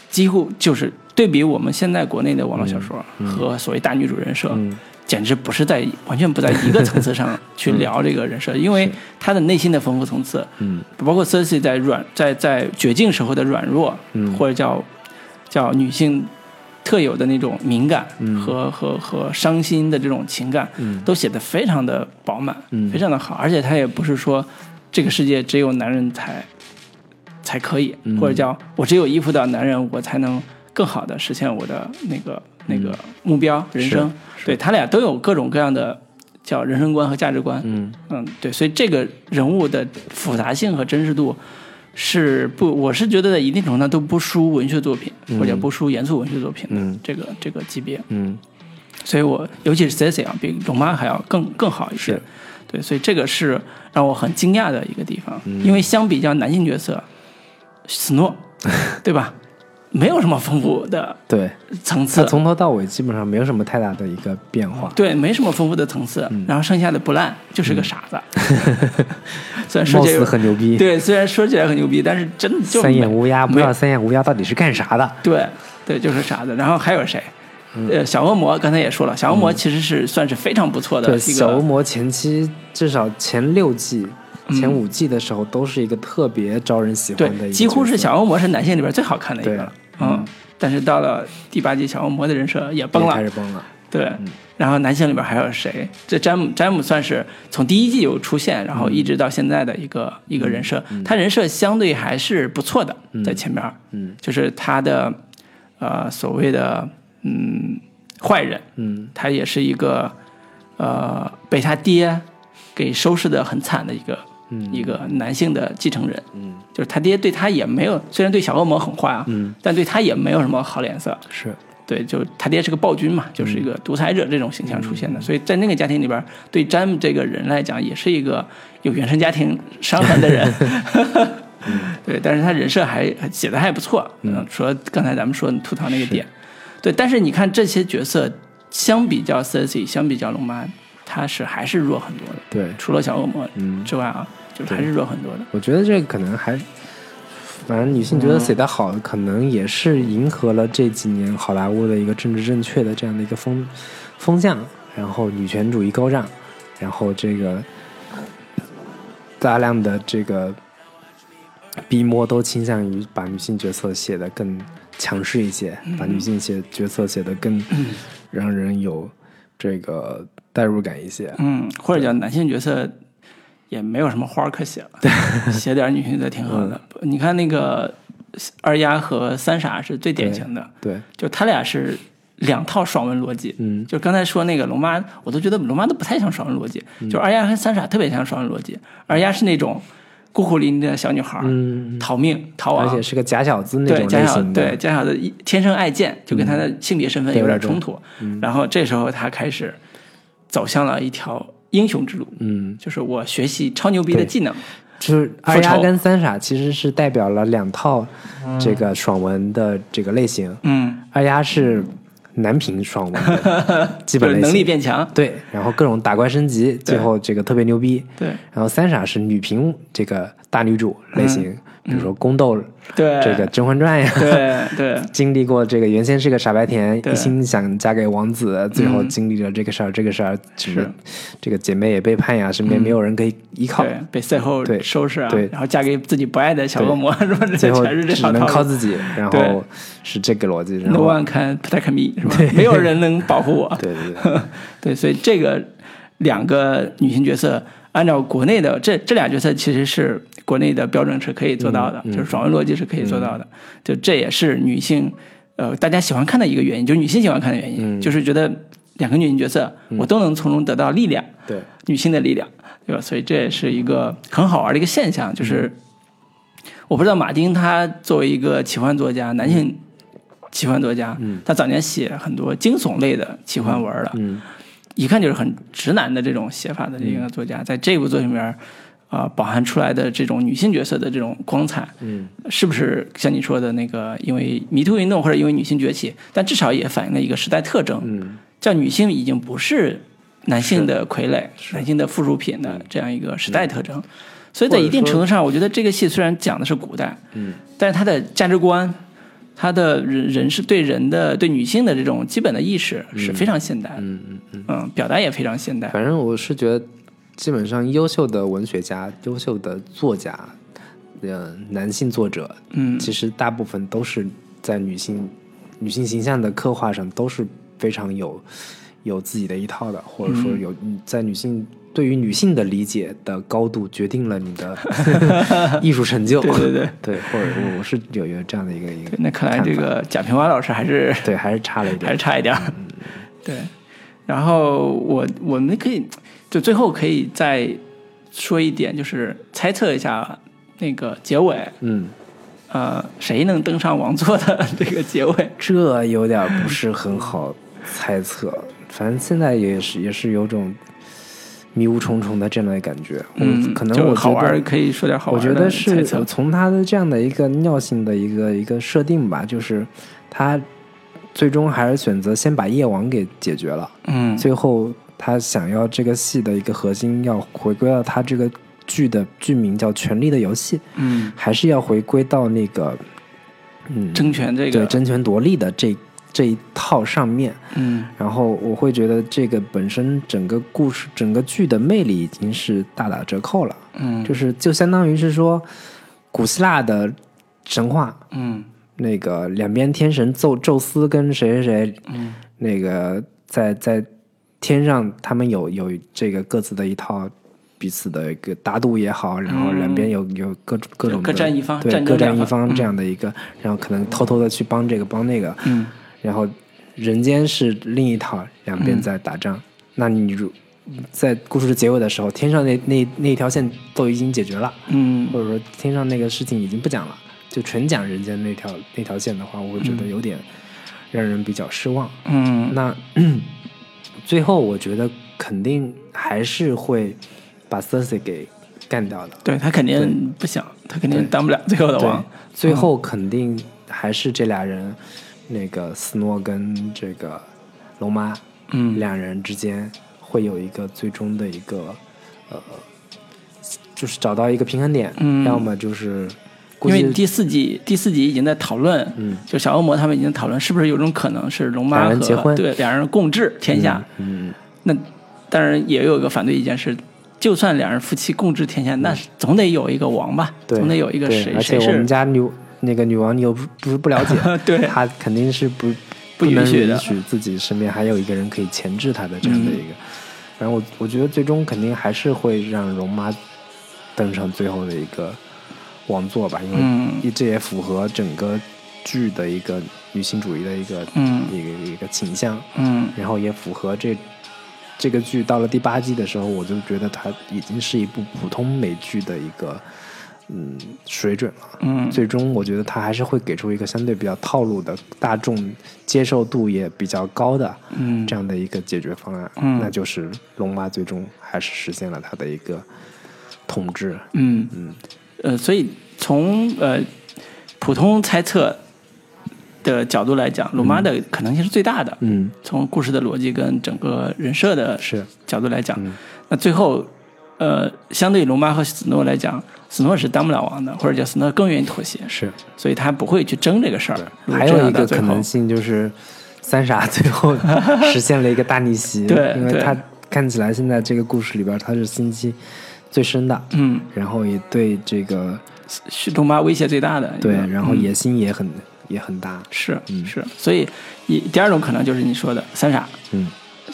Speaker 1: 几乎就是对比我们现在国内的网络小说和所谓大女主人设，
Speaker 2: 嗯
Speaker 1: 简直不是在完全不在一个层次 上去聊这个人设，因为她的内心的丰富层次，
Speaker 2: 嗯，
Speaker 1: 包括 Cersei 在软在在绝境时候的软弱，
Speaker 2: 嗯
Speaker 1: 或者叫叫女性特有的那种敏感和、和和伤心的这种情感，
Speaker 2: 嗯
Speaker 1: 都写得非常的饱满，
Speaker 2: 嗯
Speaker 1: 非常的好，而且她也不是说这个世界只有男人才才可以，
Speaker 2: 嗯
Speaker 1: 或者叫我只有依附到男人，我才能更好的实现我的那个
Speaker 2: 嗯
Speaker 1: 那个目标、人生。对他俩都有各种各样的叫人生观和价值观。
Speaker 2: 嗯
Speaker 1: 对，所以这个人物的复杂性和真实度是不，我是觉得在一定程度上都不输文学作品，或者不输严肃文学作品的、
Speaker 2: 嗯
Speaker 1: 这个这个级别。
Speaker 2: 嗯
Speaker 1: 所以我尤其是 Cici 啊，比龙妈还要更更好一些
Speaker 2: 是。
Speaker 1: 对，所以这个是让我很惊讶的一个地方，
Speaker 2: 嗯
Speaker 1: 因为相比较男性角色，斯 诺，对吧？没有什么丰富的
Speaker 2: 对，
Speaker 1: 层
Speaker 2: 他
Speaker 1: 次，
Speaker 2: 从头到尾基本上没有什么太大的一个变化，
Speaker 1: 对，没什么丰富的层次。
Speaker 2: 嗯
Speaker 1: 然后剩下的不烂就是个傻子， 虽然说
Speaker 2: 貌
Speaker 1: 起来
Speaker 2: 似
Speaker 1: 有
Speaker 2: 很牛
Speaker 1: 嗯
Speaker 2: 逼，
Speaker 1: 对，虽然说起来很牛逼，但是真的就
Speaker 2: 三眼
Speaker 1: 没
Speaker 2: 乌鸦，不
Speaker 1: 没
Speaker 2: 知道三眼乌鸦到底是干啥的。
Speaker 1: 对对，就是傻子。然后还有谁？呃，小恶魔刚才也说了，小恶魔其实是算是非常不错的
Speaker 2: 嗯对，
Speaker 1: 一
Speaker 2: 小恶
Speaker 1: 个，
Speaker 2: 魔前期至少前六季、前五季的时候，都是一个特别招人喜欢的一个
Speaker 1: 嗯对，几乎是
Speaker 2: 角色
Speaker 1: 小恶魔是男性里边最好看的一个
Speaker 2: 对
Speaker 1: 了，嗯。但是到了第八季，小恶魔的人设也崩
Speaker 2: 也
Speaker 1: 了
Speaker 2: 开，始崩了。
Speaker 1: 对。
Speaker 2: 嗯
Speaker 1: 然后男性里边还有谁？这詹姆，詹姆算是从第一季有出现，然后一直到现在的一个一个人设，他人设相对还是不错的，在前边儿，
Speaker 2: 嗯嗯
Speaker 1: 就是他的呃所谓的嗯坏人，
Speaker 2: 嗯
Speaker 1: 他也是一个呃被他爹给收拾的很惨的一个、一个男性的继承人，
Speaker 2: 嗯，
Speaker 1: 就是他爹对他也没有，虽然对小恶魔很坏啊，
Speaker 2: 嗯，
Speaker 1: 但对他也没有什么好脸色，
Speaker 2: 是
Speaker 1: 对，就他爹是个暴君嘛，就是一个独裁者这种形象出现的，所以在那个家庭里边，对詹姆这个人来讲，也是一个有原生家庭伤痕的人。对，但是他人设还还写的还不错，嗯，除了刚才咱们说吐槽那个点，对，但是你看这些角色，相比较 Cersei，相比较龙妈，他是还是弱很多的，
Speaker 2: 对。
Speaker 1: 除了小恶魔
Speaker 2: 嗯
Speaker 1: 之外啊，就是还是弱很多的。
Speaker 2: 我觉得这可能还，反正女性角色写得好，可能也是迎合了这几年好莱坞的一个政治正确的这样的一个风风向，然后女权主义高涨，然后这个大量的这个逼摸都倾向于把女性角色写得更强势一些，
Speaker 1: 嗯
Speaker 2: 把女性写角色写得更让人有这个代入感一些。
Speaker 1: 嗯，或者叫男性角色也没有什么花儿可写了， 写点女性角色挺好
Speaker 2: 嗯
Speaker 1: 的。你看那个二丫和三傻是最典型的，
Speaker 2: 对，
Speaker 1: 就他俩是两套爽文逻辑，嗯，就是刚才说那个龙妈，我都觉得龙妈都不太像爽文逻辑，
Speaker 2: 嗯
Speaker 1: 就是二丫和三傻特别像爽文逻辑，二丫是那种孤苦伶仃的小女孩，
Speaker 2: 嗯，
Speaker 1: 逃命逃亡，
Speaker 2: 而且是个假小子那
Speaker 1: 对
Speaker 2: 种
Speaker 1: 贾
Speaker 2: 类
Speaker 1: 小
Speaker 2: 型的，嗯
Speaker 1: 对贾小子一天生爱贱，就跟他的性别身份
Speaker 2: 对
Speaker 1: 有
Speaker 2: 有
Speaker 1: 点
Speaker 2: 点嗯
Speaker 1: 冲突。然后这时候他开始走向了一条英雄之路，
Speaker 2: 嗯，
Speaker 1: 就是我学习超牛逼的
Speaker 2: 对
Speaker 1: 技能。
Speaker 2: 就是二
Speaker 1: 复
Speaker 2: 丫
Speaker 1: 仇
Speaker 2: 跟三傻其实是代表了两套这个爽文的这个类型，
Speaker 1: 嗯，
Speaker 2: 二丫是男频爽 文的基
Speaker 1: 就
Speaker 2: 本
Speaker 1: 是
Speaker 2: 类
Speaker 1: 能力
Speaker 2: 型，
Speaker 1: 变强。
Speaker 2: 对，然后各种打怪升级，最后这个特别牛逼，
Speaker 1: 对
Speaker 2: 然后三傻是女频这个大女主类型，比如说宫斗
Speaker 1: 嗯对，
Speaker 2: 这个《甄嬛传》呀，
Speaker 1: 对对
Speaker 2: 经历过这个原先是个傻白甜，
Speaker 1: 对嗯
Speaker 2: 一心想嫁给王子，最后经历了这个事儿、这个事儿，
Speaker 1: 是嗯
Speaker 2: 这个姐妹也背叛呀，身边没有人可以依靠，
Speaker 1: 对，被赛后
Speaker 2: 对
Speaker 1: 收拾啊
Speaker 2: 对，
Speaker 1: 然后嫁给自己不爱的小恶魔， 是吧？这
Speaker 2: 最后
Speaker 1: 全是这
Speaker 2: 只
Speaker 1: 套
Speaker 2: 能
Speaker 1: 套
Speaker 2: 靠
Speaker 1: 路。
Speaker 2: 自己，然
Speaker 1: 对
Speaker 2: 后是这个逻辑，然
Speaker 1: No
Speaker 2: 后
Speaker 1: one can protect me，是吧？没有人能保护我。
Speaker 2: 对对对，
Speaker 1: 对，所以这个两个女性角色，按照国内的这这俩角色其实是国内的标准是可以做到的，就是爽文逻辑是可以做到的。就这也是女性呃大家喜欢看的一个原因，就是女性喜欢看的原因，就是觉得两个女性角色我都能从中得到力量，
Speaker 2: 对
Speaker 1: 女性的力量，对吧？所以这也是一个很好玩的一个现象，就是
Speaker 2: 嗯
Speaker 1: 我不知道马丁他作为一个奇幻作家，男性奇幻作家，他早年写很多惊悚类的奇幻文了，
Speaker 2: 嗯
Speaker 1: 一看就是很直男的这种写法的一个作
Speaker 2: 嗯
Speaker 1: 家，在这部作品里面，啊、饱含出来的这种女性角色的这种光彩，
Speaker 2: 嗯，
Speaker 1: 是不是像你说的那个，因为迷途运动或者因为女性崛起，但至少也反映了一个时代特征，
Speaker 2: 嗯，
Speaker 1: 叫女性已经不是嗯男性的傀儡、男性的附属品的这样一个时代特征。所以在一定程度上，我觉得这个戏虽然讲的是古代，
Speaker 2: 嗯，
Speaker 1: 但是它的价值观、它的人人是对人的、对女性的这种基本的意识是非常现代的，嗯嗯表达也非常现代。
Speaker 2: 反正我是觉得，基本上优秀的文学家、优秀的作家，呃，男性作者，
Speaker 1: 嗯
Speaker 2: 其实大部分都是在女性女性形象的刻画上都是非常有有自己的一套的，或者说
Speaker 1: 嗯
Speaker 2: 有、在女性对于女性的理解的高度决定了你 的艺术成就。
Speaker 1: 对对对
Speaker 2: 对，或者我我是有有这样的一个一个
Speaker 1: 对，那看来这个贾平凹老师还是
Speaker 2: 对，还是差了一
Speaker 1: 还是
Speaker 2: 点。
Speaker 1: 差一点儿。
Speaker 2: 嗯
Speaker 1: 对，然后我我们可以就最后可以再说一点，就是猜测一下那个结尾，
Speaker 2: 嗯，
Speaker 1: 呃，谁能登上王座的这个结尾？
Speaker 2: 这有点不是很好猜测， 反正现在也是也是有种迷雾重重的这样的感觉。
Speaker 1: 嗯，
Speaker 2: 我可能
Speaker 1: 就
Speaker 2: 我
Speaker 1: 好玩
Speaker 2: 觉
Speaker 1: 儿，
Speaker 2: 得
Speaker 1: 可以说点好
Speaker 2: 我
Speaker 1: 玩
Speaker 2: 觉
Speaker 1: 儿的猜
Speaker 2: 得是
Speaker 1: 测。
Speaker 2: 从他的这样的一个尿性的一个一个设定吧，就是他最终还是选择先把夜王给解决了，
Speaker 1: 嗯，
Speaker 2: 最后他想要这个戏的一个核心要回归到他这个剧的剧名叫《权力的游戏》，
Speaker 1: 嗯，
Speaker 2: 还是要回归到那个嗯
Speaker 1: 争权这
Speaker 2: 对
Speaker 1: 个，
Speaker 2: 争权夺利的这这一套上面。
Speaker 1: 嗯
Speaker 2: 然后我会觉得这个本身整个故事、整个剧的魅力已经是大打折扣了。
Speaker 1: 嗯
Speaker 2: 就是就相当于是说，古希腊的神话，
Speaker 1: 嗯
Speaker 2: 那个两边天神宙宙斯跟谁谁谁，
Speaker 1: 嗯
Speaker 2: 那个在在天上，他们有有这个各自的一套彼此的一个打赌也好，然后
Speaker 1: 嗯
Speaker 2: 两边有有各种各种的
Speaker 1: 各占一方
Speaker 2: 对
Speaker 1: 战争
Speaker 2: 各占
Speaker 1: 两
Speaker 2: 一
Speaker 1: 方
Speaker 2: 方这样的一个，然后可能偷偷的去帮这个帮那个，
Speaker 1: 嗯
Speaker 2: 然后人间是另一套，两边在打仗。那你如在故事的结尾的时候，天上那那那一条线都已经解决了，
Speaker 1: 嗯
Speaker 2: 或者说天上那个事情已经不讲了，就纯讲人间那条那条线的话，我会觉得有点让人比较失望。
Speaker 1: 嗯
Speaker 2: 那 最后我觉得肯定还是会把 Cersei 给干掉的。
Speaker 1: 对他肯定不想，他肯定当不了最后的
Speaker 2: 对
Speaker 1: 王。，
Speaker 2: 最
Speaker 1: 嗯
Speaker 2: 后肯定还是这俩人，那个斯诺跟这个龙妈，
Speaker 1: 嗯
Speaker 2: 两人之间会有一个最终的一个，呃，就是找到一个平衡点，
Speaker 1: 嗯
Speaker 2: 要么就是，估
Speaker 1: 因为
Speaker 2: 计
Speaker 1: 第四集第四集已经在讨论，
Speaker 2: 嗯
Speaker 1: 就小恶魔他们已经讨论是不是有种可能是龙妈和
Speaker 2: 两人结婚
Speaker 1: 对两人共治天下。
Speaker 2: 嗯，
Speaker 1: 那当然也有一个反对意见是，就算两人夫妻共治天下，那总得有一个王吧，
Speaker 2: 嗯对，
Speaker 1: 总得有一个
Speaker 2: 对
Speaker 1: 谁
Speaker 2: 而
Speaker 1: 谁
Speaker 2: 且我
Speaker 1: 是，
Speaker 2: 们家女那个女王你又不不是不了解
Speaker 1: 对
Speaker 2: 她肯定是不
Speaker 1: 不
Speaker 2: 能
Speaker 1: 允许的
Speaker 2: 允许自己身边还有一个人可以钳制她的这样的一
Speaker 1: 嗯
Speaker 2: 个。反正我我觉得最终肯定还是会让容妈登上最后的一个王座吧，因为
Speaker 1: 嗯
Speaker 2: 这也符合整个剧的一个女性主义的一个、
Speaker 1: 嗯
Speaker 2: 一个一个倾向，
Speaker 1: 嗯
Speaker 2: 然后也符合这这个剧到了第八季的时候，我就觉得它已经是一部普通美剧的一个嗯水准了。
Speaker 1: 嗯
Speaker 2: 最终我觉得它还是会给出一个相对比较套路的、大众接受度也比较高的
Speaker 1: 嗯
Speaker 2: 这样的一个解决方案。
Speaker 1: 嗯
Speaker 2: 那就是龙妈最终还是实现了它的一个统治。
Speaker 1: 嗯嗯，呃，所以从呃普通猜测的角度来讲，龙妈的可能性是最大的。
Speaker 2: 嗯，
Speaker 1: 从故事的逻辑跟整个人设的
Speaker 2: 是嗯
Speaker 1: 角度来讲，那最后，呃，相对于龙妈和斯诺来讲，斯诺是当不了王的，或者叫斯诺更愿意妥协，
Speaker 2: 是。
Speaker 1: 所以他不会去争这个事儿。如果
Speaker 2: 还
Speaker 1: 这
Speaker 2: 有
Speaker 1: 样
Speaker 2: 一
Speaker 1: 到
Speaker 2: 个
Speaker 1: 最
Speaker 2: 可
Speaker 1: 后
Speaker 2: 能性就是，三傻最 后实现了一个大逆袭，
Speaker 1: 对
Speaker 2: 因为
Speaker 1: 对
Speaker 2: 他看起来现在这个故事里边他是心机最深的，
Speaker 1: 嗯，
Speaker 2: 然后也对这个
Speaker 1: 是龙妈威胁最大的一个。
Speaker 2: 对，然后嗯野心也很、也很大，
Speaker 1: 是是，所以一第二种可能就是你说的三傻，
Speaker 2: 嗯，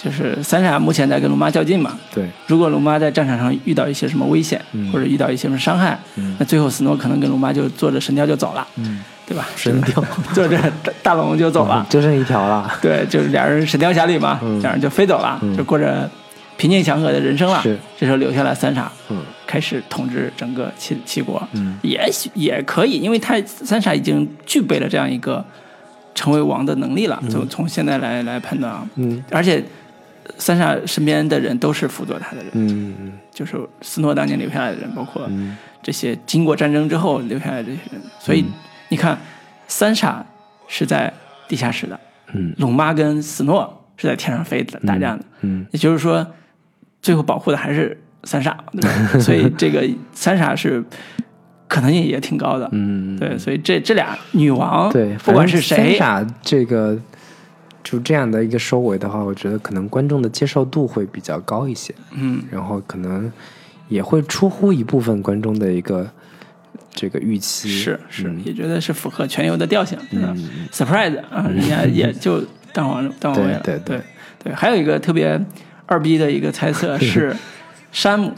Speaker 1: 就是三傻目前在跟龙妈较劲嘛。
Speaker 2: 对，
Speaker 1: 如果龙妈在战场上遇到一些什么危险，
Speaker 2: 嗯
Speaker 1: 或者遇到一些什么伤害，那最后斯诺可能跟龙妈就坐着神雕就走了，嗯，对吧？
Speaker 2: 神雕嗯
Speaker 1: 坐着大大龙就走了，
Speaker 2: 就剩一条了，
Speaker 1: 对，就是俩人神雕侠侣嘛，
Speaker 2: 嗯
Speaker 1: 俩人就飞走了，就过着平静祥和的人生了。
Speaker 2: 是
Speaker 1: 这时候留下了三傻，
Speaker 2: 嗯，
Speaker 1: 开始统治整个齐齐国，嗯，也许也可以，因为他三傻已经具备了这样一个成为王的能力了，就从现在来来判断啊，
Speaker 2: 嗯，
Speaker 1: 而且三傻身边的人都是辅佐他的人，
Speaker 2: 嗯嗯
Speaker 1: 就是斯诺当年留下来的人，包括这些经过战争之后留下来的这些人，所
Speaker 2: 嗯
Speaker 1: 以你看，三傻是在地下室的，
Speaker 2: 嗯
Speaker 1: 龙妈跟斯诺是在天上飞的打架的，
Speaker 2: 嗯，
Speaker 1: 也就是说，最后保护的还是三傻，对吧？ 所以这个三傻是可能性也挺高的，
Speaker 2: 嗯，
Speaker 1: 对，所以这这俩女王，
Speaker 2: 对，
Speaker 1: 不管是
Speaker 2: 反正
Speaker 1: 谁，
Speaker 2: 三傻这个。就这样的一个收尾的话，我觉得可能观众的接受度会比较高一些。
Speaker 1: 嗯
Speaker 2: 然后可能也会出乎一部分观众的一个这个预期。
Speaker 1: 是是，
Speaker 2: 嗯
Speaker 1: 也觉得是符合全游的调性，对吧？surprise 啊，人家也就当王当王位了，
Speaker 2: 嗯对对
Speaker 1: 对对。还有一个特别二逼的一个猜测 是，山姆，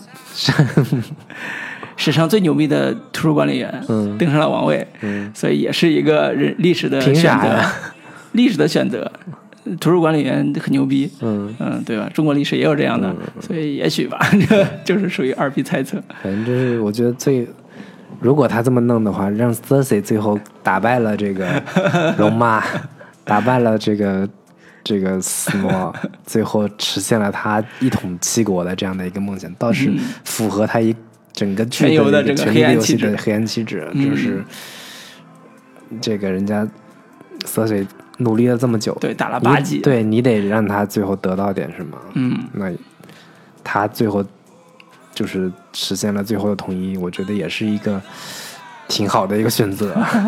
Speaker 1: 史上最牛逼的图书管理员
Speaker 2: 嗯
Speaker 1: 登上了王位，所以也是一个人历史的
Speaker 2: 凭
Speaker 1: 选
Speaker 2: 啥
Speaker 1: 择
Speaker 2: 呀，
Speaker 1: 历史的选择。图书管理员很牛逼，
Speaker 2: 嗯，
Speaker 1: 嗯，对吧？中国历史也有这样的，所以也许吧， 这就是属于二逼猜测。
Speaker 2: 反正就是我觉得最，如果他这么弄的话，让 Cersei 最后打败了这个 龙妈，打败了这个。这个 斯诺最后实现了他一统七国的这样的一个梦想，倒是符合他一整个
Speaker 1: 全
Speaker 2: 剧
Speaker 1: 游嗯的
Speaker 2: 一个
Speaker 1: 这个
Speaker 2: 权
Speaker 1: 黑
Speaker 2: 力
Speaker 1: 暗
Speaker 2: 游戏
Speaker 1: 气质嗯
Speaker 2: 的黑暗气质，就是这个人家 Cersei 努力了这么久，
Speaker 1: 对，打了啊八
Speaker 2: 你
Speaker 1: 级，，
Speaker 2: 对你得让他最后得到点什么。
Speaker 1: 嗯，
Speaker 2: 那他最后就是实现了最后的统一，我觉得也是一个挺好的一个选择。啊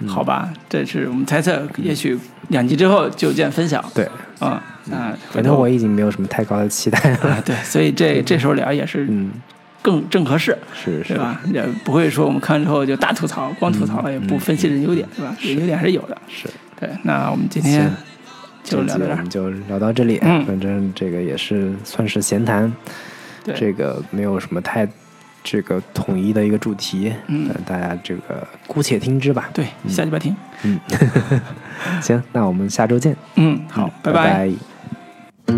Speaker 2: 嗯
Speaker 1: 好吧，这是我们猜测，也许两集之后就见分晓。
Speaker 2: 对，嗯
Speaker 1: 啊，那回
Speaker 2: 反正
Speaker 1: 头
Speaker 2: 我已经没有什么太高的期待了。
Speaker 1: 啊，对，所以这这时候聊也是
Speaker 2: 嗯，
Speaker 1: 更正合适，
Speaker 2: 是嗯
Speaker 1: 对
Speaker 2: 是，
Speaker 1: 吧？也不会说我们看完之后就大吐槽，光吐槽也不分析人优点，对吧？人优点还是有的。
Speaker 2: 是。
Speaker 1: 对，那我们今天
Speaker 2: 嗯行
Speaker 1: 就聊
Speaker 2: 这集
Speaker 1: 到这
Speaker 2: 我
Speaker 1: 儿
Speaker 2: 们。就聊到这里。
Speaker 1: 嗯
Speaker 2: 反正这个也是算是闲谈，
Speaker 1: 对
Speaker 2: 这个没有什么太这个统一的一个主题。
Speaker 1: 嗯
Speaker 2: 呃大家这个姑且听之吧。
Speaker 1: 对，下礼拜听。
Speaker 2: 行，那我们下周见。
Speaker 1: 嗯，好，拜
Speaker 2: 拜拜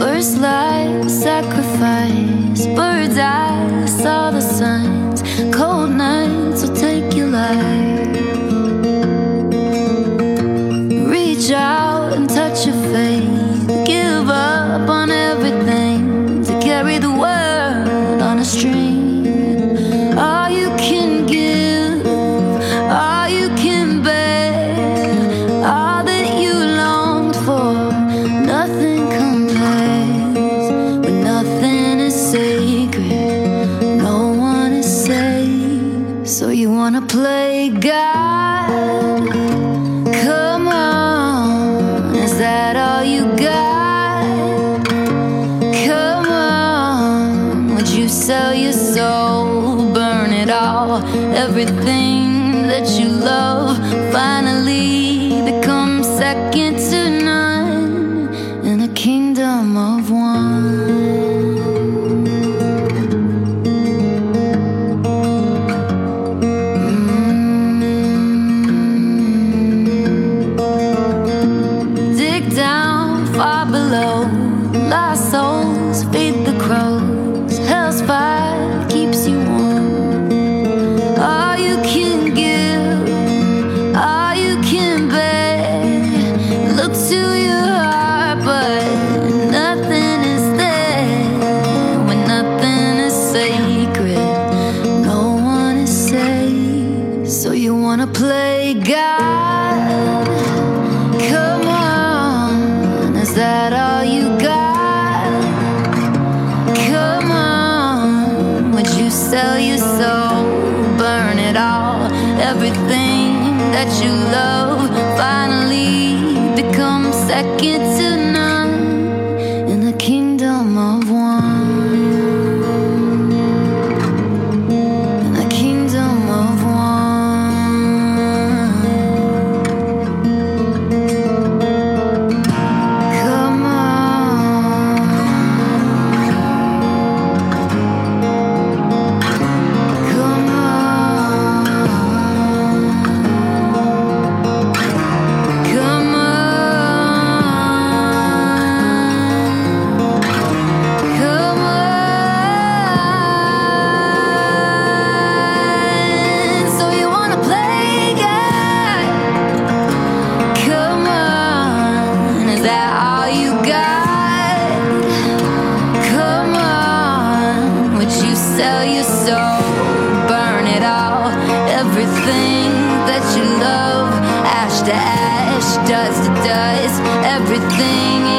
Speaker 3: First light sacrifice, bird's eye saw the signs. Cold nights will take your life. Reach out and touch your faith. Give up on everything to carry the world on a string. All you can give, all you can bear, all that you longed for, nothing compares. When nothing is sacred, no one is safe. So you wanna play God? Come on, is that all you got? Come on, would you sell your soul? Burn it all, everything that you love finally becomes second to none. say, God, come on. Is that all you got? Come on. Would you sell your soul? Burn it all. Everything that you love finally becomes second to none in the kingdom of one. In the kingdom of one. Come on. Come on. Come on. Come on, so you wanna play God? Come on, is that all you got? Come on, would you sell your soul? Burn it all, everything that you love, ash to ash, dust to dust, everything